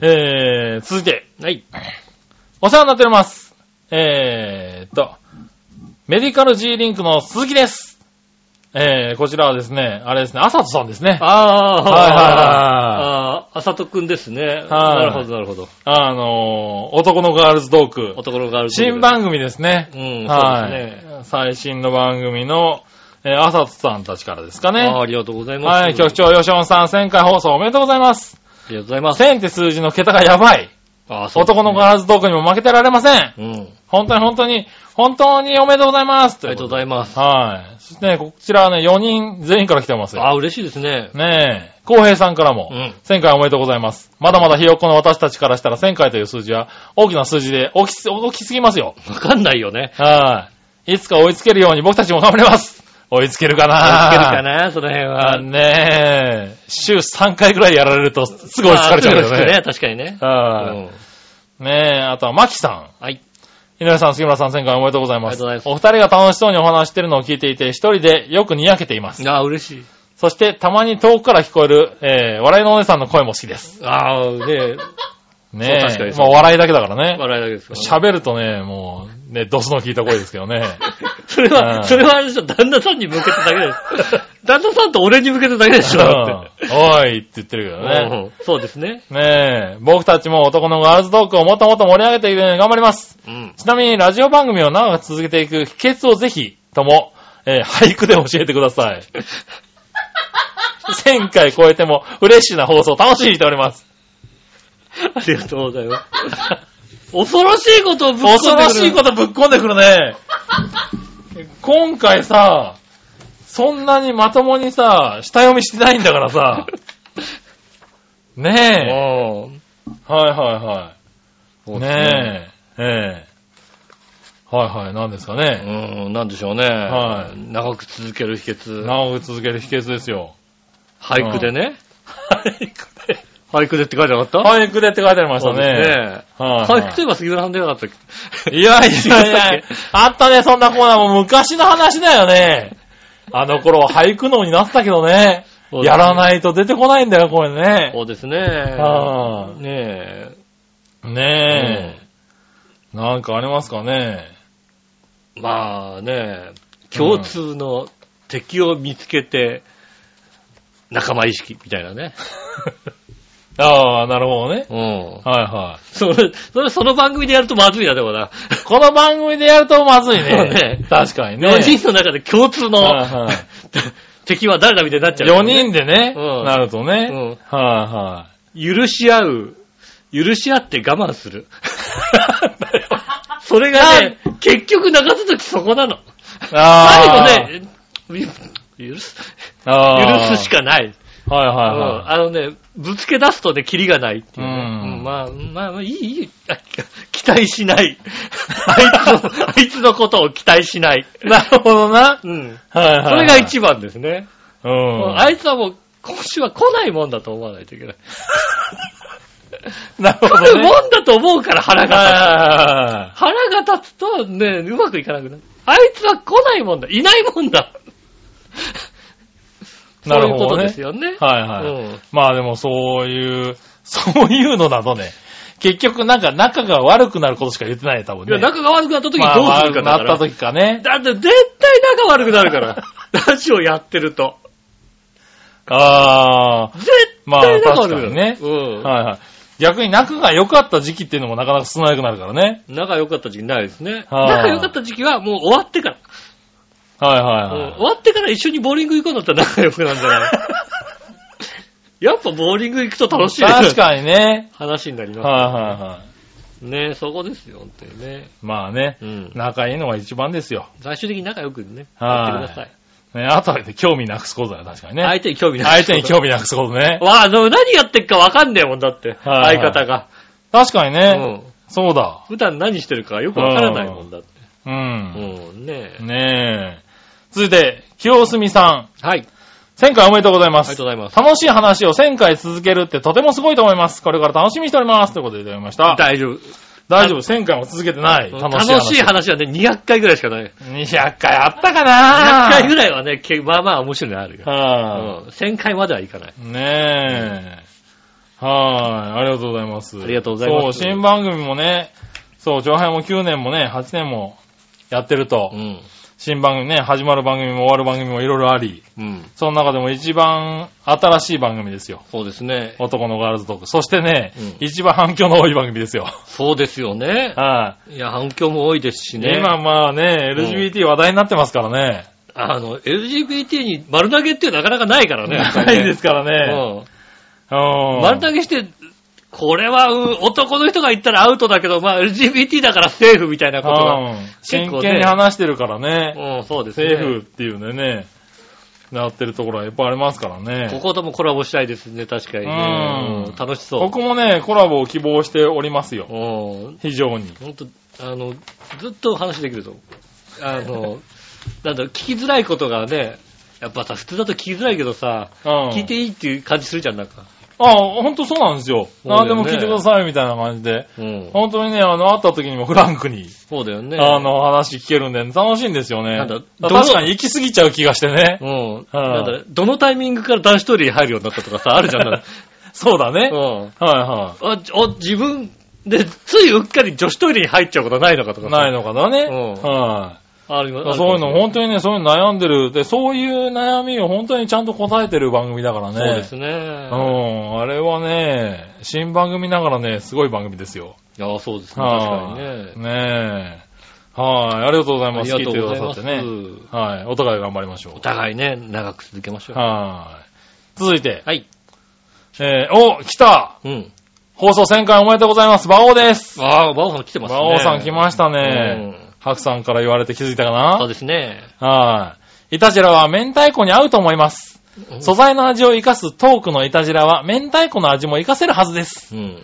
[SPEAKER 3] えー、続いて、
[SPEAKER 2] はい。
[SPEAKER 3] お世話になっております。えーっと、メディカル G リンクの鈴木です。えー、こちらはですね、あれですね、あさとさんですね。
[SPEAKER 2] ああー、
[SPEAKER 3] はいはいはい
[SPEAKER 2] ああ、あさとくんですね。なるほど、なるほど。
[SPEAKER 3] あのー、男のガールズトーク。
[SPEAKER 2] 男のガールズグループ
[SPEAKER 3] 新番組ですね
[SPEAKER 2] う。ん、そう
[SPEAKER 3] は
[SPEAKER 2] ですね。
[SPEAKER 3] い。最新の番組の、えー、あさつさんたちからですか
[SPEAKER 2] ああ
[SPEAKER 3] ね。
[SPEAKER 2] ありがとうございます。
[SPEAKER 3] はい、局。長、よしおんさん、1000回放送おめでとうございます。
[SPEAKER 2] ありがとうございます。
[SPEAKER 3] 1000って数字の桁がやばい。
[SPEAKER 2] ああ、そうですね
[SPEAKER 3] 男のガールズトークにも負けてられません。
[SPEAKER 2] うん。あ
[SPEAKER 3] 本当に本当に、本当におめでとうございます。
[SPEAKER 2] りがとうご
[SPEAKER 3] い
[SPEAKER 2] ざいます。
[SPEAKER 3] ます。はい。そしてね、こちらはね、4人全員から来てますよ。
[SPEAKER 2] ああ、嬉しいですね。
[SPEAKER 3] ねえ、浩平さんからも、
[SPEAKER 2] うん
[SPEAKER 3] 1000回おめでとうございます。まだまだひよっこの私たちからしたら1000回という数字は大きな数字で大きす大きすぎますよ。
[SPEAKER 2] わかんないよね。
[SPEAKER 3] はい。いつか追いつけるように僕たちも頑張ります。追いつけるか
[SPEAKER 2] 追い
[SPEAKER 3] な
[SPEAKER 2] つけるかな、その辺
[SPEAKER 3] あ
[SPEAKER 2] は。
[SPEAKER 3] ねえ、週3回くらいやられるとすぐ追いつかれちゃう
[SPEAKER 2] あ
[SPEAKER 3] よ
[SPEAKER 2] そうです
[SPEAKER 3] ね。
[SPEAKER 2] ね。確かにね。
[SPEAKER 3] は
[SPEAKER 2] うん
[SPEAKER 3] い。ねえ、あとはマキさん。
[SPEAKER 2] はい。
[SPEAKER 3] 井上さん、杉村さん、1000回おめでとうございま
[SPEAKER 2] ありが
[SPEAKER 3] す。
[SPEAKER 2] とうございます
[SPEAKER 3] お二人が楽しそうにお話してるのを聞いていて、一人でよくにやけています。
[SPEAKER 2] ああ、嬉しい。
[SPEAKER 3] そして、たまに遠くから聞こえる、えー、笑いのお姉さんの声も好きです。
[SPEAKER 2] ああ、ね
[SPEAKER 3] ねえ。
[SPEAKER 2] そう確かにそう
[SPEAKER 3] まあ、笑いだけだからね。
[SPEAKER 2] 笑いだけですからね、
[SPEAKER 3] 喋るとね、もう、ね、ドスの効いた声ですけ どね。
[SPEAKER 2] それ
[SPEAKER 3] うん
[SPEAKER 2] は、それはあれでしょ、旦那さんに向けてだけ です。旦那さんと俺に向けてだけでしょ、だって。
[SPEAKER 3] うんおいって言ってるけどね。
[SPEAKER 2] うんそうですね。
[SPEAKER 3] ねえ、僕たちも男のガールズトークをもっともっと盛り上げていくように頑張ります。
[SPEAKER 2] うん。
[SPEAKER 3] ちなみに、ラジオ番組を長く続けていく秘訣をぜひ、とも、えー俳句で教えてくださ い。1000回超えても、フレッシュな放送楽しみにしております。
[SPEAKER 2] ありがとうございます。恐ろしいことをぶっ込んでく
[SPEAKER 3] 恐
[SPEAKER 2] る
[SPEAKER 3] ろしいことぶっ込んでく るね。今回さ、そんなにまともにさ、下読みしてないんだからさ。ね
[SPEAKER 2] うん
[SPEAKER 3] え。はいはいはい。
[SPEAKER 2] そうですね。
[SPEAKER 3] ねえ、ええ。はいはい、なんですかね。
[SPEAKER 2] うん、なんでしょうね。
[SPEAKER 3] はい
[SPEAKER 2] 長く続ける秘訣。
[SPEAKER 3] 長く続ける秘訣ですよ。
[SPEAKER 2] 俳句でね。
[SPEAKER 3] 俳句で。
[SPEAKER 2] 俳句でって書いてなかったい、
[SPEAKER 3] 俳句でって書いてありまし
[SPEAKER 2] そ
[SPEAKER 3] た
[SPEAKER 2] うです
[SPEAKER 3] ね。
[SPEAKER 2] ね。
[SPEAKER 3] はいはい
[SPEAKER 2] 俳句といえば杉村さんでなかったっけ
[SPEAKER 3] いやいやいや、あったね、そんなコーナーも昔の話だよね。あの頃、俳句能になってたけどね。
[SPEAKER 2] そうだね
[SPEAKER 3] やらないと出てこないんだよ、これね。
[SPEAKER 2] そうですね。
[SPEAKER 3] は
[SPEAKER 2] ねえ。
[SPEAKER 3] ねえ。なんかありますかね。
[SPEAKER 2] うんまあねえ、共通の敵を見つけて、仲間意識みたいな ね。
[SPEAKER 3] ああ、なるほどね。
[SPEAKER 2] うん。
[SPEAKER 3] はいは
[SPEAKER 2] それ、それその番組でやるとまずいな、でもな。
[SPEAKER 3] い。この番組でやるとまずい
[SPEAKER 2] そう
[SPEAKER 3] ね。
[SPEAKER 2] ね
[SPEAKER 3] 確かにね。
[SPEAKER 2] 4人の中で共通の
[SPEAKER 3] はいはい
[SPEAKER 2] 敵は誰だみたいになっちゃう、
[SPEAKER 3] 4人でね、
[SPEAKER 2] うん
[SPEAKER 3] なるとね。はい、
[SPEAKER 2] うん
[SPEAKER 3] はい、
[SPEAKER 2] 許し合う。許し合って我慢 する。それがね、結局長続きそこなの。最後
[SPEAKER 3] あー、
[SPEAKER 2] ね、ゆ許す、
[SPEAKER 3] あー
[SPEAKER 2] 許すし。かない。
[SPEAKER 3] はいは
[SPEAKER 2] うん
[SPEAKER 3] いはい。
[SPEAKER 2] あのね、ぶつけ出すとね、キリがないっていうね。
[SPEAKER 3] うん
[SPEAKER 2] うんまあ、まあまあ、いい、いい。あ期待し ない。あいつの、あいつのことを期待しない。
[SPEAKER 3] なるほどな。
[SPEAKER 2] うん。
[SPEAKER 3] はいはい。
[SPEAKER 2] それが、一番ですね。
[SPEAKER 3] う。
[SPEAKER 2] もうんあいつはもう、今週は来ないもんだと思わないといけない。
[SPEAKER 3] なるほど、ね。
[SPEAKER 2] 来るもんだと思うから腹が立つ。
[SPEAKER 3] は
[SPEAKER 2] 腹が立つとね、うまくいかなくなる。あいつは来ないもんだ。いないもんだ。
[SPEAKER 3] なるほ
[SPEAKER 2] そういうこ
[SPEAKER 3] どね
[SPEAKER 2] とですよね
[SPEAKER 3] い。はいはい。
[SPEAKER 2] うん
[SPEAKER 3] まあでもそういう、そういうのだとね、結局なんか仲が悪くなることしか言ってないよ、多分
[SPEAKER 2] い
[SPEAKER 3] ね。
[SPEAKER 2] や、仲が悪くなった時どう
[SPEAKER 3] まあ
[SPEAKER 2] するかだか
[SPEAKER 3] 悪くな
[SPEAKER 2] ら。
[SPEAKER 3] った時かね。
[SPEAKER 2] だって絶対仲悪くなる から。ラジオやってると。
[SPEAKER 3] ああ。
[SPEAKER 2] 絶対仲悪くなる。
[SPEAKER 3] まあ確か
[SPEAKER 2] うん。
[SPEAKER 3] はいはい。逆に仲が良かった時期っていうのもなかなか少なくなるからね。
[SPEAKER 2] 仲良かった時期ないですね。
[SPEAKER 3] はい
[SPEAKER 2] 仲良かった時期はもう終わってから。
[SPEAKER 3] はい
[SPEAKER 2] うん終
[SPEAKER 3] は
[SPEAKER 2] わってから一緒にボーリング行こうなったら仲良くなるんじゃ ないやっぱボーリング行くと楽しい
[SPEAKER 3] いはい。確かにね。
[SPEAKER 2] 話になり
[SPEAKER 3] はい
[SPEAKER 2] ます。
[SPEAKER 3] はいはい。
[SPEAKER 2] ねそこですよ、本当にね。
[SPEAKER 3] まあね
[SPEAKER 2] う、ん。
[SPEAKER 3] 仲いいのが一番ですよ。
[SPEAKER 2] 最終的に仲良くね、やっ
[SPEAKER 3] はい
[SPEAKER 2] てください。
[SPEAKER 3] ね、あとはね興味なくすことだね、確かにね。
[SPEAKER 2] 相手に興味ない。
[SPEAKER 3] 相手に興味なくすことね。
[SPEAKER 2] わあ、でも何やってっかわかんねえもんだって、
[SPEAKER 3] はいはい
[SPEAKER 2] 相方が。
[SPEAKER 3] 確かに
[SPEAKER 2] う
[SPEAKER 3] ね。
[SPEAKER 2] ん。
[SPEAKER 3] そうだ。
[SPEAKER 2] 普段何してるかよくわからないもんだって。
[SPEAKER 3] う。
[SPEAKER 2] うんん、ねえ。
[SPEAKER 3] ねえ。続いて、清澄さん。
[SPEAKER 2] はい。あり
[SPEAKER 3] 1000回おめでとうございま
[SPEAKER 2] が
[SPEAKER 3] す
[SPEAKER 2] とう。ございます。
[SPEAKER 3] 楽しい話を1000回続けるってとてもすごいと思います。これから楽しみにしております。ということでいただきました。
[SPEAKER 2] 大丈夫。
[SPEAKER 3] 大丈夫、1000回も続けてない。楽しい話。
[SPEAKER 2] 楽しい話はね、200回ぐらいしかない。
[SPEAKER 3] 200回あったか
[SPEAKER 2] 200
[SPEAKER 3] な
[SPEAKER 2] 回ぐらいはね、けまあまあ面白いのあるよ。
[SPEAKER 3] は
[SPEAKER 2] うん。1000回まではいかない。
[SPEAKER 3] い、ねえ。はーい。ありがとうございます。
[SPEAKER 2] ありがとうございます
[SPEAKER 3] そう、新番組もね、そう、上辺も9年もね、8年もやってると、
[SPEAKER 2] うん。
[SPEAKER 3] 新番組ね、始まる番組も終わる番組もいろいろあり、
[SPEAKER 2] うん。
[SPEAKER 3] その中でも一番新しい番組ですよ。
[SPEAKER 2] そうですね。
[SPEAKER 3] 男のガールズトーク。そしてね、
[SPEAKER 2] うん
[SPEAKER 3] 一番反響の多い番組ですよ。
[SPEAKER 2] そうですよね。
[SPEAKER 3] はい
[SPEAKER 2] や、反響も多いですし
[SPEAKER 3] い。
[SPEAKER 2] ね。
[SPEAKER 3] 今まあね、
[SPEAKER 2] うん
[SPEAKER 3] LGBT 話題になってますからね。
[SPEAKER 2] あの、LGBT に丸投げってなかなかないからね。やっぱ
[SPEAKER 3] な
[SPEAKER 2] り
[SPEAKER 3] いですからね。
[SPEAKER 2] ね。う。
[SPEAKER 3] うんん
[SPEAKER 2] 丸投げして、これはうん男の人が言ったらアウトだけど、まあ LGBT だからセーフみたいなことが。
[SPEAKER 3] うん
[SPEAKER 2] 結
[SPEAKER 3] 真
[SPEAKER 2] 構ね
[SPEAKER 3] 剣に話してるからね、
[SPEAKER 2] うん、そうですね。
[SPEAKER 3] セーフっていうんでね、なってるところはやっぱありますから
[SPEAKER 2] こ
[SPEAKER 3] ね。
[SPEAKER 2] こともコラボしたいですね、確かにね。
[SPEAKER 3] うん
[SPEAKER 2] うん楽しそう。
[SPEAKER 3] 僕もね、コラボを希望しておりますよ。
[SPEAKER 2] うん。
[SPEAKER 3] 非常に。
[SPEAKER 2] ほんと、あの、ずっと話できると思う。あの、 なんだろう、聞きづらいことがね、やっぱさ、普通だと聞きづらいけどさ、
[SPEAKER 3] うん。
[SPEAKER 2] 聞いていいっていう感じするじゃん、なんか。
[SPEAKER 3] あ、ほんとそうなんですよ。
[SPEAKER 2] そうだよ
[SPEAKER 3] 何
[SPEAKER 2] ね
[SPEAKER 3] でも聞いてくださいみたいな感じで。
[SPEAKER 2] うん。
[SPEAKER 3] 本当にね、あの、会った時にもフランクに、
[SPEAKER 2] そうだよね。
[SPEAKER 3] あの、話聞けるんで、楽しいんですよね。
[SPEAKER 2] なんだ
[SPEAKER 3] だから確かに行き過ぎちゃう気がしてね
[SPEAKER 2] う。ん。な
[SPEAKER 3] は
[SPEAKER 2] ん
[SPEAKER 3] い
[SPEAKER 2] だ、どのタイミングから男子トイレに入るようになったとかさ、あるじゃん。なんか
[SPEAKER 3] そうだね。
[SPEAKER 2] う
[SPEAKER 3] はい
[SPEAKER 2] ん。
[SPEAKER 3] は
[SPEAKER 2] あお、自分で、ついうっかり女子トイレに入っちゃうことないのかと
[SPEAKER 3] い。
[SPEAKER 2] かさ。
[SPEAKER 3] ないのかなね。
[SPEAKER 2] うん
[SPEAKER 3] はい。
[SPEAKER 2] あるよ。ある
[SPEAKER 3] そういうの、本当にね、そういうの悩んでる。で、そういう悩みを本当にちゃんと答えてる番組だからね。
[SPEAKER 2] そうですね。
[SPEAKER 3] うん、あれはね、新番組ながらね、すごい番組ですよ。
[SPEAKER 2] ああ、そうですね。確か
[SPEAKER 3] は
[SPEAKER 2] にね
[SPEAKER 3] い。。ねえ。はい、ありがとうござい
[SPEAKER 2] あ
[SPEAKER 3] ま
[SPEAKER 2] り
[SPEAKER 3] す。
[SPEAKER 2] がとうござい
[SPEAKER 3] 聞
[SPEAKER 2] ま
[SPEAKER 3] て
[SPEAKER 2] す。
[SPEAKER 3] くださってね。はい、お互い頑張りましょ
[SPEAKER 2] お
[SPEAKER 3] う。
[SPEAKER 2] 互いね、長く続けましょう。
[SPEAKER 3] はい。続いて、
[SPEAKER 2] はい。
[SPEAKER 3] えー、お、来た
[SPEAKER 2] うん。
[SPEAKER 3] 放送1000回おめでとうございます。馬王です。
[SPEAKER 2] ああ、バオさん来てますね。
[SPEAKER 3] 馬王さん来
[SPEAKER 2] し
[SPEAKER 3] まし
[SPEAKER 2] た
[SPEAKER 3] たね。。白さんから言われて気づいたか
[SPEAKER 2] そう
[SPEAKER 3] な
[SPEAKER 2] ですね。
[SPEAKER 3] はい。イタジラは明太子に合うと思います。素材の味を活かすトークのいたじらは、明太子の味も活かせるはずです。
[SPEAKER 2] うん。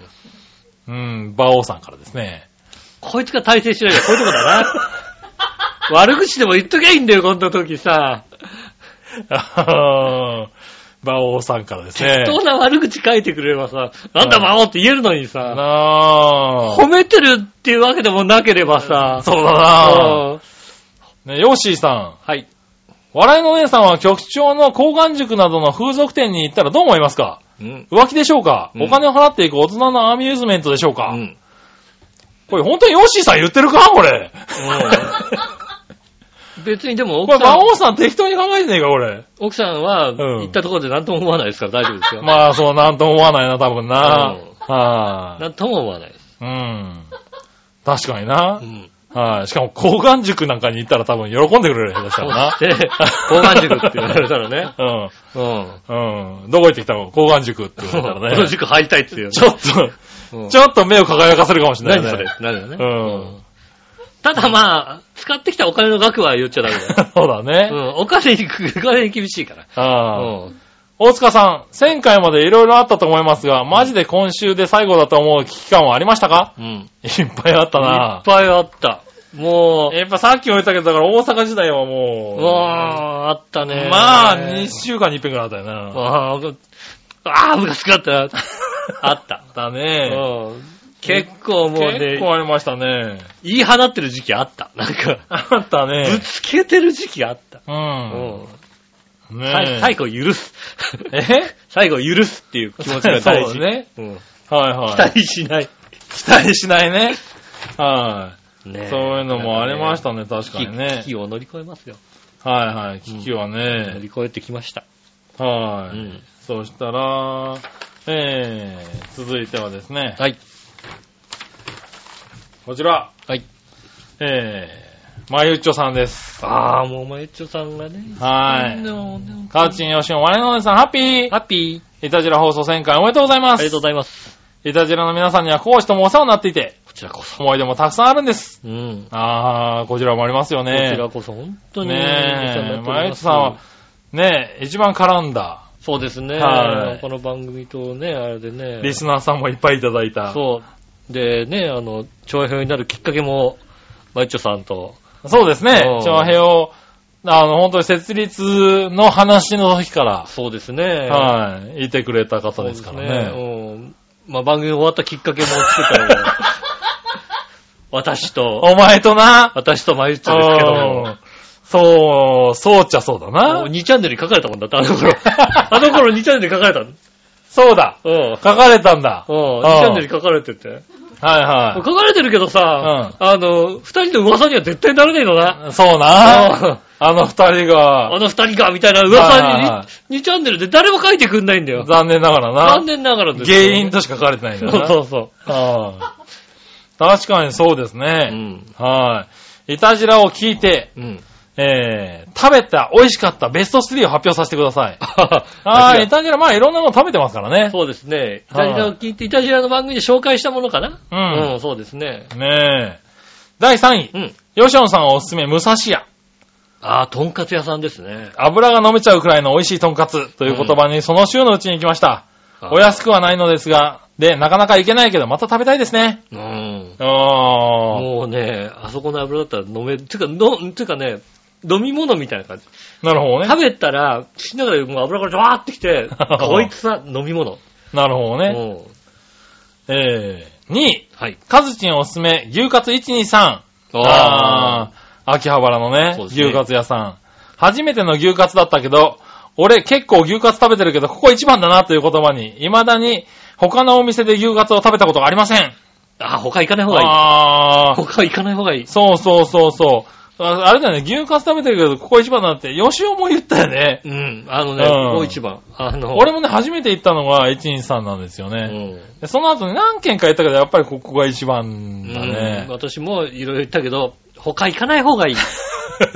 [SPEAKER 3] うん、馬王さんからですね。
[SPEAKER 2] こいつが体制しないで、こういうとこだな。 悪口でも言っときゃいいんだよ、こんな時さ。
[SPEAKER 3] 馬馬王さんからですね。
[SPEAKER 2] 適当な悪口書いてくれればさ、なんだ魔王って言えるのにさ、
[SPEAKER 3] なあ
[SPEAKER 2] 褒めてるっていうわけでもなければさ、
[SPEAKER 3] そうだな
[SPEAKER 2] うん
[SPEAKER 3] ね、ヨッシーさん。
[SPEAKER 2] はい。
[SPEAKER 3] 笑いのお姉さんは局長の高岩塾などの風俗店に行ったらどう思いますか
[SPEAKER 2] うん。
[SPEAKER 3] 浮気でしょうか、
[SPEAKER 2] うん
[SPEAKER 3] お金を払っていく大人のアミューズメントでしょう
[SPEAKER 2] う
[SPEAKER 3] か、
[SPEAKER 2] ん。
[SPEAKER 3] これ本当にヨッシーさん言ってるかこれ。
[SPEAKER 2] 別にでも奥
[SPEAKER 3] これ
[SPEAKER 2] さ
[SPEAKER 3] 馬
[SPEAKER 2] ん、
[SPEAKER 3] 王さん適当に考えてねえかこれ。
[SPEAKER 2] 奥さんは
[SPEAKER 3] ん
[SPEAKER 2] 行ったところで何とも思わないですから大丈夫ですよ。
[SPEAKER 3] まあそうなんとも思わないな、多分な
[SPEAKER 2] うん。
[SPEAKER 3] は
[SPEAKER 2] 何とも思わないです。
[SPEAKER 3] い、うん。確かにな
[SPEAKER 2] う。ん。
[SPEAKER 3] はい、しかも、高岩塾なんかに行ったら多分喜んでくれるよ、下手したらな。
[SPEAKER 2] で、高岩塾って言われたらね。
[SPEAKER 3] うん。
[SPEAKER 2] うん。
[SPEAKER 3] うん。どこ行ってきたの高岩塾って言
[SPEAKER 2] こ
[SPEAKER 3] われたら
[SPEAKER 2] の
[SPEAKER 3] ね。
[SPEAKER 2] 塾入りたいっていうね。
[SPEAKER 3] ちょっと、
[SPEAKER 2] うん
[SPEAKER 3] ちょっと目を輝かせるかもしれない
[SPEAKER 2] 何
[SPEAKER 3] ね。
[SPEAKER 2] それ何だ
[SPEAKER 3] う
[SPEAKER 2] ね。
[SPEAKER 3] ん。
[SPEAKER 2] ただまあ、使ってきたお金の額は言っちゃダメだよ。
[SPEAKER 3] そうだね。
[SPEAKER 2] うん。お金に、お金に厳しいから。
[SPEAKER 3] ああ
[SPEAKER 2] うん。
[SPEAKER 3] 大塚さん、前回までいろいろあったと思いますが、マジで今週で最後だと思う危機感はありましたか
[SPEAKER 2] うん。
[SPEAKER 3] いっぱいあった
[SPEAKER 2] い
[SPEAKER 3] な
[SPEAKER 2] っ。ぱいあった。もう、
[SPEAKER 3] やっぱさっきも言ったけど、だから大阪時代は
[SPEAKER 2] う
[SPEAKER 3] も
[SPEAKER 2] わー、あった
[SPEAKER 3] う、
[SPEAKER 2] ね。
[SPEAKER 3] まあ、2週間に一遍くらいあったよな。
[SPEAKER 2] あーあー、ムカつくな ったな。あった。
[SPEAKER 3] だね。
[SPEAKER 2] うん結構もう
[SPEAKER 3] 結
[SPEAKER 2] ね、
[SPEAKER 3] 構ありましたね。
[SPEAKER 2] 言い放ってる時期あった。なん か、
[SPEAKER 3] あった
[SPEAKER 2] ぶ
[SPEAKER 3] ね。
[SPEAKER 2] つけてる時期あった。
[SPEAKER 3] う
[SPEAKER 2] うん
[SPEAKER 3] ん。。ね
[SPEAKER 2] さい最後許す。
[SPEAKER 3] え
[SPEAKER 2] 最後許すっていう気持ちが大
[SPEAKER 3] そう
[SPEAKER 2] 事。
[SPEAKER 3] ね。
[SPEAKER 2] うん
[SPEAKER 3] はいは
[SPEAKER 2] 期
[SPEAKER 3] い。
[SPEAKER 2] 待しない。
[SPEAKER 3] 期待しないね。は
[SPEAKER 2] ね
[SPEAKER 3] い。そういうのもありましたね、確か
[SPEAKER 2] 危
[SPEAKER 3] に
[SPEAKER 2] 機
[SPEAKER 3] ね
[SPEAKER 2] 危。機を乗り越えますよ。
[SPEAKER 3] はいはい、危機は
[SPEAKER 2] 乗り
[SPEAKER 3] ね。
[SPEAKER 2] 越えてきました。う
[SPEAKER 3] はい。
[SPEAKER 2] ん。
[SPEAKER 3] そしたら、えー、続いてはですね、
[SPEAKER 2] はい。
[SPEAKER 3] こちら、
[SPEAKER 2] はい。
[SPEAKER 3] えー、まゆっちょさんです。
[SPEAKER 2] ああ、もう、まゆっちょさんがね。
[SPEAKER 3] は
[SPEAKER 2] みん
[SPEAKER 3] い。
[SPEAKER 2] なをね
[SPEAKER 3] カーチンよしお、我のおじさん、ハッピー
[SPEAKER 2] ハッピー。
[SPEAKER 3] いたじら放送旋回おめでとうございま
[SPEAKER 2] ありがと
[SPEAKER 3] す
[SPEAKER 2] うございます。
[SPEAKER 3] いたじらの皆さんには講師ともお世話になっていて、
[SPEAKER 2] こちらこそ。
[SPEAKER 3] 思い出もたくさんあるんです。
[SPEAKER 2] うん。
[SPEAKER 3] あー、こちらもありますよ
[SPEAKER 2] こち
[SPEAKER 3] ね。
[SPEAKER 2] らこそ、本当に。
[SPEAKER 3] ねえ、まゆっ
[SPEAKER 2] ち
[SPEAKER 3] ちょさんは、ねえ、一番絡んだ、
[SPEAKER 2] そうですね。
[SPEAKER 3] はい
[SPEAKER 2] この番組とね、あれでね。
[SPEAKER 3] リスナーさんもいっぱいいただいた。
[SPEAKER 2] そう。でね、あの、長編になるきっかけも、マイッチョさんと、
[SPEAKER 3] そうですね
[SPEAKER 2] うん。
[SPEAKER 3] 長平を、あの、本当に設立の話の時から、
[SPEAKER 2] そうですね。
[SPEAKER 3] はい、いてくれた方
[SPEAKER 2] そう
[SPEAKER 3] で
[SPEAKER 2] ですす
[SPEAKER 3] か
[SPEAKER 2] かららね。
[SPEAKER 3] ね。
[SPEAKER 2] うんまあ、番組終わったきっかけも作ったよ 私と、
[SPEAKER 3] お前とな、
[SPEAKER 2] 私とマイッチョですけど
[SPEAKER 3] う
[SPEAKER 2] も
[SPEAKER 3] ん。そう、そうっちゃそうだ
[SPEAKER 2] もう
[SPEAKER 3] な。
[SPEAKER 2] 2チャンネルに書かれたもんだって、あの 頃。あの頃2チャンネルに書かれたの。
[SPEAKER 3] そうだ。
[SPEAKER 2] うん。
[SPEAKER 3] 書かれたんだ。
[SPEAKER 2] うん、
[SPEAKER 3] ああ
[SPEAKER 2] 2チャンネルに書かれてて。
[SPEAKER 3] は
[SPEAKER 2] 書かれてるけどさ、あの、二人の噂には絶対ならねえの
[SPEAKER 3] い
[SPEAKER 2] な。
[SPEAKER 3] はい。そう
[SPEAKER 2] う
[SPEAKER 3] な。
[SPEAKER 2] ん
[SPEAKER 3] あの二人
[SPEAKER 2] あ
[SPEAKER 3] が、
[SPEAKER 2] の二人が、みたいな噂
[SPEAKER 3] はいはい
[SPEAKER 2] に
[SPEAKER 3] はい
[SPEAKER 2] に、2チャンネルで誰も書いてくんないんだよ。
[SPEAKER 3] 残念ながら
[SPEAKER 2] 残
[SPEAKER 3] な。
[SPEAKER 2] 念ながらです
[SPEAKER 3] 原
[SPEAKER 2] よ
[SPEAKER 3] 因としか書かれてないんだ
[SPEAKER 2] そう
[SPEAKER 3] な。
[SPEAKER 2] そうそう。
[SPEAKER 3] ああ確かにそうです
[SPEAKER 2] う
[SPEAKER 3] ね。
[SPEAKER 2] ん。
[SPEAKER 3] はい。いたじらを聞いて、
[SPEAKER 2] うん。
[SPEAKER 3] えー、食べた、美味しかったベスト3を発表させてくださ い。あ
[SPEAKER 2] あ
[SPEAKER 3] ー、イタジラ、まあいろんなもの食べてますからね。
[SPEAKER 2] そうですね。イタジラを聞いて、イタジラの番組で紹介したものかな
[SPEAKER 3] うん
[SPEAKER 2] うん、そうですね。
[SPEAKER 3] ねえ。第3位
[SPEAKER 2] う、ん。
[SPEAKER 3] ヨシオンさんおすすめ、武蔵屋。
[SPEAKER 2] ああ、とんかつ屋さんですね。
[SPEAKER 3] 油が飲めちゃうくらいの美味しいとんかつという言葉にその週のうちに行きました。お安くはないのですが、で、なかなか行けないけど、また食べたいですね。
[SPEAKER 2] うん。
[SPEAKER 3] あー、
[SPEAKER 2] もうね、あそこの油だったら飲める。つうか、の、つうかね、飲み物みたいな感じ。
[SPEAKER 3] なるほどね。
[SPEAKER 2] 食べたら、口の中でもう油がジャーってき て、こいつは飲み物。
[SPEAKER 3] なるほど
[SPEAKER 2] う
[SPEAKER 3] ね。
[SPEAKER 2] ん。
[SPEAKER 3] えー、2位、
[SPEAKER 2] はい。
[SPEAKER 3] カズチンおすすめ、牛カツ123。ああー、秋葉原のね
[SPEAKER 2] そう、ですね
[SPEAKER 3] 牛カツ屋さん。初めての牛カツだったけど、俺結構牛カツ食べてるけど、ここ一番だなという言葉に、未だに他のお店で牛カツを食べたことがありません。
[SPEAKER 2] あー、他行かない方がいい。
[SPEAKER 3] ああ、
[SPEAKER 2] 他行かない方がいい。
[SPEAKER 3] そうそうそうそう。ああれだよね、牛カツ食べてるけど、ここ一番だって、吉尾も言ったよね。
[SPEAKER 2] うん。あのね、
[SPEAKER 3] うん
[SPEAKER 2] もう一番。あの、
[SPEAKER 3] 俺もね、初めて行ったのが123なんですよ
[SPEAKER 2] う
[SPEAKER 3] ね。
[SPEAKER 2] ん。
[SPEAKER 3] でその後ね何軒か行ったけど、やっぱりここが一番だ
[SPEAKER 2] うん
[SPEAKER 3] ね。
[SPEAKER 2] 私もいろいろ言ったけど、他行かない方がいい。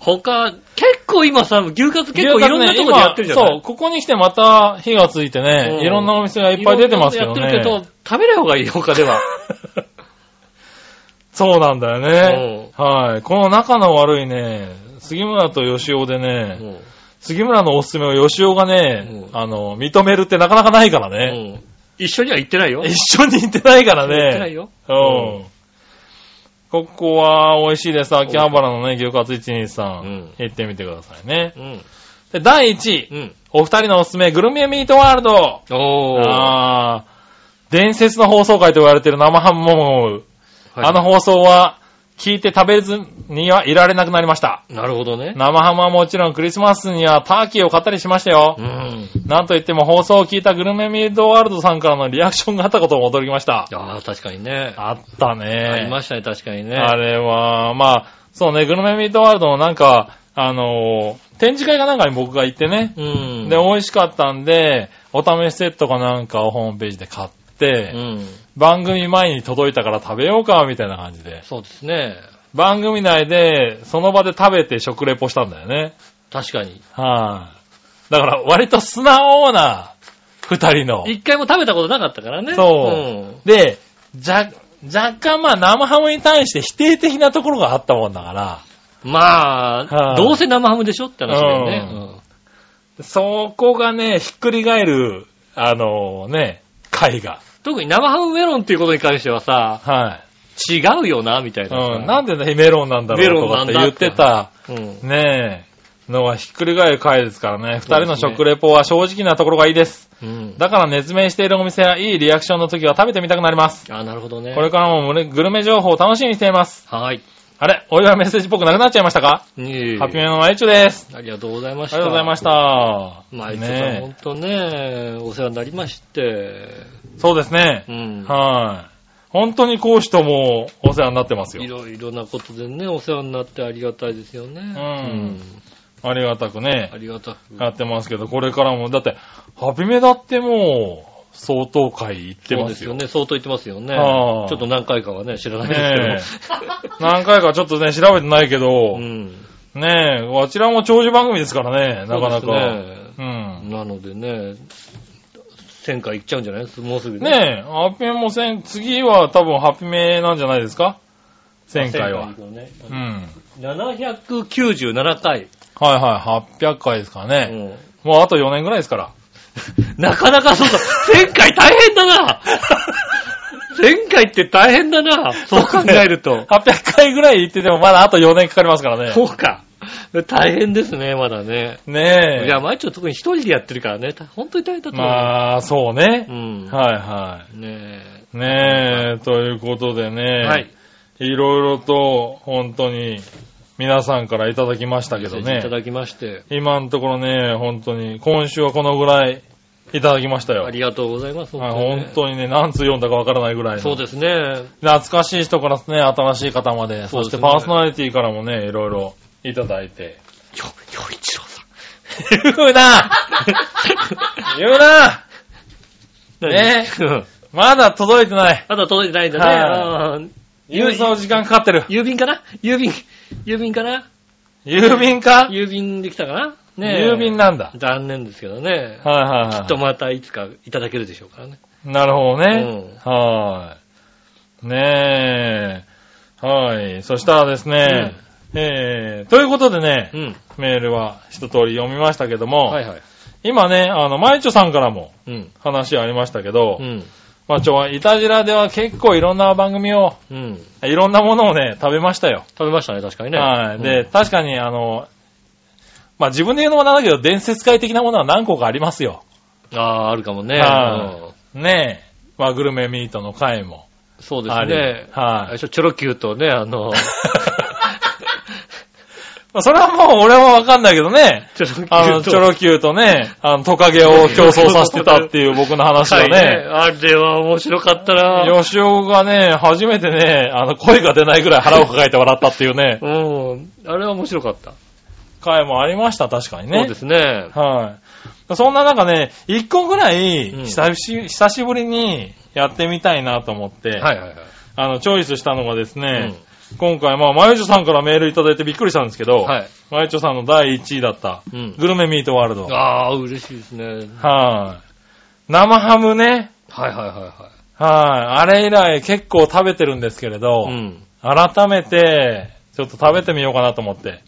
[SPEAKER 2] 他、結構今さ、牛カツ結構いろんなとこでやってるじゃ
[SPEAKER 3] 今
[SPEAKER 2] ない
[SPEAKER 3] そう、ここに来てまた火がついてね、
[SPEAKER 2] うん
[SPEAKER 3] いろんなお店がいっぱい出てますけど
[SPEAKER 2] いろんなとこやっ
[SPEAKER 3] ね。
[SPEAKER 2] てるけど、食べない方がいい、他で は。
[SPEAKER 3] そうなんだよね。はい。この仲の悪いね、杉村と吉尾で
[SPEAKER 2] う
[SPEAKER 3] ね、
[SPEAKER 2] ん。
[SPEAKER 3] 杉村のおすすめを吉尾がね、
[SPEAKER 2] うん
[SPEAKER 3] あの、認めるってなかなかないから
[SPEAKER 2] う
[SPEAKER 3] ね。
[SPEAKER 2] ん一緒には行ってないよ。
[SPEAKER 3] 一緒に行ってないからね。
[SPEAKER 2] 行ってないよ。
[SPEAKER 3] うん。ここは美味しいです。秋葉原のね、牛カツ123。
[SPEAKER 2] うん
[SPEAKER 3] 行ってみてくださいね。
[SPEAKER 2] うん。
[SPEAKER 3] で、第1位。
[SPEAKER 2] うん。
[SPEAKER 3] お二人のおすすめ、グルメミートワールド。
[SPEAKER 2] おー。
[SPEAKER 3] あー伝説の放送回と言われてる生ハムモモウ。
[SPEAKER 2] はい
[SPEAKER 3] あの放送は、聞いて食べずにはいられなくなりました。
[SPEAKER 2] なるほどね。
[SPEAKER 3] 生ハムはもちろんクリスマスにはターキーを買ったりしましたよ
[SPEAKER 2] う。ん。
[SPEAKER 3] なんといっても放送を聞いたグルメミートワールドさんからのリアクションがあったことも驚きまし
[SPEAKER 2] あ
[SPEAKER 3] た。
[SPEAKER 2] あ、確かにね。
[SPEAKER 3] あったね。
[SPEAKER 2] ありましたね、確かにね。
[SPEAKER 3] あれは、まあ、そうね、グルメミートワールドのなんか、あのー展示会かなんかに僕が行ってね、
[SPEAKER 2] うん。
[SPEAKER 3] で、美味しかったんで、お試しセットかなんかをホームページで買って、
[SPEAKER 2] うん。
[SPEAKER 3] 番組前に届いたから食べようか、みたいな感じで。
[SPEAKER 2] そうですね。
[SPEAKER 3] 番組内で、その場で食べて食レポしたんだよね。
[SPEAKER 2] 確かに。
[SPEAKER 3] はい、だから、割と素直な、二人の。
[SPEAKER 2] 一回も食べたことなかったからね。
[SPEAKER 3] そう。で、じゃ、若干まあ生ハムに対して否定的なところがあったもんだから、
[SPEAKER 2] うん。ま
[SPEAKER 3] は
[SPEAKER 2] あ、
[SPEAKER 3] い
[SPEAKER 2] どうせ生ハムでしょって話だよね。
[SPEAKER 3] うん
[SPEAKER 2] うん
[SPEAKER 3] そこがね、ひっくり返る、あのね、回が。
[SPEAKER 2] 特に生ハムメロンっていうことに関してはさ、
[SPEAKER 3] はい。
[SPEAKER 2] 違うよな、みたいなさ。
[SPEAKER 3] うん、なんでね、メロンなんだろうとかって
[SPEAKER 2] メロンな
[SPEAKER 3] 言っ
[SPEAKER 2] んだ
[SPEAKER 3] てた、
[SPEAKER 2] うん
[SPEAKER 3] ねえ、のはひっくり返る回ですからね、二
[SPEAKER 2] そう
[SPEAKER 3] 人
[SPEAKER 2] ですね
[SPEAKER 3] の食レポは正直なところがいいです。
[SPEAKER 2] うん。
[SPEAKER 3] だから熱弁しているお店やいいリアクションの時は食べてみたくなります。
[SPEAKER 2] あ、なるほどね。
[SPEAKER 3] これからもグルメ情報を楽しみにしています。
[SPEAKER 2] はーい。
[SPEAKER 3] あれお祝いメッセージっぽくなくなっちゃいましたか
[SPEAKER 2] ねえ
[SPEAKER 3] ハッピーメンのマイチュです。
[SPEAKER 2] ありがとうございまし
[SPEAKER 3] あ
[SPEAKER 2] た。
[SPEAKER 3] りがとうございました。
[SPEAKER 2] まあ、いつさん、ほん
[SPEAKER 3] ね
[SPEAKER 2] とね、お世話になりまして、
[SPEAKER 3] えそうですね
[SPEAKER 2] う。ん。
[SPEAKER 3] はい。本当に講師ともお世話になってます
[SPEAKER 2] い
[SPEAKER 3] よ。
[SPEAKER 2] ろいろなことでね、お世話になってありがたいですよね。うん
[SPEAKER 3] ありがたくね
[SPEAKER 2] あ。りがたく。
[SPEAKER 3] やってますけど、これからも、だって、ハピメだってもう、相当会行って
[SPEAKER 2] そう
[SPEAKER 3] ま
[SPEAKER 2] です
[SPEAKER 3] すよ。
[SPEAKER 2] よね。相当言ってますよね。ち
[SPEAKER 3] は
[SPEAKER 2] ょ
[SPEAKER 3] あ
[SPEAKER 2] っと何回かはね、知らない
[SPEAKER 3] ね
[SPEAKER 2] です
[SPEAKER 3] え。何回かちょっとね、調べてないけ
[SPEAKER 2] けど。
[SPEAKER 3] ど、
[SPEAKER 2] うん。
[SPEAKER 3] ねえ、あちらも長寿番組ですからね、なかな
[SPEAKER 2] そう
[SPEAKER 3] か。
[SPEAKER 2] です
[SPEAKER 3] う
[SPEAKER 2] ね
[SPEAKER 3] ん。
[SPEAKER 2] なのでね、1000回行っちゃうんじゃないもうすぐ
[SPEAKER 3] ねえ、ハピメもせん、次は多分ハピメなんじゃないですか前回は
[SPEAKER 2] 1000。行くのね
[SPEAKER 3] うん。
[SPEAKER 2] 797回。
[SPEAKER 3] はいはい、800回ですからね。
[SPEAKER 2] うん
[SPEAKER 3] もうあと4年ぐらいですから。
[SPEAKER 2] なかなかそうだ。1000回大変だ な !1000 回って大変だなそう考えると。
[SPEAKER 3] 800回ぐらい行っててもまだあと4年かかりますからね。
[SPEAKER 2] そうか。大変ですね、まだね。
[SPEAKER 3] ねえ。
[SPEAKER 2] いや、毎日特に一人でやってるからね、た本当に大変だと思う。
[SPEAKER 3] まあ、そう
[SPEAKER 2] う
[SPEAKER 3] ね。
[SPEAKER 2] ん。
[SPEAKER 3] はいは
[SPEAKER 2] ね
[SPEAKER 3] い。ねえ、ということで
[SPEAKER 2] え。
[SPEAKER 3] ね。
[SPEAKER 2] はい。。
[SPEAKER 3] いろいろと、本当に、皆さんからいただきましたけど
[SPEAKER 2] メッセージいた
[SPEAKER 3] ね。
[SPEAKER 2] だきまして、
[SPEAKER 3] 今のところね、本当に、今週はこのぐらいいただきましたよ。
[SPEAKER 2] ありがとうございます。
[SPEAKER 3] はい
[SPEAKER 2] ね
[SPEAKER 3] 本当にね、何通読んだかわからないぐらいの。
[SPEAKER 2] そうですね。
[SPEAKER 3] 懐かしい人からね、新しい方まで、
[SPEAKER 2] そう
[SPEAKER 3] そ
[SPEAKER 2] です
[SPEAKER 3] して
[SPEAKER 2] ね
[SPEAKER 3] パーソナリティからもね、いろいろいただい て。
[SPEAKER 2] よ、よいちろうさん。
[SPEAKER 3] 言うな言うな ね
[SPEAKER 2] え。うん
[SPEAKER 3] まだ届いてない。
[SPEAKER 2] あとは届いてないんだ
[SPEAKER 3] は
[SPEAKER 2] ねうん。
[SPEAKER 3] 郵送時間かかってる。
[SPEAKER 2] 郵便かな郵便、郵便かな
[SPEAKER 3] 郵便か
[SPEAKER 2] 郵便できたかなねえ
[SPEAKER 3] 郵便なんだ。
[SPEAKER 2] 残念ですけどね。
[SPEAKER 3] はいはいはい。
[SPEAKER 2] きっとまたいつかいただけるでしょうからね。
[SPEAKER 3] なるほど
[SPEAKER 2] う
[SPEAKER 3] ね
[SPEAKER 2] ん。
[SPEAKER 3] はーい。ねえ。はい。そしたらですね、えー、ということでね、
[SPEAKER 2] うん。
[SPEAKER 3] メールは一通り読みましたけども、
[SPEAKER 2] はいはい。
[SPEAKER 3] 今ね、あの、まいちょさんからも
[SPEAKER 2] うん。
[SPEAKER 3] 話ありましたけど、
[SPEAKER 2] うん。
[SPEAKER 3] まあちょは、いたじらでは結構いろんな番組を、
[SPEAKER 2] うん。
[SPEAKER 3] いろんなものをね、食べましたよ。
[SPEAKER 2] 食べましたね、確かにね。
[SPEAKER 3] はい。で、
[SPEAKER 2] うん、
[SPEAKER 3] 確かにあの、まあ自分で言うのもなんだけど、伝説界的なものは何個かありますよ。
[SPEAKER 2] ああ、あるかもね。
[SPEAKER 3] は
[SPEAKER 2] うん
[SPEAKER 3] ねえ。まあグルメミートの回も。
[SPEAKER 2] そうです
[SPEAKER 3] あり
[SPEAKER 2] ね。
[SPEAKER 3] は
[SPEAKER 2] 最。
[SPEAKER 3] い
[SPEAKER 2] 初、チョロ Q とね、あ の、
[SPEAKER 3] まあそれはもう俺はわかんないけどね。
[SPEAKER 2] チョロ Q と。
[SPEAKER 3] あ の、チョロ Q とね、あの、トカゲを競争させてたっていう僕の話
[SPEAKER 2] は
[SPEAKER 3] が
[SPEAKER 2] い
[SPEAKER 3] ね。
[SPEAKER 2] あれは面白かったな。
[SPEAKER 3] 吉尾がね、初めてね、あの、声が出ないぐらい腹を抱えて笑ったっていうね、
[SPEAKER 2] うん。あれは面白かった。
[SPEAKER 3] 回もありました、確かにね。
[SPEAKER 2] そうですね。
[SPEAKER 3] はい。そんな中ね、一個ぐらい
[SPEAKER 2] うん
[SPEAKER 3] 久し、久しぶりにやってみたいなと思って、
[SPEAKER 2] はいはいはい。
[SPEAKER 3] あの、チョイスしたのがですね、今回、まあ、まゆちょさんからメールいただいてびっくりしたんですけど、
[SPEAKER 2] うんはい。
[SPEAKER 3] まゆちょさんの第1位だった、
[SPEAKER 2] うん
[SPEAKER 3] グルメミートワールド。はい、
[SPEAKER 2] ああ、嬉しいですね。はい
[SPEAKER 3] 生ハムね、
[SPEAKER 2] はいは
[SPEAKER 3] はい、あれ以来結構食べてるんですけれ
[SPEAKER 2] い
[SPEAKER 3] ど、
[SPEAKER 2] はい。うん。
[SPEAKER 3] 改めて、ちょっと食べてみようかなと思って、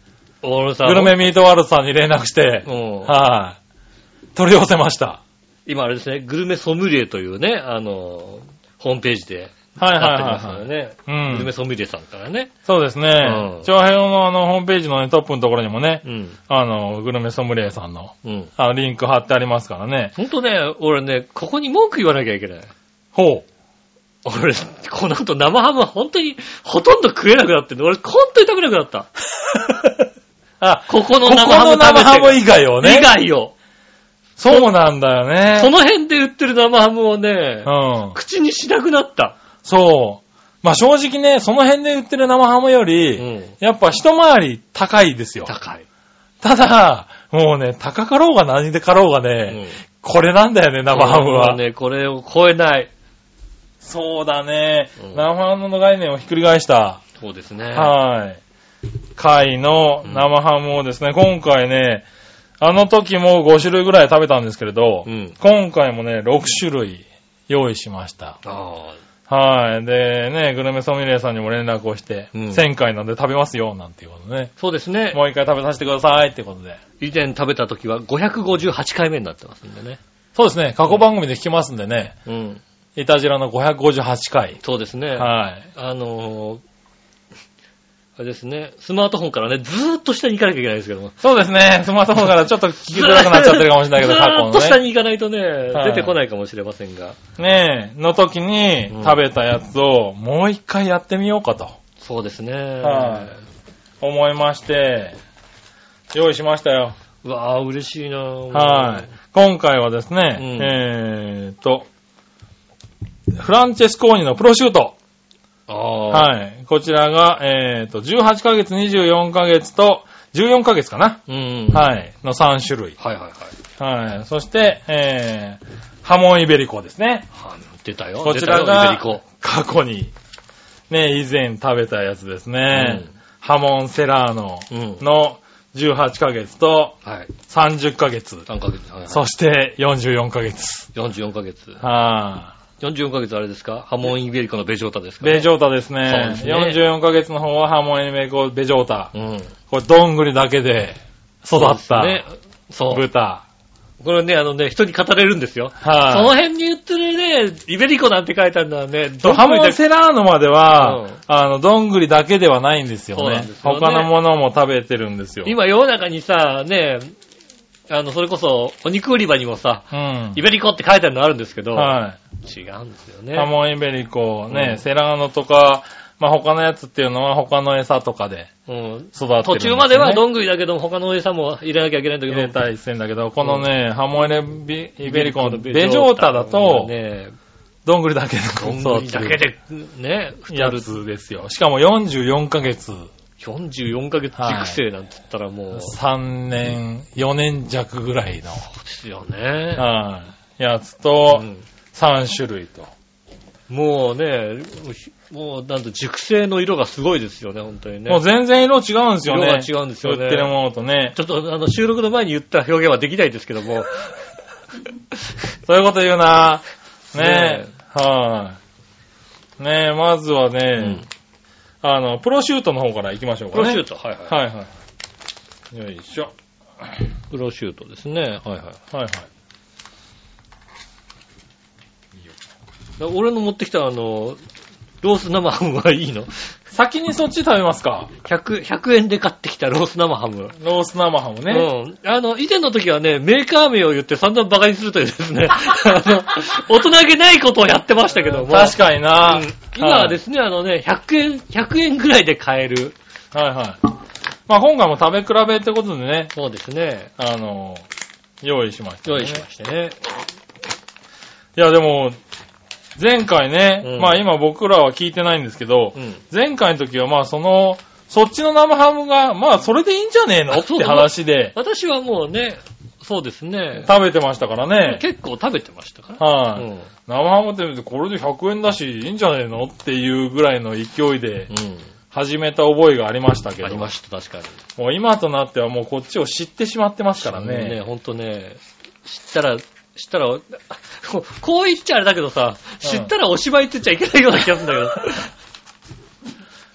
[SPEAKER 2] 俺さ、
[SPEAKER 3] グルメミートワールドさんに連絡して、
[SPEAKER 2] うん
[SPEAKER 3] はい、取り寄せました。
[SPEAKER 2] 今あれですね、グルメソムリエというね、あの、ホームページで
[SPEAKER 3] はいはい
[SPEAKER 2] なってますか
[SPEAKER 3] は
[SPEAKER 2] ら
[SPEAKER 3] い。
[SPEAKER 2] ね。
[SPEAKER 3] うん
[SPEAKER 2] グルメソミリエさんからね。
[SPEAKER 3] そうですね
[SPEAKER 2] う。ん
[SPEAKER 3] 長編のあの、ホームページのね、トップのところにもね、
[SPEAKER 2] うん。
[SPEAKER 3] あの、グルメソムリエさんの、
[SPEAKER 2] うん。
[SPEAKER 3] あの、リンク貼ってありますからね。
[SPEAKER 2] ほんとね、俺ね、ここに文句言わなきゃいけない。
[SPEAKER 3] ほう。
[SPEAKER 2] 俺、この後生ハムは本当にほとんど食えなくなってんの俺、本当に食べなくなった。
[SPEAKER 3] あ、
[SPEAKER 2] ここ
[SPEAKER 3] こ
[SPEAKER 2] の
[SPEAKER 3] この
[SPEAKER 2] 生ハム食べて
[SPEAKER 3] 生ハム以外をね
[SPEAKER 2] 以。外を。
[SPEAKER 3] そうなんだよね。
[SPEAKER 2] その辺で売ってる生ハムをね、
[SPEAKER 3] うん。
[SPEAKER 2] 口にしなくなった。
[SPEAKER 3] そう。まあ正直ね、その辺で売ってる生ハムより、
[SPEAKER 2] うん
[SPEAKER 3] やっぱ一回り高いですよ。
[SPEAKER 2] 高い。
[SPEAKER 3] ただ、もうね、高かろうが何でかろうがね、これなんだよね、生ハムは。
[SPEAKER 2] 俺ね、これを超えない。
[SPEAKER 3] そうだね、
[SPEAKER 2] うん
[SPEAKER 3] 生ハムの概念をひっくり返した。
[SPEAKER 2] そうですね。
[SPEAKER 3] はい。貝の生ハムをですね、今回ね、あの時も5種類ぐらい食べたんですけれど、
[SPEAKER 2] うん
[SPEAKER 3] 今回もね、6種類用意しました。
[SPEAKER 2] あ
[SPEAKER 3] はい。で、ね、グルメソミュレーさんにも連絡をして、
[SPEAKER 2] うん
[SPEAKER 3] 1000回なんで食べますよ、なんていうことね。
[SPEAKER 2] そうですね。
[SPEAKER 3] もう一回食べさせてくださいってことで。
[SPEAKER 2] 以前食べた時は558回目になってますんでね。
[SPEAKER 3] そうですね、過去番組で聞きますんでね、
[SPEAKER 2] うん。
[SPEAKER 3] イタジラの558回。
[SPEAKER 2] そうですね。
[SPEAKER 3] はい。
[SPEAKER 2] あのーあれですね、スマートフォンからね、ずーっと下に行かなきゃいけないんですけども。
[SPEAKER 3] そうですね、スマートフォンからちょっと聞きづらくなっちゃってるかもしれないけ ど、
[SPEAKER 2] ず
[SPEAKER 3] 過去
[SPEAKER 2] ー
[SPEAKER 3] の
[SPEAKER 2] っと下
[SPEAKER 3] ね。
[SPEAKER 2] に行かないとね、
[SPEAKER 3] はい
[SPEAKER 2] 出てこないかもしれませんが。
[SPEAKER 3] ねえ、の時に
[SPEAKER 2] うん
[SPEAKER 3] 食べたやつをもう一回やってみようかと
[SPEAKER 2] そうですね。
[SPEAKER 3] は思いまして、用意しましたよ。
[SPEAKER 2] うわあ、嬉しいな
[SPEAKER 3] はい。今回はですね、
[SPEAKER 2] うん
[SPEAKER 3] えーっと、フランチェスコーニのプロシュート。
[SPEAKER 2] ああ、
[SPEAKER 3] はい。こちらが、えーっと、18ヶ月、24ヶ月と、14ヶ月かな、
[SPEAKER 2] うん。
[SPEAKER 3] はい。の3種類。
[SPEAKER 2] はいはいはい。
[SPEAKER 3] はい。そして、えー、ハモンイベリコですね。
[SPEAKER 2] はあ出たよ。
[SPEAKER 3] こちらが
[SPEAKER 2] 出たよイベリコ
[SPEAKER 3] 過去に、ね、以前食べたやつですね。
[SPEAKER 2] うん
[SPEAKER 3] ハモンセラーノ
[SPEAKER 2] うん
[SPEAKER 3] の18ヶ月と
[SPEAKER 2] はい。
[SPEAKER 3] 30ヶ月。
[SPEAKER 2] 3ヶ月。はいはい
[SPEAKER 3] そして44ヶ月。
[SPEAKER 2] 44ヶ月。
[SPEAKER 3] は
[SPEAKER 2] 44ヶ月あれですかハモンイベリコのベジョータです
[SPEAKER 3] い。
[SPEAKER 2] か
[SPEAKER 3] ベジョータです
[SPEAKER 2] そう
[SPEAKER 3] ね
[SPEAKER 2] で。すね
[SPEAKER 3] 44ヶ月の方はハモンエメコベジョータ。
[SPEAKER 2] うん。
[SPEAKER 3] これ、どんぐりだけで育っ
[SPEAKER 2] そう
[SPEAKER 3] た
[SPEAKER 2] ですね。そう。
[SPEAKER 3] 豚。
[SPEAKER 2] これね、あのね、人に語れるんですよ。その
[SPEAKER 3] は
[SPEAKER 2] 辺に売ってるね、イベリコなんて書いてあるのはね、
[SPEAKER 3] い。ハモン
[SPEAKER 2] セ
[SPEAKER 3] セラーノまで
[SPEAKER 2] う
[SPEAKER 3] は
[SPEAKER 2] ん、
[SPEAKER 3] あの、どんぐりだけではないんですよ
[SPEAKER 2] そうな
[SPEAKER 3] ね
[SPEAKER 2] んです。よね
[SPEAKER 3] 他のものも食べてるんですよ。
[SPEAKER 2] 今世の中にさ、ね、あの、それこそ、お肉売り場にもさ、
[SPEAKER 3] うん
[SPEAKER 2] イ。ベリコって書いてあるのあるんですけど、
[SPEAKER 3] は
[SPEAKER 2] 違うんですよ
[SPEAKER 3] い。
[SPEAKER 2] ね。
[SPEAKER 3] ハモンイベリコ、
[SPEAKER 2] う
[SPEAKER 3] ね、
[SPEAKER 2] ん
[SPEAKER 3] セラーノとか、まあ、他のやつっていうのは他の餌とかで
[SPEAKER 2] うん、
[SPEAKER 3] 育ってるんですよね。
[SPEAKER 2] 途中まではどんぐりだけども、他の餌も入れなきゃいけないんだけ
[SPEAKER 3] 入
[SPEAKER 2] ど、
[SPEAKER 3] れたい線だけど、このね、ハモエレビイベリコのベジ
[SPEAKER 2] ジ
[SPEAKER 3] ョ
[SPEAKER 2] ョ
[SPEAKER 3] ータだと、
[SPEAKER 2] ね、
[SPEAKER 3] どんぐりだけの
[SPEAKER 2] どんぐりだけで、ね、
[SPEAKER 3] やつですよ。しかも44ヶ月、
[SPEAKER 2] 44ヶ月熟成なんて言ったらもう、
[SPEAKER 3] 3年、4年弱ぐらいの、
[SPEAKER 2] そうですよね。
[SPEAKER 3] はいやつと
[SPEAKER 2] う、ん
[SPEAKER 3] 3種類と。
[SPEAKER 2] もうね、もうなんと熟成の色がすごいですよね、本当にね。
[SPEAKER 3] もう全然色違うんですよね。
[SPEAKER 2] 色が違うんですよね
[SPEAKER 3] 売ってるものとね。
[SPEAKER 2] ちょっとあの収録の前に言った表現はできないですけども、
[SPEAKER 3] そういうこと言うなね
[SPEAKER 2] ね
[SPEAKER 3] え。はい。ねえ、まずはね、あの、プロシュートの方から行きましょう
[SPEAKER 2] プ
[SPEAKER 3] かね。
[SPEAKER 2] ロシュート、はいは
[SPEAKER 3] はいはい。よいしょ。
[SPEAKER 2] い。プロシュートですね、はいはい。
[SPEAKER 3] はいはい。
[SPEAKER 2] 俺の持ってきたあの、ロース生ハムはいいの
[SPEAKER 3] 先にそっち食べますか。
[SPEAKER 2] 100, 100円で買ってきたロース生ハム。
[SPEAKER 3] ロース生ハムね。
[SPEAKER 2] うん。あの、以前の時はね、メーカー名を言って散々馬鹿にするというです ね、あの、大人げないことをやってましたけども。
[SPEAKER 3] 確かにな、、
[SPEAKER 2] うん今はですすね、あのね、100円、100円ぐらいで買える。
[SPEAKER 3] はい。はいはいまあ今回も食べ比べってことでね、
[SPEAKER 2] そうですね。
[SPEAKER 3] あの、用意しました、
[SPEAKER 2] 用意しましてね。
[SPEAKER 3] いやでも、前回ね、
[SPEAKER 2] うん
[SPEAKER 3] まあ今僕らは聞いてないんですけど、
[SPEAKER 2] うん。
[SPEAKER 3] 前回の時はまあその、そっちの生ハムが、まあそれでいいんじゃねえの
[SPEAKER 2] あ
[SPEAKER 3] っ
[SPEAKER 2] そう
[SPEAKER 3] て話で
[SPEAKER 2] 私はもうね、そうですね。
[SPEAKER 3] 食べてましたからね。
[SPEAKER 2] 結構食べてましたから。
[SPEAKER 3] はい、
[SPEAKER 2] うん。
[SPEAKER 3] 生ハムってこれで100円だし、いいんじゃねえのっていうぐらいの勢いで
[SPEAKER 2] う
[SPEAKER 3] 始めた覚えがありましたけ
[SPEAKER 2] ん。あり
[SPEAKER 3] ど。
[SPEAKER 2] ました、確かに。
[SPEAKER 3] もう今となってはもうこっちを知ってしまってますからね。
[SPEAKER 2] ほんとね、知ったら、知ったら、 ここう言っちゃあれだけどさ、知ったらおしまいって言っちゃいけないような気がするんだけど。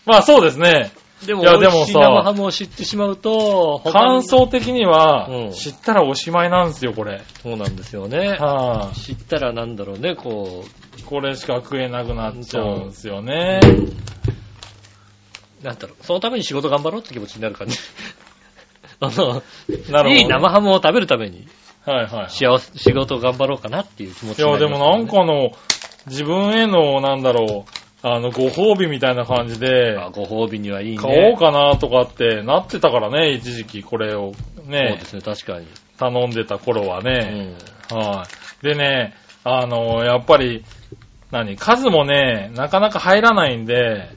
[SPEAKER 3] まあそうですね。
[SPEAKER 2] でも、
[SPEAKER 3] いやで
[SPEAKER 2] 美
[SPEAKER 3] もさ
[SPEAKER 2] 味しい生ハムを知ってしまうと、他の
[SPEAKER 3] 感想的に
[SPEAKER 2] うん
[SPEAKER 3] は、知ったらおしまいなんですよ、これ。
[SPEAKER 2] そうなんですよね。
[SPEAKER 3] は
[SPEAKER 2] 知ったらなんだろうね、こ
[SPEAKER 3] い。これしか食えなくなっちゃうんですよね。
[SPEAKER 2] う、なんだろう、そのために仕事頑張ろうって気持ちになる感じ。 あの、
[SPEAKER 3] なるほど。
[SPEAKER 2] いい生ハムを食べるために、
[SPEAKER 3] はいはい。
[SPEAKER 2] 幸せ、仕事を頑張ろうかなっていう気持ち
[SPEAKER 3] い
[SPEAKER 2] にな
[SPEAKER 3] や、で
[SPEAKER 2] りま
[SPEAKER 3] も
[SPEAKER 2] す
[SPEAKER 3] なんかの、自分への、なんだろう、あの、ご褒美みたいな感じで、
[SPEAKER 2] あご褒美にはいいね。
[SPEAKER 3] 買おうかなとかってなってたからね、一時期これを
[SPEAKER 2] そう
[SPEAKER 3] ね
[SPEAKER 2] で、すね、確かに。
[SPEAKER 3] 頼んでた頃は
[SPEAKER 2] う
[SPEAKER 3] ね。
[SPEAKER 2] ん。
[SPEAKER 3] はい。でね、あの、やっぱり、何、数もね、なかなか入らないんで、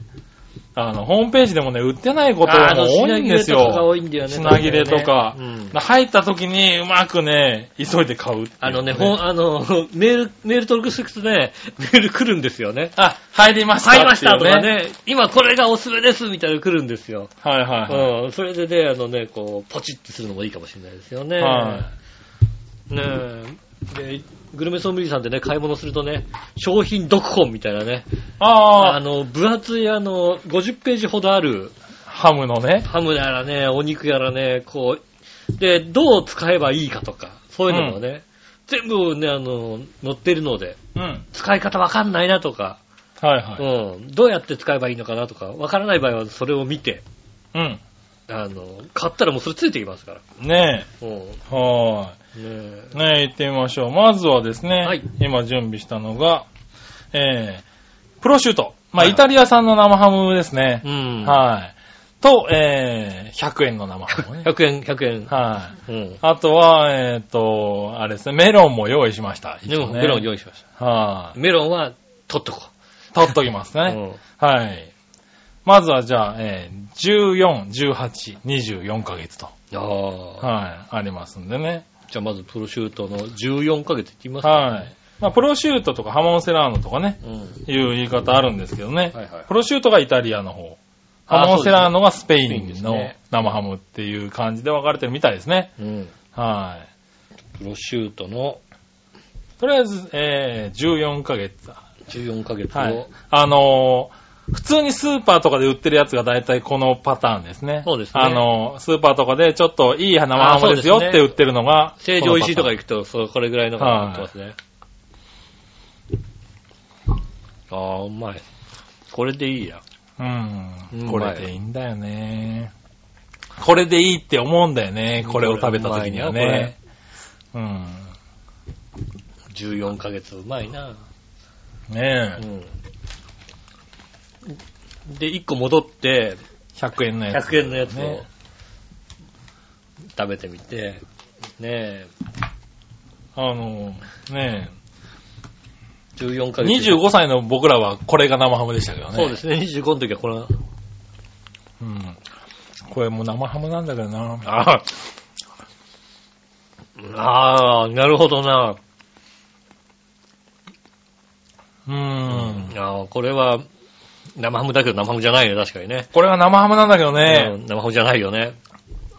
[SPEAKER 3] あの、ホームページでもね、売ってないこと
[SPEAKER 2] ああの
[SPEAKER 3] も多いんです
[SPEAKER 2] 品切れとかが
[SPEAKER 3] よ。
[SPEAKER 2] 多いんだよね。
[SPEAKER 3] 品切れとか
[SPEAKER 2] うん
[SPEAKER 3] 入った時にうまくね、急いで買うっていう
[SPEAKER 2] あのね、ほん、あの、 メール、メール登録していくとね、 メール来るんですよね。
[SPEAKER 3] あ、入りましたっ
[SPEAKER 2] 買
[SPEAKER 3] てい
[SPEAKER 2] いうましたとか。ね、今これがおすすめですみたいなの来るんですよ。
[SPEAKER 3] はいはいはい。
[SPEAKER 2] うん。それでね、あのね、こう、ポチってするのもいいかもしれないですよね。
[SPEAKER 3] は
[SPEAKER 2] ねえ。で、グルメソムリエさんでね、買い物するとね、商品読本みたいなね、あ
[SPEAKER 3] ああ、
[SPEAKER 2] の、分厚いあの、50ページほどある、
[SPEAKER 3] ハムのね。
[SPEAKER 2] ハムやらね、お肉やらね、こう、で、どう使えばいいかとか、そういうのもね、全部ね、あの、載ってるので、
[SPEAKER 3] うん。はい
[SPEAKER 2] 使い方わかんないなとか、
[SPEAKER 3] はい。
[SPEAKER 2] うん、どうやって使えばいいのかなとか、わからない場合はそれを見て、
[SPEAKER 3] うん。
[SPEAKER 2] あの、買ったらもうそれついてきますから。
[SPEAKER 3] ね
[SPEAKER 2] うん。ね
[SPEAKER 3] え。は
[SPEAKER 2] え
[SPEAKER 3] ーい。ねえ、行ってみましょう。まずはですね、
[SPEAKER 2] はい
[SPEAKER 3] 今準備したのが、えー、プロシュート。まあ、
[SPEAKER 2] はい
[SPEAKER 3] イタリア産の生ハムですね
[SPEAKER 2] う。ん。
[SPEAKER 3] はい。と、えー、100円の生ハムね。
[SPEAKER 2] 100円、100円。
[SPEAKER 3] はい。
[SPEAKER 2] うん。
[SPEAKER 3] あとは、えっ、と、あれですね、メロンも用意しました。
[SPEAKER 2] でも、メロン
[SPEAKER 3] 用意。
[SPEAKER 2] 用意しました。
[SPEAKER 3] はい。
[SPEAKER 2] メロンは取っとこ
[SPEAKER 3] 取っときます
[SPEAKER 2] う。
[SPEAKER 3] ね。はい。まずはじゃあ、えー、14、18、24ヶ月と。
[SPEAKER 2] うん。ああ。
[SPEAKER 3] はい、ありますんでね。
[SPEAKER 2] じゃあまずプロシュートの14ヶ月いきますか。
[SPEAKER 3] はい。まあ、プロシュートとかハモンセラーノとかね、
[SPEAKER 2] うん。
[SPEAKER 3] いう言い方あるんですけどね。
[SPEAKER 2] はいはい
[SPEAKER 3] プロシュートがイタリアの方。
[SPEAKER 2] あ
[SPEAKER 3] ハモンセラーノがスペ
[SPEAKER 2] そう
[SPEAKER 3] イ
[SPEAKER 2] です
[SPEAKER 3] ンの
[SPEAKER 2] ね
[SPEAKER 3] 生ハムっていう感じで分かれてるみたいですね。
[SPEAKER 2] うん。
[SPEAKER 3] は
[SPEAKER 2] プロシュートの
[SPEAKER 3] い。とりあえず、えー、14ヶ月。
[SPEAKER 2] 14ヶ月を、
[SPEAKER 3] はい。あのー普通にスーパーとかで売ってるやつが大体このパターンですね。
[SPEAKER 2] そうですね
[SPEAKER 3] あのースーパーとかでちょっといい生ハムですよ
[SPEAKER 2] あーそうです
[SPEAKER 3] って
[SPEAKER 2] ね
[SPEAKER 3] 売ってるのが。
[SPEAKER 2] 成城石井とか
[SPEAKER 3] この
[SPEAKER 2] 行くと、そう、これぐらいのがなってますね。ああ、うまい。これでいいや。
[SPEAKER 3] パターン。
[SPEAKER 2] う
[SPEAKER 3] うんん。これでいいんだよね。これでいいって思うんだよね。これを食べた時には
[SPEAKER 2] うまいな
[SPEAKER 3] ね。うん。
[SPEAKER 2] 14ヶ月うまいな。
[SPEAKER 3] ね
[SPEAKER 2] う
[SPEAKER 3] え。
[SPEAKER 2] ん。で、1個戻って、
[SPEAKER 3] 100円のやつ。
[SPEAKER 2] 100円のやつを
[SPEAKER 3] ね
[SPEAKER 2] 食べてみて、ねえ、
[SPEAKER 3] あのー、ね
[SPEAKER 2] 14ヶ
[SPEAKER 3] え。
[SPEAKER 2] 月。
[SPEAKER 3] 25歳の僕らはこれが生ハムでしたけどね。
[SPEAKER 2] そうですね、25の時はこれ、
[SPEAKER 3] うん。これもう生ハムなんだけどな。
[SPEAKER 2] ああ、なるほどな。
[SPEAKER 3] う。
[SPEAKER 2] うんああ、これは、生ハムだけど生ハムじゃないね、確かにね。
[SPEAKER 3] これが生ハムなんだけど
[SPEAKER 2] う
[SPEAKER 3] ね、
[SPEAKER 2] ん生ハムじゃないよね。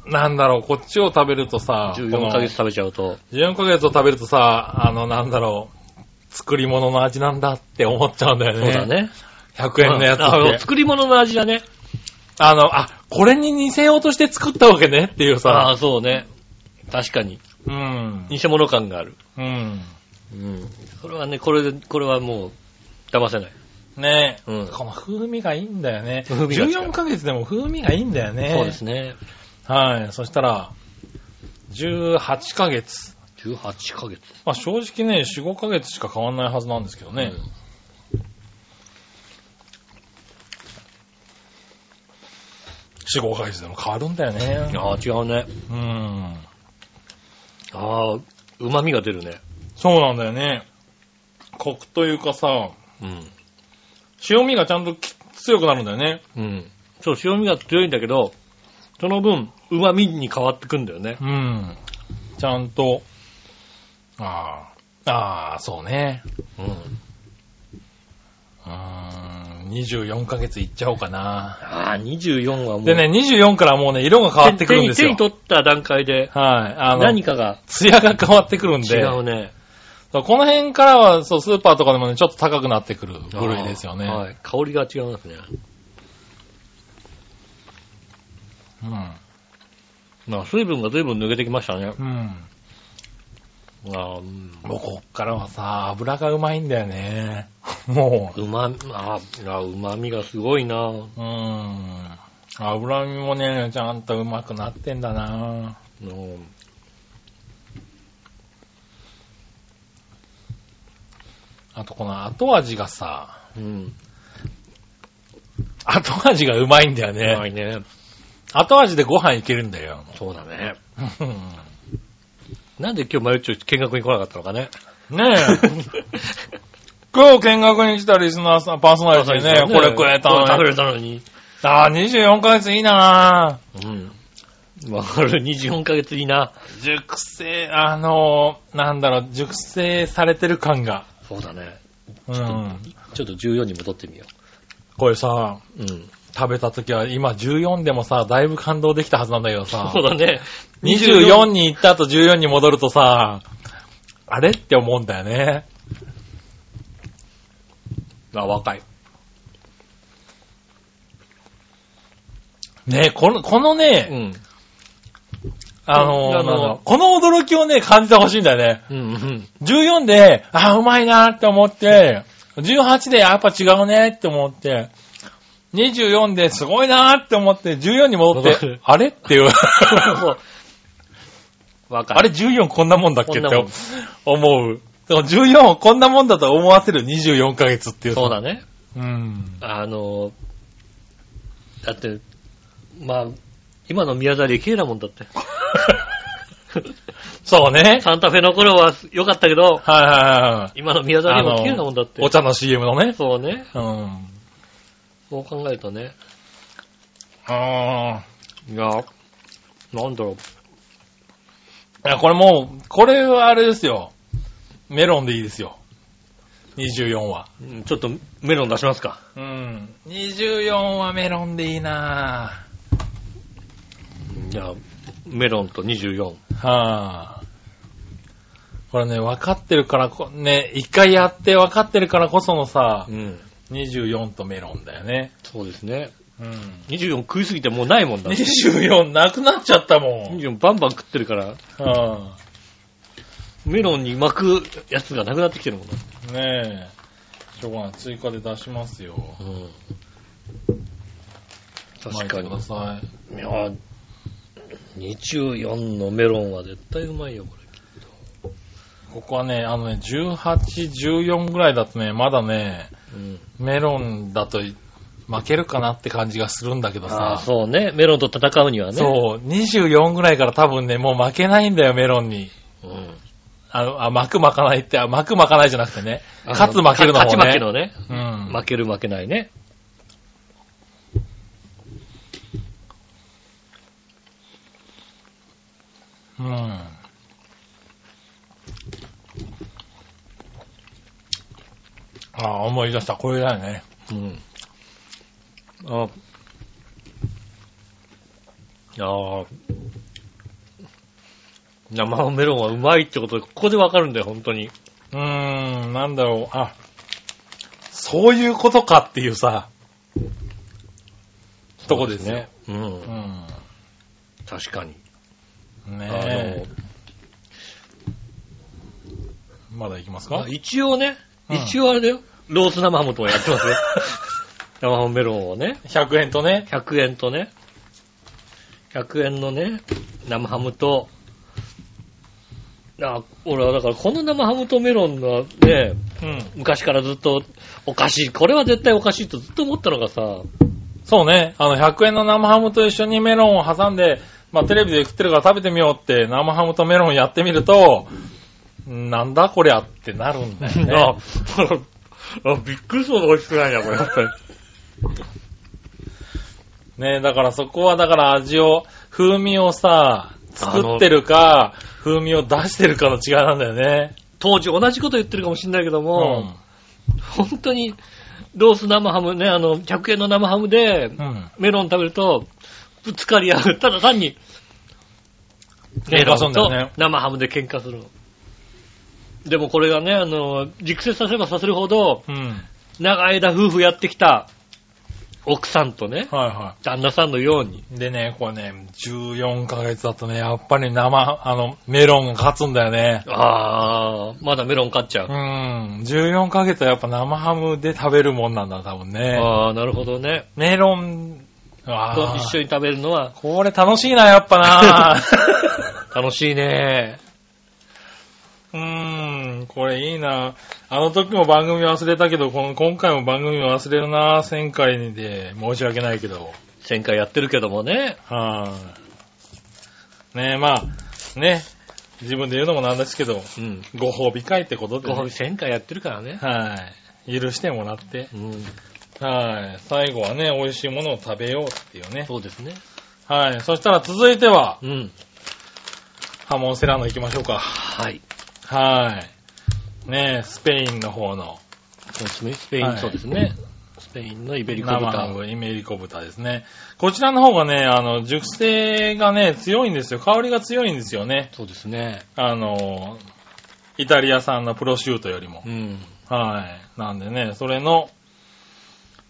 [SPEAKER 3] なんだろう、こっちを食べるとさ、こ
[SPEAKER 2] 14
[SPEAKER 3] の
[SPEAKER 2] ヶ月食べちゃうと。
[SPEAKER 3] 14ヶ月を食べるとさ、あの、なんだろう、作り物の味なんだって思っちゃうんだよ
[SPEAKER 2] そ
[SPEAKER 3] ね。
[SPEAKER 2] うだ。ね。
[SPEAKER 3] 100円のやつ
[SPEAKER 2] あの
[SPEAKER 3] って。
[SPEAKER 2] 作り物の味だね。
[SPEAKER 3] あの、あ、これに似せようとして作ったわけねっていう
[SPEAKER 2] あ
[SPEAKER 3] さ。
[SPEAKER 2] あ、そうね。確かに。
[SPEAKER 3] うん。
[SPEAKER 2] 偽物感がある。
[SPEAKER 3] うん。
[SPEAKER 2] うん。それはね、これで、これはもう、騙せない。
[SPEAKER 3] ねえ、
[SPEAKER 2] うん
[SPEAKER 3] この風味がいいんだよね。
[SPEAKER 2] 風味が違う
[SPEAKER 3] 14ヶ月でも風味がいいんだよね。
[SPEAKER 2] そうですね。
[SPEAKER 3] はい。そしたら、18ヶ月。
[SPEAKER 2] 18ヶ月。
[SPEAKER 3] まあ正直ね、4、5ヶ月しか変わんないはずなんですけどね。4、5ヶ月でも変わるんだよ
[SPEAKER 2] うん。
[SPEAKER 3] ね。
[SPEAKER 2] ああ、違うね。
[SPEAKER 3] うん。
[SPEAKER 2] ああ、旨味が出るね。
[SPEAKER 3] そうなんだよね。コクというかさ、
[SPEAKER 2] うん。
[SPEAKER 3] 塩味がちゃんとき強くなるんだよね。
[SPEAKER 2] うん。そう、塩味が強いんだけど、その分、旨味に変わってくんだよね。
[SPEAKER 3] うん。ちゃんと、ああ、ああ、そうね。
[SPEAKER 2] うん。
[SPEAKER 3] うーん、24ヶ月いっちゃおうかな。
[SPEAKER 2] ああ、24はもう。
[SPEAKER 3] でね、24からもうね、色が変わってくるんです
[SPEAKER 2] 手
[SPEAKER 3] よ
[SPEAKER 2] に。手に取った段階で、
[SPEAKER 3] はい。あの、
[SPEAKER 2] 何かが
[SPEAKER 3] 艶が変わってくるんで。
[SPEAKER 2] 違うね。
[SPEAKER 3] そうこの辺からは、そう、スーパーとかでもね、ちょっと高くなってくる部類ですよね。
[SPEAKER 2] はい。香りが違いますね。
[SPEAKER 3] うん。
[SPEAKER 2] まあ、水分が随分抜けてきましたね。
[SPEAKER 3] うん。
[SPEAKER 2] あーうん
[SPEAKER 3] もうこっからはさ、油がうまいんだよね。 も
[SPEAKER 2] うま、あー、あうまみがすごいな
[SPEAKER 3] う、うん。油身もね、ちゃんとうまくなってんだな
[SPEAKER 2] うん
[SPEAKER 3] あとこの後味がさ、
[SPEAKER 2] うん。
[SPEAKER 3] 後味がうまいんだよ
[SPEAKER 2] うま
[SPEAKER 3] ね。
[SPEAKER 2] いね。
[SPEAKER 3] 後味でご飯いけるんだよ。
[SPEAKER 2] そうだね。
[SPEAKER 3] うん
[SPEAKER 2] なんで今日マヨッチョ見学に来なかったのか ね。
[SPEAKER 3] ねえ。 今日見学に来たリスナーさん、パーソナリティね、これくれた
[SPEAKER 2] これ食
[SPEAKER 3] の
[SPEAKER 2] べ
[SPEAKER 3] に。
[SPEAKER 2] れたのに。
[SPEAKER 3] ああ、24ヶ月いいなぁ。
[SPEAKER 2] うん。わかる。24ヶ月いいな。
[SPEAKER 3] 熟成、あのー、なんだろう、熟成されてる感が。
[SPEAKER 2] そうだね。
[SPEAKER 3] うん。
[SPEAKER 2] ちょっと14に戻ってみよ
[SPEAKER 3] これさ、
[SPEAKER 2] う。うん。
[SPEAKER 3] 食べた時は今14でもさ、だいぶ感動できたはずなんだけどさ
[SPEAKER 2] そ、うだね。
[SPEAKER 3] 24に行った後14に戻るとさ、あれって思うんだよね。
[SPEAKER 2] あ、若い。
[SPEAKER 3] ねこの、この
[SPEAKER 2] う
[SPEAKER 3] ね、
[SPEAKER 2] ん。あ
[SPEAKER 3] あのー
[SPEAKER 2] のー
[SPEAKER 3] なんだろうこの驚きをね、感じてほしいんだよね。
[SPEAKER 2] うん、 うん。
[SPEAKER 3] 14で、あーうまいなーって思って、18でやっぱ違うねーって思って、24ですごいなーって思って、14に戻っ
[SPEAKER 2] わか
[SPEAKER 3] て
[SPEAKER 2] る、
[SPEAKER 3] あれっていう。
[SPEAKER 2] そう若い。
[SPEAKER 3] あれ14こんなもんだっ
[SPEAKER 2] こ
[SPEAKER 3] け
[SPEAKER 2] ん
[SPEAKER 3] っ
[SPEAKER 2] なもん
[SPEAKER 3] て思う。でも14をこんなもんだと思わせる24ヶ月っていう。
[SPEAKER 2] そうだね。
[SPEAKER 3] うん。
[SPEAKER 2] あの、だって、まあ、今の宮沢り綺麗だもんだ って。
[SPEAKER 3] そうね。
[SPEAKER 2] サンタフェの頃は良かったけど、
[SPEAKER 3] はいはいはいはい。
[SPEAKER 2] 今の宮沢りも綺麗だもんだって
[SPEAKER 3] お。茶の CM のね。
[SPEAKER 2] そうね。
[SPEAKER 3] うん。
[SPEAKER 2] そう考えるとね。
[SPEAKER 3] あ
[SPEAKER 2] いや、なんだろう。
[SPEAKER 3] ーいやこれもう、これはあれですよ。メロンでいいですよ。24は。
[SPEAKER 2] うんちょっとメロン出しますか。
[SPEAKER 3] うん。24はメロンでいいな
[SPEAKER 2] じゃあ、メロンと24。
[SPEAKER 3] ぁ。はぁ。これね、分かってるからこ、ね、一回やって分かってるからこそのさ、
[SPEAKER 2] うん。
[SPEAKER 3] 24とメロンだよね。
[SPEAKER 2] そうですね。
[SPEAKER 3] うん。
[SPEAKER 2] 24食いすぎてもうないもん だって。
[SPEAKER 3] 24なくなっちゃったもん。
[SPEAKER 2] 24バンバン食ってるから、
[SPEAKER 3] う
[SPEAKER 2] メロンに巻くやつがなくなってきてるもんだ。
[SPEAKER 3] ん。ねえ。しょうがない。追加で出しますよ。
[SPEAKER 2] うん。確かに。
[SPEAKER 3] 巻いてくださ
[SPEAKER 2] いや、24のメロンは絶対うまいよ、こ
[SPEAKER 3] い。ここはね、あのね、18、14ぐらいだとね、まだね、
[SPEAKER 2] れ。うん。
[SPEAKER 3] メロンだとい負けるかなって感じがするんだけど
[SPEAKER 2] ああ、
[SPEAKER 3] さ。
[SPEAKER 2] そうね。メロンと戦うにはね。
[SPEAKER 3] そう、24ぐらいから多分ね、もう負けないんだよ、メロンに。
[SPEAKER 2] う。ん。
[SPEAKER 3] あの、あ、巻く巻かないって、あ、巻く巻かないじゃなくてね。勝つ負けるの
[SPEAKER 2] 勝
[SPEAKER 3] も
[SPEAKER 2] ち
[SPEAKER 3] ね。
[SPEAKER 2] 負けのね。
[SPEAKER 3] うん。
[SPEAKER 2] 負ける負けないね。
[SPEAKER 3] うん。ああ、思い出した。これだよね。
[SPEAKER 2] うん。ああ。生のメロンはうまいってことで、ここでわかるんだよ、本当に。
[SPEAKER 3] うーん、なんだろう。あ、そういうことかっていうさ、とこですね。
[SPEAKER 2] う。
[SPEAKER 3] うんん。
[SPEAKER 2] 確かに。
[SPEAKER 3] ねえ。まだいきます
[SPEAKER 2] あの
[SPEAKER 3] か
[SPEAKER 2] 一応ね、
[SPEAKER 3] うん
[SPEAKER 2] 一応あれだよ。ロース生ハムともやってます よ。生ハムメロンをね。
[SPEAKER 3] ?100 円とね。
[SPEAKER 2] 100円とね、100円のね、生ハムと、あ俺はだからこの生ハムとメロンのね、
[SPEAKER 3] うん。
[SPEAKER 2] 昔からずっとおかしい、これは絶対おかしいとずっと思ったのがさ、
[SPEAKER 3] そうね。あの、100円の生ハムと一緒にメロンを挟んで、まあ、テレビで食ってるから食べてみようって、生ハムとメロンやってみると、なんだこりゃって なるんだよね。
[SPEAKER 2] あ、びっくりするほど美味しくないな、これ。
[SPEAKER 3] ねだからそこはだから味を、風味をさ、作ってるか、風味を出してるかの違いなんだよね。
[SPEAKER 2] 当時同じこと言ってるかもしれないけど
[SPEAKER 3] う
[SPEAKER 2] も、本当に、ロース生ハムね、あの、100円の生ハムで、
[SPEAKER 3] うん。
[SPEAKER 2] メロン食べると、ぶつかり合う。ただ単に、メ
[SPEAKER 3] 喧
[SPEAKER 2] ロ
[SPEAKER 3] 嘩すん
[SPEAKER 2] ン
[SPEAKER 3] だよ
[SPEAKER 2] と
[SPEAKER 3] ね
[SPEAKER 2] 生ハムで喧嘩するの。でもこれがね、あの、熟成させればさせるほど、
[SPEAKER 3] うん。
[SPEAKER 2] 長い間夫婦やってきた、奥さんとね、
[SPEAKER 3] はいは
[SPEAKER 2] 旦那さんのように。
[SPEAKER 3] い。でね、これね、14ヶ月だとね、やっぱり生、あの、メロンが勝つんだよね。
[SPEAKER 2] ああ、まだメロン買っちゃう
[SPEAKER 3] う。ん。14ヶ月はやっぱ生ハムで食べるもんなんだ、多分ね。
[SPEAKER 2] ああ、なるほどね。
[SPEAKER 3] メロン、
[SPEAKER 2] と
[SPEAKER 3] あ
[SPEAKER 2] 一
[SPEAKER 3] あ、
[SPEAKER 2] 緒に食べるのは
[SPEAKER 3] これ楽しいな、やっぱな。
[SPEAKER 2] 楽しいね。
[SPEAKER 3] うーん、これいいな。あの時も番組忘れたけど、この今回も番組忘れるな、1000回で申し訳ないけど。
[SPEAKER 2] 前回やってるけどもね。
[SPEAKER 3] はい、ねえ、まあ、ね、自分で言うのもなんですけど、
[SPEAKER 2] うん。
[SPEAKER 3] ご褒美会ってことで、
[SPEAKER 2] ご
[SPEAKER 3] ね。
[SPEAKER 2] 褒美前回やってるからね。
[SPEAKER 3] はい、許してもらって。
[SPEAKER 2] うん。
[SPEAKER 3] はい、最後はね、美味しいものを食べようっていうね。
[SPEAKER 2] そうですね。
[SPEAKER 3] はい。そしたら続いては、
[SPEAKER 2] うん。
[SPEAKER 3] ハモンセラーノ行きましょうか。
[SPEAKER 2] はい。
[SPEAKER 3] はい。ねえ、スペインの方の
[SPEAKER 2] スペスペイン、
[SPEAKER 3] はい
[SPEAKER 2] そうですね。スペインのイベリコ
[SPEAKER 3] 生
[SPEAKER 2] 豚
[SPEAKER 3] ハ。ムイメリコ豚ですね。こちらの方がね、あの、熟成がね、強いんですよ。香りが強いんですよね。
[SPEAKER 2] そうですね。
[SPEAKER 3] あの、イタリア産のプロシュートよりも
[SPEAKER 2] う。ん。
[SPEAKER 3] はい。なんでね、それの、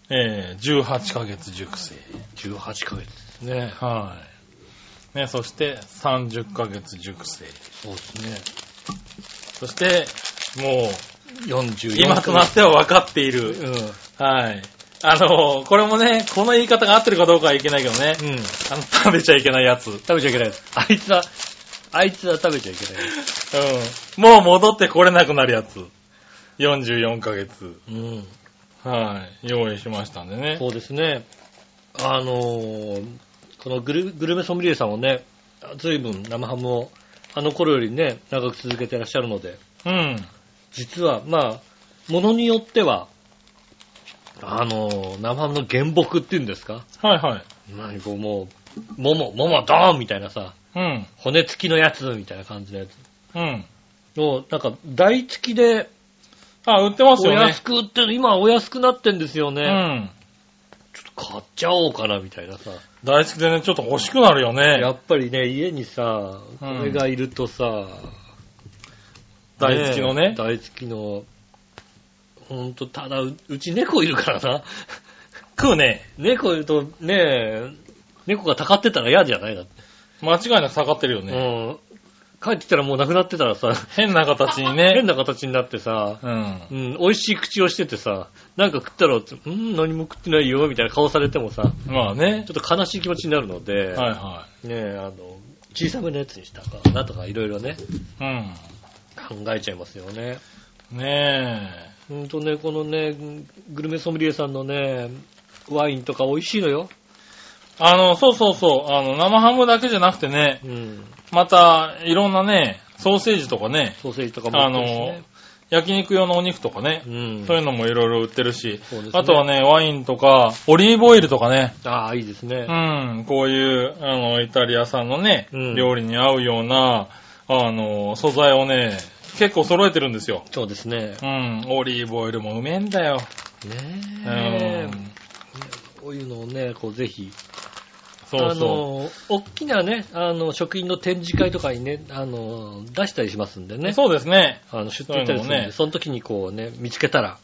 [SPEAKER 3] えー、18ヶ月熟成。
[SPEAKER 2] 18ヶ月ですね。
[SPEAKER 3] はい。ね、そして30ヶ月熟成。
[SPEAKER 2] そうですね。
[SPEAKER 3] そして、もう、
[SPEAKER 2] 44
[SPEAKER 3] 今となっては分かっている。
[SPEAKER 2] うん。
[SPEAKER 3] はい。あの、これもね、この言い方が合ってるかどうかはいけないけどね。
[SPEAKER 2] うん。
[SPEAKER 3] あの、食べちゃいけないやつ。
[SPEAKER 2] 食べちゃいけないです。あいつは、あいつは食べちゃいけないです。
[SPEAKER 3] うん。もう戻ってこれなくなるやつ。44ヶ月。
[SPEAKER 2] うん。
[SPEAKER 3] はい。用意しましたんでね。
[SPEAKER 2] そうですね。あのーこのグルグルメソムリエさんもね、随分生ハムをあの頃よりね、長く続けてらっしゃるので、
[SPEAKER 3] うん。
[SPEAKER 2] 実は、まあ、ものによっては、あのー生ハムの原木っていうんですか
[SPEAKER 3] はいはい。
[SPEAKER 2] 何こうもう、もも、ももドーンみたいなさ、
[SPEAKER 3] うん。
[SPEAKER 2] 骨付きのやつみたいな感じのやつ
[SPEAKER 3] うん。
[SPEAKER 2] を、なんか、台付きで、
[SPEAKER 3] あ、売ってます
[SPEAKER 2] お
[SPEAKER 3] よね
[SPEAKER 2] 安。く売ってる、今お安くなってんですよね。
[SPEAKER 3] うん。
[SPEAKER 2] ちょっと買っちゃおうかな、みたいなさ。
[SPEAKER 3] 大好きでね、ちょっと欲しくなるよね。
[SPEAKER 2] やっぱりね、家にさ、こ
[SPEAKER 3] うん
[SPEAKER 2] れがいるとさ、
[SPEAKER 3] 大好きのね
[SPEAKER 2] 大好きの、ほんと、ただ、ううち猫いるからな。
[SPEAKER 3] 食うね。
[SPEAKER 2] 猫いると、ねえ、猫がたかってたら嫌じゃないだって。
[SPEAKER 3] 間違いなく下がってるよね。
[SPEAKER 2] うん。帰ってきたらもうなくなってたらさ、
[SPEAKER 3] 変な形にね。
[SPEAKER 2] 変な形になってさ、
[SPEAKER 3] うん。
[SPEAKER 2] うん、美味しい口をしててさ、なんか食ったら、うん、何も食ってないよ、みたいな顔されてもさ、
[SPEAKER 3] まあね
[SPEAKER 2] ち。ょっと悲しい気持ちになるので、
[SPEAKER 3] はいは
[SPEAKER 2] ねえ、あの、小さめのやつにしたかなとか、いろいろね、
[SPEAKER 3] い。うん。
[SPEAKER 2] 考えちゃいますよね。
[SPEAKER 3] ね
[SPEAKER 2] ほんとね、このね、グルメソムリエさんのね、ワインとか美味しいのよ。
[SPEAKER 3] え。あの、そうそうそう。あの、生ハムだけじゃなくてね、
[SPEAKER 2] うん。
[SPEAKER 3] また、いろんなね、ソーセージとかね、
[SPEAKER 2] ソーセージとかも売ってるしね。
[SPEAKER 3] 焼肉用のお肉とかね、
[SPEAKER 2] うん。
[SPEAKER 3] そういうのもいろいろ売ってるし、
[SPEAKER 2] そうですね
[SPEAKER 3] あとはね、ワインとか、オリーブオイルとかね、
[SPEAKER 2] ああ、いいですね
[SPEAKER 3] う。ん、こういう、あの、イタリア産のね、
[SPEAKER 2] うん
[SPEAKER 3] 料理に合うような、あの、素材をね、結構揃えてるんですよ。
[SPEAKER 2] そうですね
[SPEAKER 3] う。ん、オリーブオイルもうめえんだよ。
[SPEAKER 2] ね
[SPEAKER 3] う
[SPEAKER 2] え。
[SPEAKER 3] ん、
[SPEAKER 2] こういうのをね、こうぜひ。
[SPEAKER 3] そうそ
[SPEAKER 2] あの、大きなね、あの、食品の展示会とかにね、あの、出したりしますんで
[SPEAKER 3] う。
[SPEAKER 2] ね。
[SPEAKER 3] そうですね。
[SPEAKER 2] あの、出店したりするん
[SPEAKER 3] そういうのもね
[SPEAKER 2] で、その時にこうね、見つけたら。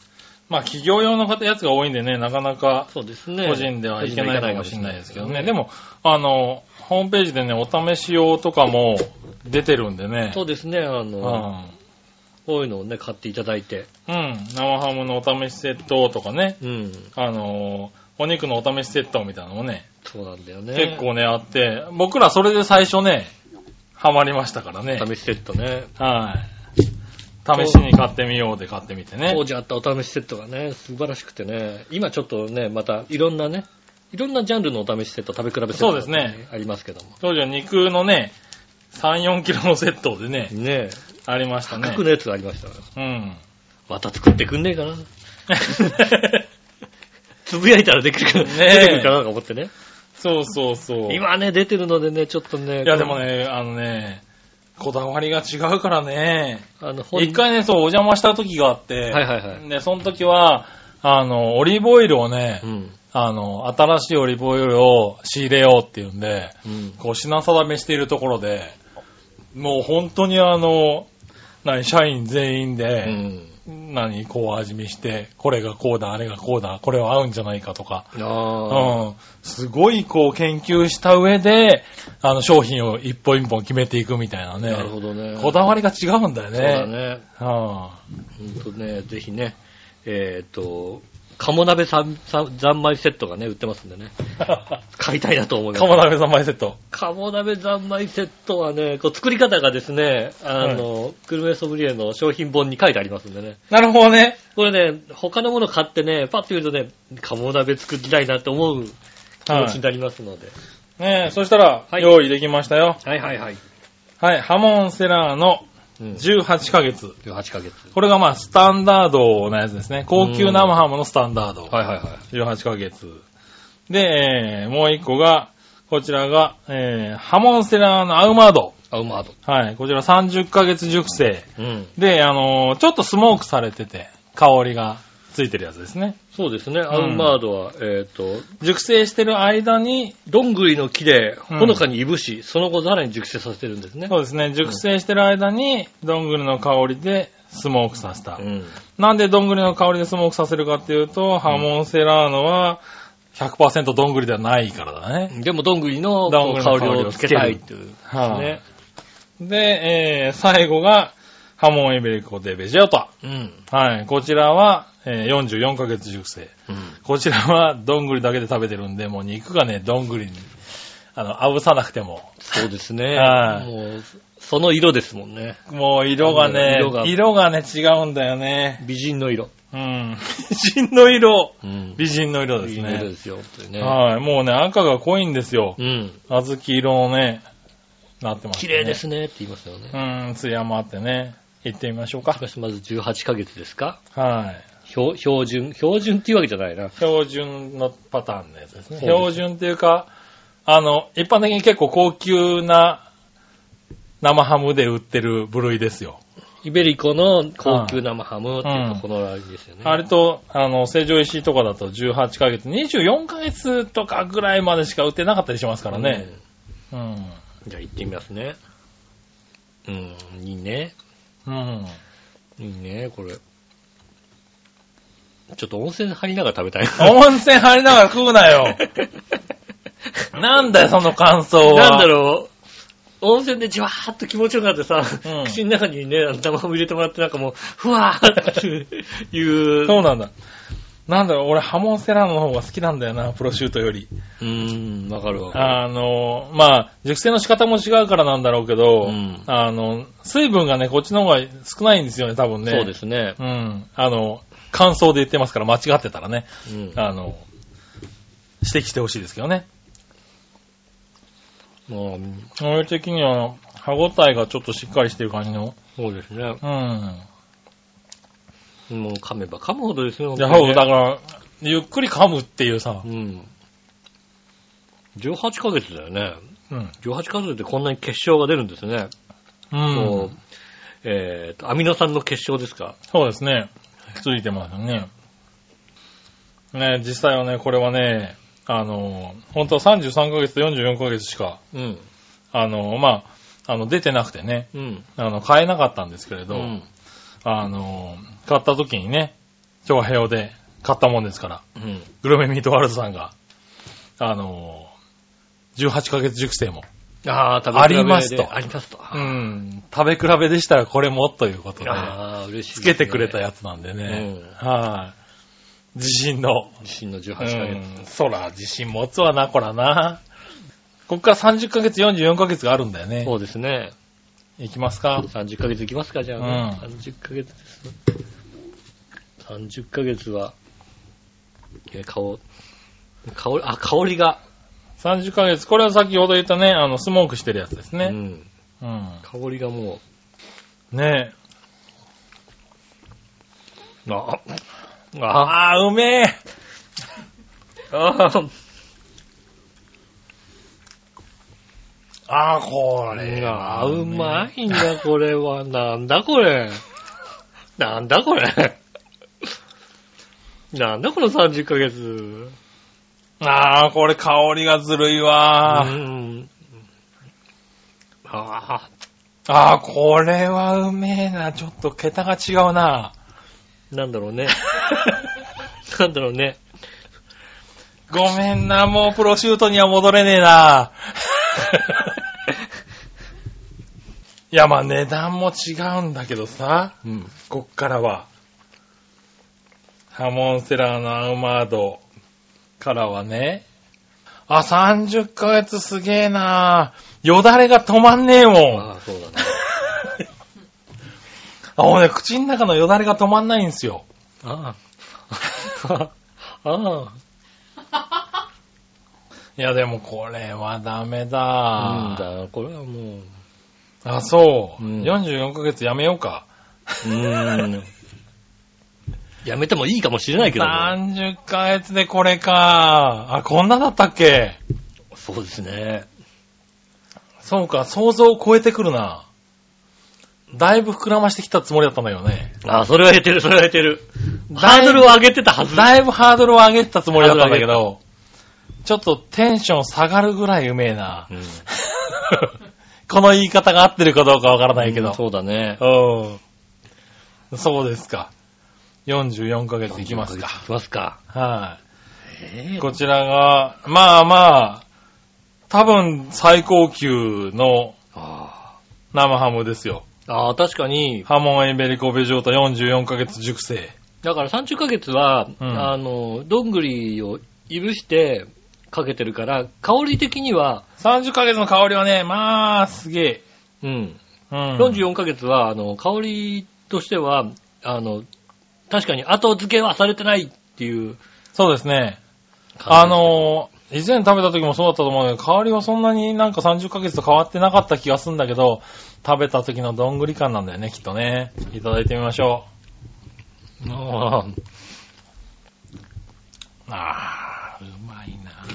[SPEAKER 3] まあ、企業用のやつが多いんでね、なかなか
[SPEAKER 2] そうですね
[SPEAKER 3] 個人ではいけないかもしれないですけどね。で
[SPEAKER 2] も、
[SPEAKER 3] も、あの、ホームページでね、お試し用とかも出てるんでね。
[SPEAKER 2] そうですね、あ
[SPEAKER 3] う
[SPEAKER 2] の、
[SPEAKER 3] ん。
[SPEAKER 2] こういうのをね、買っていただいて。
[SPEAKER 3] うん。生ハムのお試しセットとかね。
[SPEAKER 2] うん。
[SPEAKER 3] あの、お肉のお試しセットみたいなのもね、
[SPEAKER 2] そうなんだよね。
[SPEAKER 3] 結構ね、あって、僕らそれで最初ね、ハマりましたからね。
[SPEAKER 2] 試しセットね。
[SPEAKER 3] はい。試しに買ってみようで買ってみてね
[SPEAKER 2] 当。時あったお試しセットがね、素晴らしくてね、今ちょっとね、またいろんなね、いろんなジャンルのお試しセット、食べ比べセット、
[SPEAKER 3] そうですね。
[SPEAKER 2] ありますけども。
[SPEAKER 3] 当時は肉のね、3、4キロのセットでね、
[SPEAKER 2] ねえ、
[SPEAKER 3] ありましたね
[SPEAKER 2] 各。のやつがありましたから。
[SPEAKER 3] うん。
[SPEAKER 2] また作ってくんねえかな。つぶやいたらできるか、
[SPEAKER 3] ねえ
[SPEAKER 2] 出てくるかなと思ってね。
[SPEAKER 3] そうそうそう。
[SPEAKER 2] 今ね、出てるのでね、ちょっとね。
[SPEAKER 3] いやでも。ね、あのね、こだわりが違うからね。
[SPEAKER 2] あの、ほん
[SPEAKER 3] 一回ね、そう、お邪魔した時があって、
[SPEAKER 2] はいはいはい。
[SPEAKER 3] で、その時は、あの、オリーブオイルをね、
[SPEAKER 2] うん。
[SPEAKER 3] あの、新しいオリーブオイルを仕入れようっていうんで、
[SPEAKER 2] うん。
[SPEAKER 3] こう、品定めしているところで、もう本当にあの、何、社員全員
[SPEAKER 2] う
[SPEAKER 3] で、
[SPEAKER 2] ん。
[SPEAKER 3] 何、こう味見して、これがこうだ、あれがこうだ、これは合うんじゃないかとか。
[SPEAKER 2] ああ。
[SPEAKER 3] うん。すごいこう研究した上で、あの商品を一本一本決めていくみたいなね。
[SPEAKER 2] なるほどね。
[SPEAKER 3] こだわりが違うんだよね。
[SPEAKER 2] そうだね。
[SPEAKER 3] うん。
[SPEAKER 2] ほんとね、ぜひね、えっ、と、鴨鍋さんさん三昧セットがね、売ってますんでね。買いたいなと思います。
[SPEAKER 3] 鴨鍋三昧セット。
[SPEAKER 2] 鴨鍋三昧セットはね、こう作り方がですね、あの、クルメソブリエの商品本に書いてありますんでね。
[SPEAKER 3] なるほどね。
[SPEAKER 2] これね、他のもの買ってね、パッと見るとね、鴨鍋作りたいなと思う気持ちになりますので。
[SPEAKER 3] ねえ、そしたら、
[SPEAKER 2] はい
[SPEAKER 3] 用意できましたよ。
[SPEAKER 2] はい、はい、はい。
[SPEAKER 3] はい、ハモンセラーの
[SPEAKER 2] うん、
[SPEAKER 3] 18ヶ月。
[SPEAKER 2] 18ヶ月。
[SPEAKER 3] これがまあ、スタンダードなやつですね。高級生ハムのスタンダード。
[SPEAKER 2] はい、はい、は
[SPEAKER 3] 18ヶ月。で、えーもう一個が、こちらが、えーハモンセラーのアウマード。
[SPEAKER 2] い。アウマード。
[SPEAKER 3] はい、こちら30ヶ月熟成。
[SPEAKER 2] うん。
[SPEAKER 3] で、あのーちょっとスモークされてて、香りがついてるやつですね。
[SPEAKER 2] そうですね、アウマードは、えっ、と、
[SPEAKER 3] 熟成してる間に、
[SPEAKER 2] どんぐりの木で、
[SPEAKER 3] うん
[SPEAKER 2] ほのかにいぶし、その後さらに熟成させてるんですね。
[SPEAKER 3] そうですね、熟成してる間に、どんぐりの香りでスモークさせた
[SPEAKER 2] う。ん。
[SPEAKER 3] なんでどんぐりの香りでスモークさせるかっていうと、ハモンセラーノは100%どんぐりではないからだね。
[SPEAKER 2] でも、どんぐりの
[SPEAKER 3] ど
[SPEAKER 2] こ
[SPEAKER 3] んぐ
[SPEAKER 2] う
[SPEAKER 3] りの
[SPEAKER 2] 香りをつけたいっていう。
[SPEAKER 3] はい、
[SPEAKER 2] ね。
[SPEAKER 3] で、えー、最後が、ハモンエベリコでベジオタ。
[SPEAKER 2] うん。
[SPEAKER 3] はい、こちらは、えー44ヶ月熟成。
[SPEAKER 2] うん。
[SPEAKER 3] こちらは、どんぐりだけで食べてるんで、もう肉がね、どんぐりに、あの、あぶさなくても、
[SPEAKER 2] そうですね。
[SPEAKER 3] はい
[SPEAKER 2] もう、その色ですもんね。
[SPEAKER 3] もう色がね、
[SPEAKER 2] 色が
[SPEAKER 3] 色がね、違うんだよね。
[SPEAKER 2] 美人の色。
[SPEAKER 3] うん。美人の色。
[SPEAKER 2] うん美
[SPEAKER 3] 美人の色です
[SPEAKER 2] 人の色
[SPEAKER 3] ね
[SPEAKER 2] で。すよ、本当にね。
[SPEAKER 3] はい。もうね、赤が濃いんですよ
[SPEAKER 2] う。ん。
[SPEAKER 3] 小豆色のね、なってます、ね。
[SPEAKER 2] 綺麗で。すねって言いますよね。
[SPEAKER 3] うん、艶もあってね。行ってみましょうか
[SPEAKER 2] し。かし、まず18ヶ月ですか
[SPEAKER 3] はい。
[SPEAKER 2] 標標準、標準っていうわけじゃないな。
[SPEAKER 3] 標準のパターンのやつですね。
[SPEAKER 2] そうです
[SPEAKER 3] 標準っていうか、あの、一般的に結構高級な生ハムで売ってる部類ですよ。
[SPEAKER 2] イベリコの高級生ハムっていう
[SPEAKER 3] うん
[SPEAKER 2] と、このラインですよね。
[SPEAKER 3] あれと、あの、成城石井とかだと18ヶ月、24ヶ月とかぐらいまでしか売ってなかったりしますからね。うん。
[SPEAKER 2] うん。じゃあ行ってみますね。うん、いいね。
[SPEAKER 3] うん。
[SPEAKER 2] いいね、これ。ちょっと温泉入りながら食べたい。
[SPEAKER 3] 温泉入りながら食うなよ なんだよ、その感想は。
[SPEAKER 2] なんだろう。温泉でじわーっと気持ちよくなってさ、
[SPEAKER 3] うん
[SPEAKER 2] 口の中にね、あの卵入れてもらってなんかもう、ふわーっていう。
[SPEAKER 3] そうなんだ。なんだろう、俺ハモンセラーノの方が好きなんだよな、プロシュートより。
[SPEAKER 2] うーん、わかるわかる。
[SPEAKER 3] あの、まあ、熟成の仕方も違うからなんだろうけど、
[SPEAKER 2] うん
[SPEAKER 3] あの、水分がね、こっちの方が少ないんですよね、多分ね。
[SPEAKER 2] そうですね。
[SPEAKER 3] うん。あの、感想で言ってますから、間違ってたらね、
[SPEAKER 2] うん
[SPEAKER 3] あの、指摘してほしいですけどね。
[SPEAKER 2] もう
[SPEAKER 3] 俺的には、歯応えがちょっとしっかりしてる感じの。
[SPEAKER 2] そうですね。
[SPEAKER 3] うん。
[SPEAKER 2] もう噛めば噛むほどですよ。
[SPEAKER 3] いや、
[SPEAKER 2] 本当にね
[SPEAKER 3] そう、だから、ゆっくり噛むっていうさ
[SPEAKER 2] う、ん。18ヶ月だよね。
[SPEAKER 3] うん。
[SPEAKER 2] 18ヶ月でこんなに結晶が出るんですね。
[SPEAKER 3] う
[SPEAKER 2] こ
[SPEAKER 3] ん。
[SPEAKER 2] うえっ、と、アミノ酸の結晶ですか。
[SPEAKER 3] そうですね。ついてますよね。ね、実際はね、これはね、あの、本当は33ヶ月と44ヶ月しか、
[SPEAKER 2] うん。
[SPEAKER 3] あの、まあ、あの、出てなくてね、
[SPEAKER 2] うん。
[SPEAKER 3] あの、買えなかったんですけれど、
[SPEAKER 2] ん。
[SPEAKER 3] あの、買った時にね、長平で買ったもんですから、
[SPEAKER 2] うん。
[SPEAKER 3] グルメミートワールドさんが、あの、18ヶ月熟成も、
[SPEAKER 2] ああ、食
[SPEAKER 3] ありますと
[SPEAKER 2] ありますと。
[SPEAKER 3] うん、食べ比べでしたらこれもということで、
[SPEAKER 2] ああ、嬉しい、
[SPEAKER 3] つけてくれた
[SPEAKER 2] よ。
[SPEAKER 3] やつなんでね、
[SPEAKER 2] うん
[SPEAKER 3] はい、自信の、
[SPEAKER 2] 自信の18ヶ月。
[SPEAKER 3] うん、そら、自信持つわな、こらな。こっから30ヶ月、44ヶ月があるんだよね
[SPEAKER 2] そ。うですね。
[SPEAKER 3] いきますか。
[SPEAKER 2] 30ヶ月いきますか、じゃあ、ね
[SPEAKER 3] う
[SPEAKER 2] 30ヶ月です。30ヶ月は、え、顔、香り、あ、香りが。
[SPEAKER 3] 30ヶ月。これは先ほど言ったね、あの、スモークしてるやつです
[SPEAKER 2] う
[SPEAKER 3] ね。
[SPEAKER 2] ん。
[SPEAKER 3] うん。
[SPEAKER 2] 香りがも
[SPEAKER 3] ね
[SPEAKER 2] う、あ、
[SPEAKER 3] え。ああー、うめえ
[SPEAKER 2] あー
[SPEAKER 3] ああ、これ
[SPEAKER 2] あ
[SPEAKER 3] は
[SPEAKER 2] ー、
[SPEAKER 3] ね。
[SPEAKER 2] うまいんだ、これは。なんだこれ。なんだこれ。なんだこの30ヶ月。
[SPEAKER 3] ああ、これ香りがずるいわ。
[SPEAKER 2] うん。ああ、
[SPEAKER 3] ああ、これはうめえな。ちょっと桁が違うな。
[SPEAKER 2] なんだろうね。 なんだろうね。
[SPEAKER 3] ごめんな、もうプロシュートには戻れねえな。いや、まあ値段も違うんだけどさ、
[SPEAKER 2] うん。
[SPEAKER 3] こっからは。ハモンセラーのアウマードからはね、あ、30ヶ月すげえなよだれが止まんねえもん。
[SPEAKER 2] ああ、そうだね。
[SPEAKER 3] あ、もうね、口の中のよだれが止まんないんですよ。
[SPEAKER 2] ああ。 あ
[SPEAKER 3] いや、でもこれはダメ
[SPEAKER 2] あ。
[SPEAKER 3] だ
[SPEAKER 2] うんだ、これはもう。
[SPEAKER 3] あ、そう。
[SPEAKER 2] うん
[SPEAKER 3] 44ヶ月やめようか。
[SPEAKER 2] うーん。やめてもいいかもしれないけども。
[SPEAKER 3] 30ヶ月でこれか。あ、こんなだったっけ
[SPEAKER 2] そうですね。
[SPEAKER 3] そうか、想像を超えてくるな。だいぶ膨らましてきたつもりだったんだけどね。
[SPEAKER 2] ああ、それは減ってる、それは減ってる。ハードルを上げてたはず。
[SPEAKER 3] だいぶハードルを上げてたつもりだったんだけど、ちょっとテンション下がるぐらいうめえな
[SPEAKER 2] う。ん。
[SPEAKER 3] この言い方が合ってるかどうかわからないけど。
[SPEAKER 2] そうだね。
[SPEAKER 3] うん。そうですか。44ヶ月いきますか。
[SPEAKER 2] いきますか。
[SPEAKER 3] はい。
[SPEAKER 2] ええ
[SPEAKER 3] こちらが、まあまあ、多分最高級の
[SPEAKER 2] あ
[SPEAKER 3] 生ハムですよ。
[SPEAKER 2] あああ、確かに、
[SPEAKER 3] ハモンエベリコベジョータ44ヶ月熟成。
[SPEAKER 2] だから30ヶ月は、
[SPEAKER 3] ん
[SPEAKER 2] あの、どんぐりをいぶしてかけてるから、香り的には、
[SPEAKER 3] 30ヶ月の香りはね、まあ、すげえ。
[SPEAKER 2] うん。
[SPEAKER 3] うん。
[SPEAKER 2] 44ヶ月は、あの、香りとしては、あの、確かに後付けはされてないっていう
[SPEAKER 3] そうですね。
[SPEAKER 2] 感じ
[SPEAKER 3] あ、のー、以前食べた時もそうだったと思うんだけど、香りはそんなになんか30ヶ月と変わってなかった気がするんだけど、食べた時のどんぐり感なんだよね、きっとね。いただいてみましょ
[SPEAKER 2] あー
[SPEAKER 3] う。あー、うまいな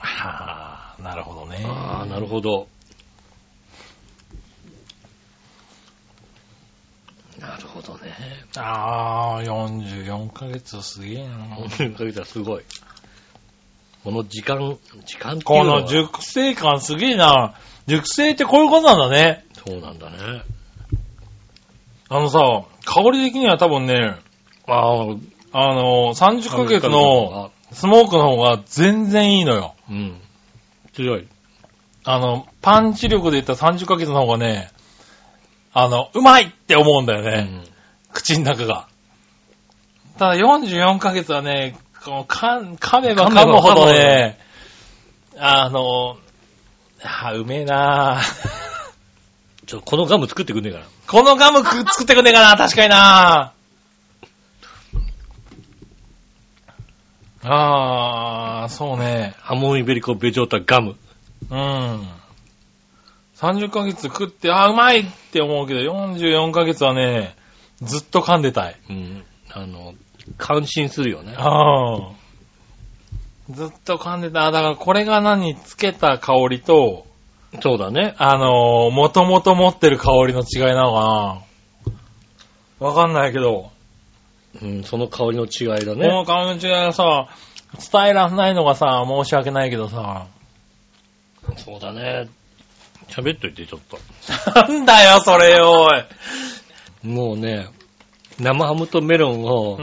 [SPEAKER 3] あー、なるほどね。
[SPEAKER 2] あー、なるほど。なるほどね。
[SPEAKER 3] あー、44ヶ月すげえな
[SPEAKER 2] 44ヶ月はすごい。この時間、時間っていう
[SPEAKER 3] こ
[SPEAKER 2] のは
[SPEAKER 3] の熟成感すげえな。熟成ってこういうことなんだね。
[SPEAKER 2] そうなんだね。
[SPEAKER 3] あのさ、香り的には多分ね、
[SPEAKER 2] ああ、
[SPEAKER 3] あの、30ヶ月
[SPEAKER 2] あ、
[SPEAKER 3] のスモークの方が全然いいのよ。
[SPEAKER 2] うん。強い。
[SPEAKER 3] あの、パンチ力で言ったら30ヶ月の方がね、あの、うまいって思うんだよ
[SPEAKER 2] う
[SPEAKER 3] ね。
[SPEAKER 2] ん。
[SPEAKER 3] 口の中が。ただ44ヶ月はね、こうかん噛め
[SPEAKER 2] 噛
[SPEAKER 3] ば
[SPEAKER 2] めば
[SPEAKER 3] 噛むほ
[SPEAKER 2] 噛
[SPEAKER 3] ど
[SPEAKER 2] むほど
[SPEAKER 3] ね、あの、あーうめえなぁ。
[SPEAKER 2] ちょ、このガム作ってくんねえかな。
[SPEAKER 3] このガムく作ってくんねえかな確かになあー、そうね。
[SPEAKER 2] ハモンイベリコベジョータガム。
[SPEAKER 3] うん。30ヶ月食って、あー、うまいって思うけど、44ヶ月はね、ずっと噛んでたい。
[SPEAKER 2] うん。あの、感心するよね。
[SPEAKER 3] あー。ずっと噛んでた。あだからこれが何つけた香りと、
[SPEAKER 2] そうだね。
[SPEAKER 3] あのー、もともと持ってる香りの違いなのかなわかんないけど。
[SPEAKER 2] うん、その香りの違いだ
[SPEAKER 3] こ
[SPEAKER 2] ね。
[SPEAKER 3] の感じがさ、伝えらんないのがさ、申し訳ないけどさ。
[SPEAKER 2] そうだね。喋っといて、ちょっと。
[SPEAKER 3] なんだよ、それよ、おい。
[SPEAKER 2] もうね、生ハムとメロンを
[SPEAKER 3] う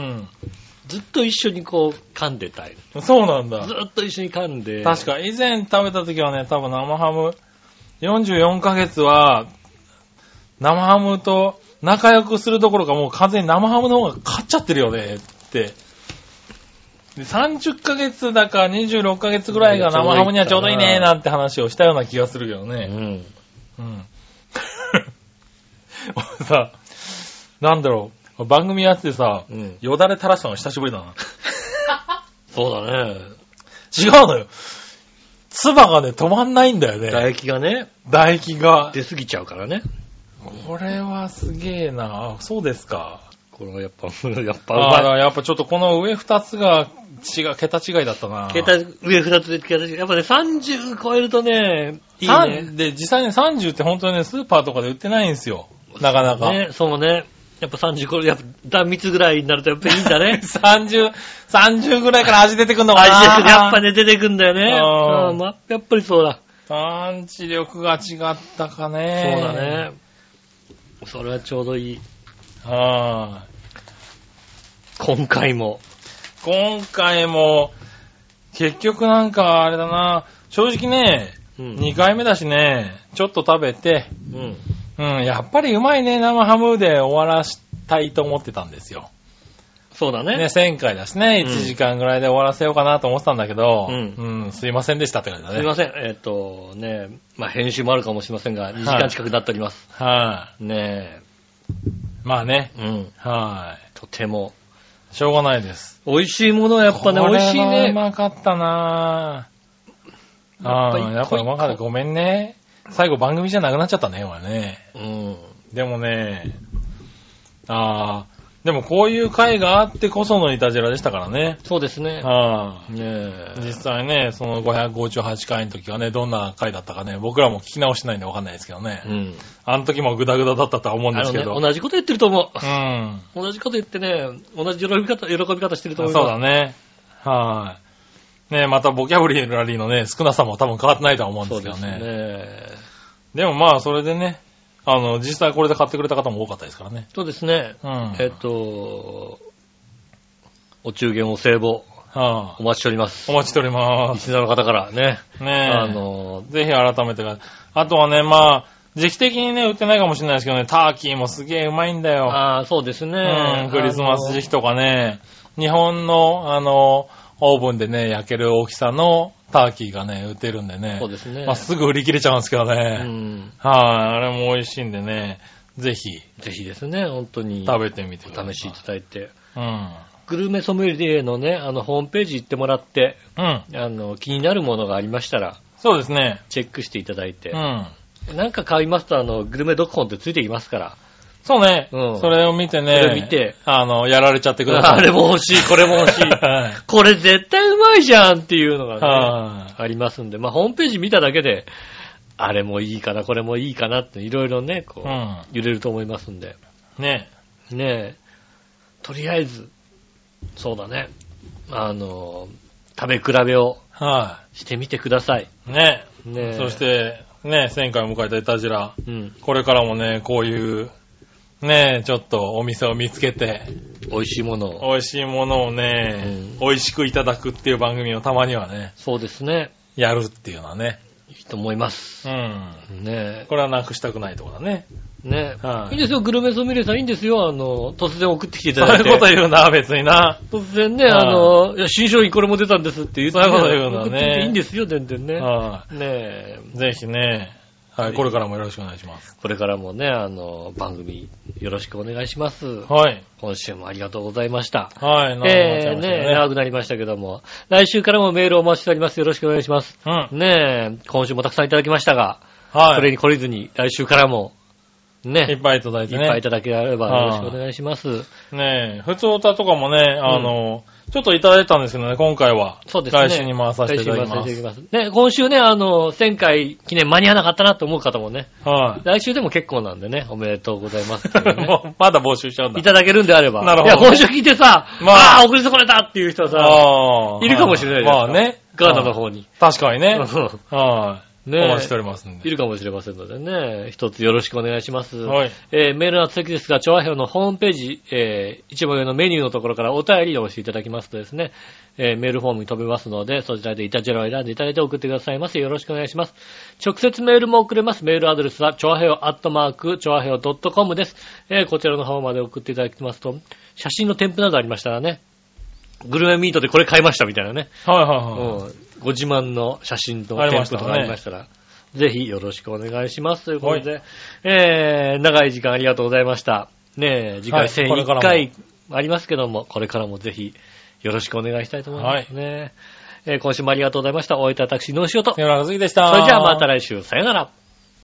[SPEAKER 2] ずっと一緒にこう噛んでたい。
[SPEAKER 3] ん。そうなんだ
[SPEAKER 2] ず。っと一緒に噛んで。
[SPEAKER 3] 確か、以前食べた時はね、多分生ハム、44ヶ月は、生ハムと仲良くするどころか、もう完全に生ハムの方が勝っちゃってるよね、って。で30ヶ月だか26ヶ月ぐらいが生ハムにはちょうどいいね、なんて話をしたような気がするけどね。
[SPEAKER 2] うん。
[SPEAKER 3] うん。 俺さ、なんだろう、番組やっててさ、
[SPEAKER 2] うん。
[SPEAKER 3] よだれ垂らしたの久しぶりだな。
[SPEAKER 2] そうだね。
[SPEAKER 3] 違うのよ。唾がね、止まんないんだよね。
[SPEAKER 2] 唾液がね、
[SPEAKER 3] 唾液が。
[SPEAKER 2] 出過ぎちゃうからね。
[SPEAKER 3] これはすげえな。あそうですか。
[SPEAKER 2] これはやっぱ、やっぱうま
[SPEAKER 3] あ
[SPEAKER 2] い。
[SPEAKER 3] ら、やっぱちょっとこの上二つが違う、桁違いだったな。
[SPEAKER 2] 携帯、上二つで携帯やっぱね、30超えるとね、いいね。
[SPEAKER 3] 三で、実際ね、30って本当にね、スーパーとかで売ってないんですよ。なかなか。
[SPEAKER 2] ね、そうね。やっぱ30超える、やっぱ断蜜ぐらいになるとやっぱいいんだ ね。
[SPEAKER 3] 30、30ぐらいから味出てくんのかな。
[SPEAKER 2] 味ですやっぱね、出てくんだよね。
[SPEAKER 3] あー
[SPEAKER 2] うんまあやっぱりそうだ。
[SPEAKER 3] パンチ力が違ったか
[SPEAKER 2] そう
[SPEAKER 3] ね。
[SPEAKER 2] だね。それはちょうどいい。
[SPEAKER 3] は
[SPEAKER 2] 今回も。
[SPEAKER 3] ーい。今回も、結局なんかあれだな、正直ね、
[SPEAKER 2] うん
[SPEAKER 3] 2回目だしね、ちょっと食べて、
[SPEAKER 2] うん。
[SPEAKER 3] うん、やっぱりうまいね、生ハムで終わらしたいと思ってたんですよ。
[SPEAKER 2] そうだね。
[SPEAKER 3] ね、1000回だしね、
[SPEAKER 2] うん
[SPEAKER 3] 1時間ぐらいで終わらせようかなと思ってたんだけど、
[SPEAKER 2] う
[SPEAKER 3] うん、すいませんでしたって感じだ
[SPEAKER 2] すい
[SPEAKER 3] ね。
[SPEAKER 2] ません。えっ、と、ね、まあ、編集もあるかもしれませんが、2時間近くなっております。
[SPEAKER 3] はい、
[SPEAKER 2] ね
[SPEAKER 3] まあね、
[SPEAKER 2] え、うん。
[SPEAKER 3] は
[SPEAKER 2] とても。
[SPEAKER 3] い。しょうがないです。
[SPEAKER 2] 美味しいものはやっぱね、
[SPEAKER 3] こ
[SPEAKER 2] 美
[SPEAKER 3] れは
[SPEAKER 2] 味しいうね。
[SPEAKER 3] まかったなぁ。ああ、
[SPEAKER 2] や
[SPEAKER 3] や
[SPEAKER 2] っ
[SPEAKER 3] っ
[SPEAKER 2] ぱ
[SPEAKER 3] ぱ
[SPEAKER 2] り
[SPEAKER 3] うまかった。ごめんね。最後番組じゃなくなっちゃったね、今ね。
[SPEAKER 2] うん。
[SPEAKER 3] でもね、ああ、でもこういう回があってこそのイタジラでしたからね。
[SPEAKER 2] そうですね。
[SPEAKER 3] はあ。
[SPEAKER 2] ねえ。
[SPEAKER 3] 実際ね、その558回の時はね、どんな回だったかね、僕らも聞き直してないんでわかんないですけどね。
[SPEAKER 2] うん。
[SPEAKER 3] あの時もグダグダだったとは思うん
[SPEAKER 2] あの
[SPEAKER 3] ですけ
[SPEAKER 2] ね、
[SPEAKER 3] ど。
[SPEAKER 2] 同じこと言ってると思
[SPEAKER 3] うん。
[SPEAKER 2] う。同じこと言ってね、同じ喜び方、喜び方してると
[SPEAKER 3] そ
[SPEAKER 2] 思い
[SPEAKER 3] う
[SPEAKER 2] ます。
[SPEAKER 3] だね。はい。ねまたボキャブリラリーのね、少なさも多分変わってないとは思うんで
[SPEAKER 2] そう
[SPEAKER 3] すけ
[SPEAKER 2] で
[SPEAKER 3] ど
[SPEAKER 2] す
[SPEAKER 3] ね。で
[SPEAKER 2] ね。
[SPEAKER 3] もまあ、それでね、あの、実際これで買ってくれた方も多かったですからね。
[SPEAKER 2] そうですね。
[SPEAKER 3] うん。
[SPEAKER 2] えっと、お中元お歳暮、
[SPEAKER 3] は
[SPEAKER 2] お
[SPEAKER 3] い
[SPEAKER 2] 待ちしております。
[SPEAKER 3] お待ちしておりま
[SPEAKER 2] リ
[SPEAKER 3] す。
[SPEAKER 2] スナーの方からね、
[SPEAKER 3] ねえ。
[SPEAKER 2] あの、
[SPEAKER 3] ぜひ改めてが。あとはね、まあ、時期的にね、売ってないかもしれないですけどね、ターキーもすげえうまいんだよ。
[SPEAKER 2] ああ、そうです
[SPEAKER 3] う
[SPEAKER 2] ね
[SPEAKER 3] ん、。クリスマス時期とかね、日本の、あの、オーブンでね、焼ける大きさのターキーがね、売ってるんでね。
[SPEAKER 2] そうですね
[SPEAKER 3] まあ、すぐ売り切れちゃうんですけど
[SPEAKER 2] あのう
[SPEAKER 3] ね。
[SPEAKER 2] ん。
[SPEAKER 3] はい、あれも美味しいんでね、ぜひ
[SPEAKER 2] ぜひですね、本当に。
[SPEAKER 3] 食べてみてくださ
[SPEAKER 2] お
[SPEAKER 3] い。
[SPEAKER 2] 試しいただいて。
[SPEAKER 3] うん。
[SPEAKER 2] グルメソムリエのね、あの、ホームページ行ってもらって、
[SPEAKER 3] うん。
[SPEAKER 2] あの、気になるものがありましたら、
[SPEAKER 3] そうですね。
[SPEAKER 2] チェックしていただいて
[SPEAKER 3] う。ん。
[SPEAKER 2] なんか買いますと、あの、グルメドッコンってついてきます から。
[SPEAKER 3] そうね。
[SPEAKER 2] うん
[SPEAKER 3] それを見てね。
[SPEAKER 2] それ見て。
[SPEAKER 3] あの、やられちゃってください。。
[SPEAKER 2] あれも欲しい、これも欲しい
[SPEAKER 3] はい
[SPEAKER 2] これ絶対うまいじゃんっていうのがね、
[SPEAKER 3] はい
[SPEAKER 2] ありますんで、まあ、ホームページ見ただけで、あれもいいかな、これもいいかなって、いろいろね、こう、
[SPEAKER 3] うん
[SPEAKER 2] 揺れると思いますんで。
[SPEAKER 3] ね。
[SPEAKER 2] ねえ、とりあえず、そうだね、あの、食べ比べを
[SPEAKER 3] は
[SPEAKER 2] してみてください。
[SPEAKER 3] い。ね。
[SPEAKER 2] ねえ
[SPEAKER 3] そし、て、ね、1000回を迎えたイタジラ。
[SPEAKER 2] うん、
[SPEAKER 3] これからもね、こういう、ねちょっとお店を見つけて、
[SPEAKER 2] 美味しいものを。
[SPEAKER 3] 美味しいものをね、美味しくいただくっていう番組をたまにはね、
[SPEAKER 2] そうですね、
[SPEAKER 3] やるっていうのはね。
[SPEAKER 2] いいと思います。
[SPEAKER 3] うん。
[SPEAKER 2] ね
[SPEAKER 3] これはなくしたくないところだね。
[SPEAKER 2] え、ねえ、
[SPEAKER 3] はい
[SPEAKER 2] いですよ、グルメソミレさん、いいんですよ、あの、突然送ってきてい
[SPEAKER 3] そ
[SPEAKER 2] ただ
[SPEAKER 3] うい
[SPEAKER 2] いうて。
[SPEAKER 3] こと言うな、別にな。
[SPEAKER 2] 突然ね、
[SPEAKER 3] はい
[SPEAKER 2] あの、いや、新商品これも出たんですって言って、
[SPEAKER 3] そういうこと言うのはね
[SPEAKER 2] 送ってきていいんですよ、全然ね。ね
[SPEAKER 3] は
[SPEAKER 2] え、
[SPEAKER 3] い。ぜひね、はい、これからもよろしくお願いします。
[SPEAKER 2] これからもね、あの、番組よろしくお願いします。
[SPEAKER 3] はい。
[SPEAKER 2] 今週もありがとうございました。
[SPEAKER 3] はい、長くなっちゃ
[SPEAKER 2] え
[SPEAKER 3] い
[SPEAKER 2] ー、
[SPEAKER 3] ましたけ
[SPEAKER 2] ね、長くなりましたけども、来週からもメールをお待ちしております。よろしくお願いします。
[SPEAKER 3] どね。うん。
[SPEAKER 2] ねえ、今週もたくさんいただきましたが、
[SPEAKER 3] はい。
[SPEAKER 2] それに懲りずに、来週からも、ね、
[SPEAKER 3] いっぱいいただい
[SPEAKER 2] い
[SPEAKER 3] て
[SPEAKER 2] っぱい
[SPEAKER 3] ね
[SPEAKER 2] い。ただければよろしくお願いします。
[SPEAKER 3] ね普通歌とかもね、あの、ちょっといただいたんですけどね、今回は。
[SPEAKER 2] そうですね。
[SPEAKER 3] 来週に回させていただきま
[SPEAKER 2] 来週に
[SPEAKER 3] す。
[SPEAKER 2] 回させていただきますね、今週ね、あの、1000回記念間に合わなかったなと思う方もね、
[SPEAKER 3] はい。
[SPEAKER 2] 来週でも結構なんでね、おめでとうございますっていうね、
[SPEAKER 3] もうまだ募集しちゃうんだ
[SPEAKER 2] い。ただけるんであれば。
[SPEAKER 3] なるほど
[SPEAKER 2] いや、今週聞いてさ、
[SPEAKER 3] ま
[SPEAKER 2] あ
[SPEAKER 3] あ、
[SPEAKER 2] あー、送り損ねたっていう人はさ、
[SPEAKER 3] あー
[SPEAKER 2] いるかもしれないじゃない
[SPEAKER 3] まあね。
[SPEAKER 2] ガーナの方に。
[SPEAKER 3] 確かにね。
[SPEAKER 2] う
[SPEAKER 3] はい。
[SPEAKER 2] んね
[SPEAKER 3] お待ちしておりますん
[SPEAKER 2] い
[SPEAKER 3] で。
[SPEAKER 2] るかもしれませんのでね、一つよろしくお願いします。
[SPEAKER 3] はい。
[SPEAKER 2] えーメールの続きですが、調和表のホームページ、えー一番上のメニューのところからお便りを押していただきますとですね、えーメールフォームに飛べますので、そちらでイタジェラを選んでいただいて送ってくださいませ。よろしくお願いします。直接メールも送れます。メールアドレスは、調和表アットマーク、調和表 .com です。えーこちらの方まで送っていただきますと、写真の添付などありましたらね、グルメミートでこれ買いましたみたいなね、
[SPEAKER 3] はいはいはい。
[SPEAKER 2] うんご自慢の写真と
[SPEAKER 3] あり
[SPEAKER 2] 添
[SPEAKER 3] まし
[SPEAKER 2] 付
[SPEAKER 3] た
[SPEAKER 2] と
[SPEAKER 3] ね
[SPEAKER 2] かありましたら、ぜひよろしくお願いします。ということで、えー、長い時間ありがとうございました。ねえ、次
[SPEAKER 3] は
[SPEAKER 2] 回
[SPEAKER 3] い
[SPEAKER 2] 1001
[SPEAKER 3] これからも
[SPEAKER 2] 回ありますけども、これからもぜひよろしくお願いしたいと思いますね。えー今週もありがとうございました。お会いいたい私、のしおと。それ
[SPEAKER 3] 山中杉でした。
[SPEAKER 2] じゃあまた来週、さよなら。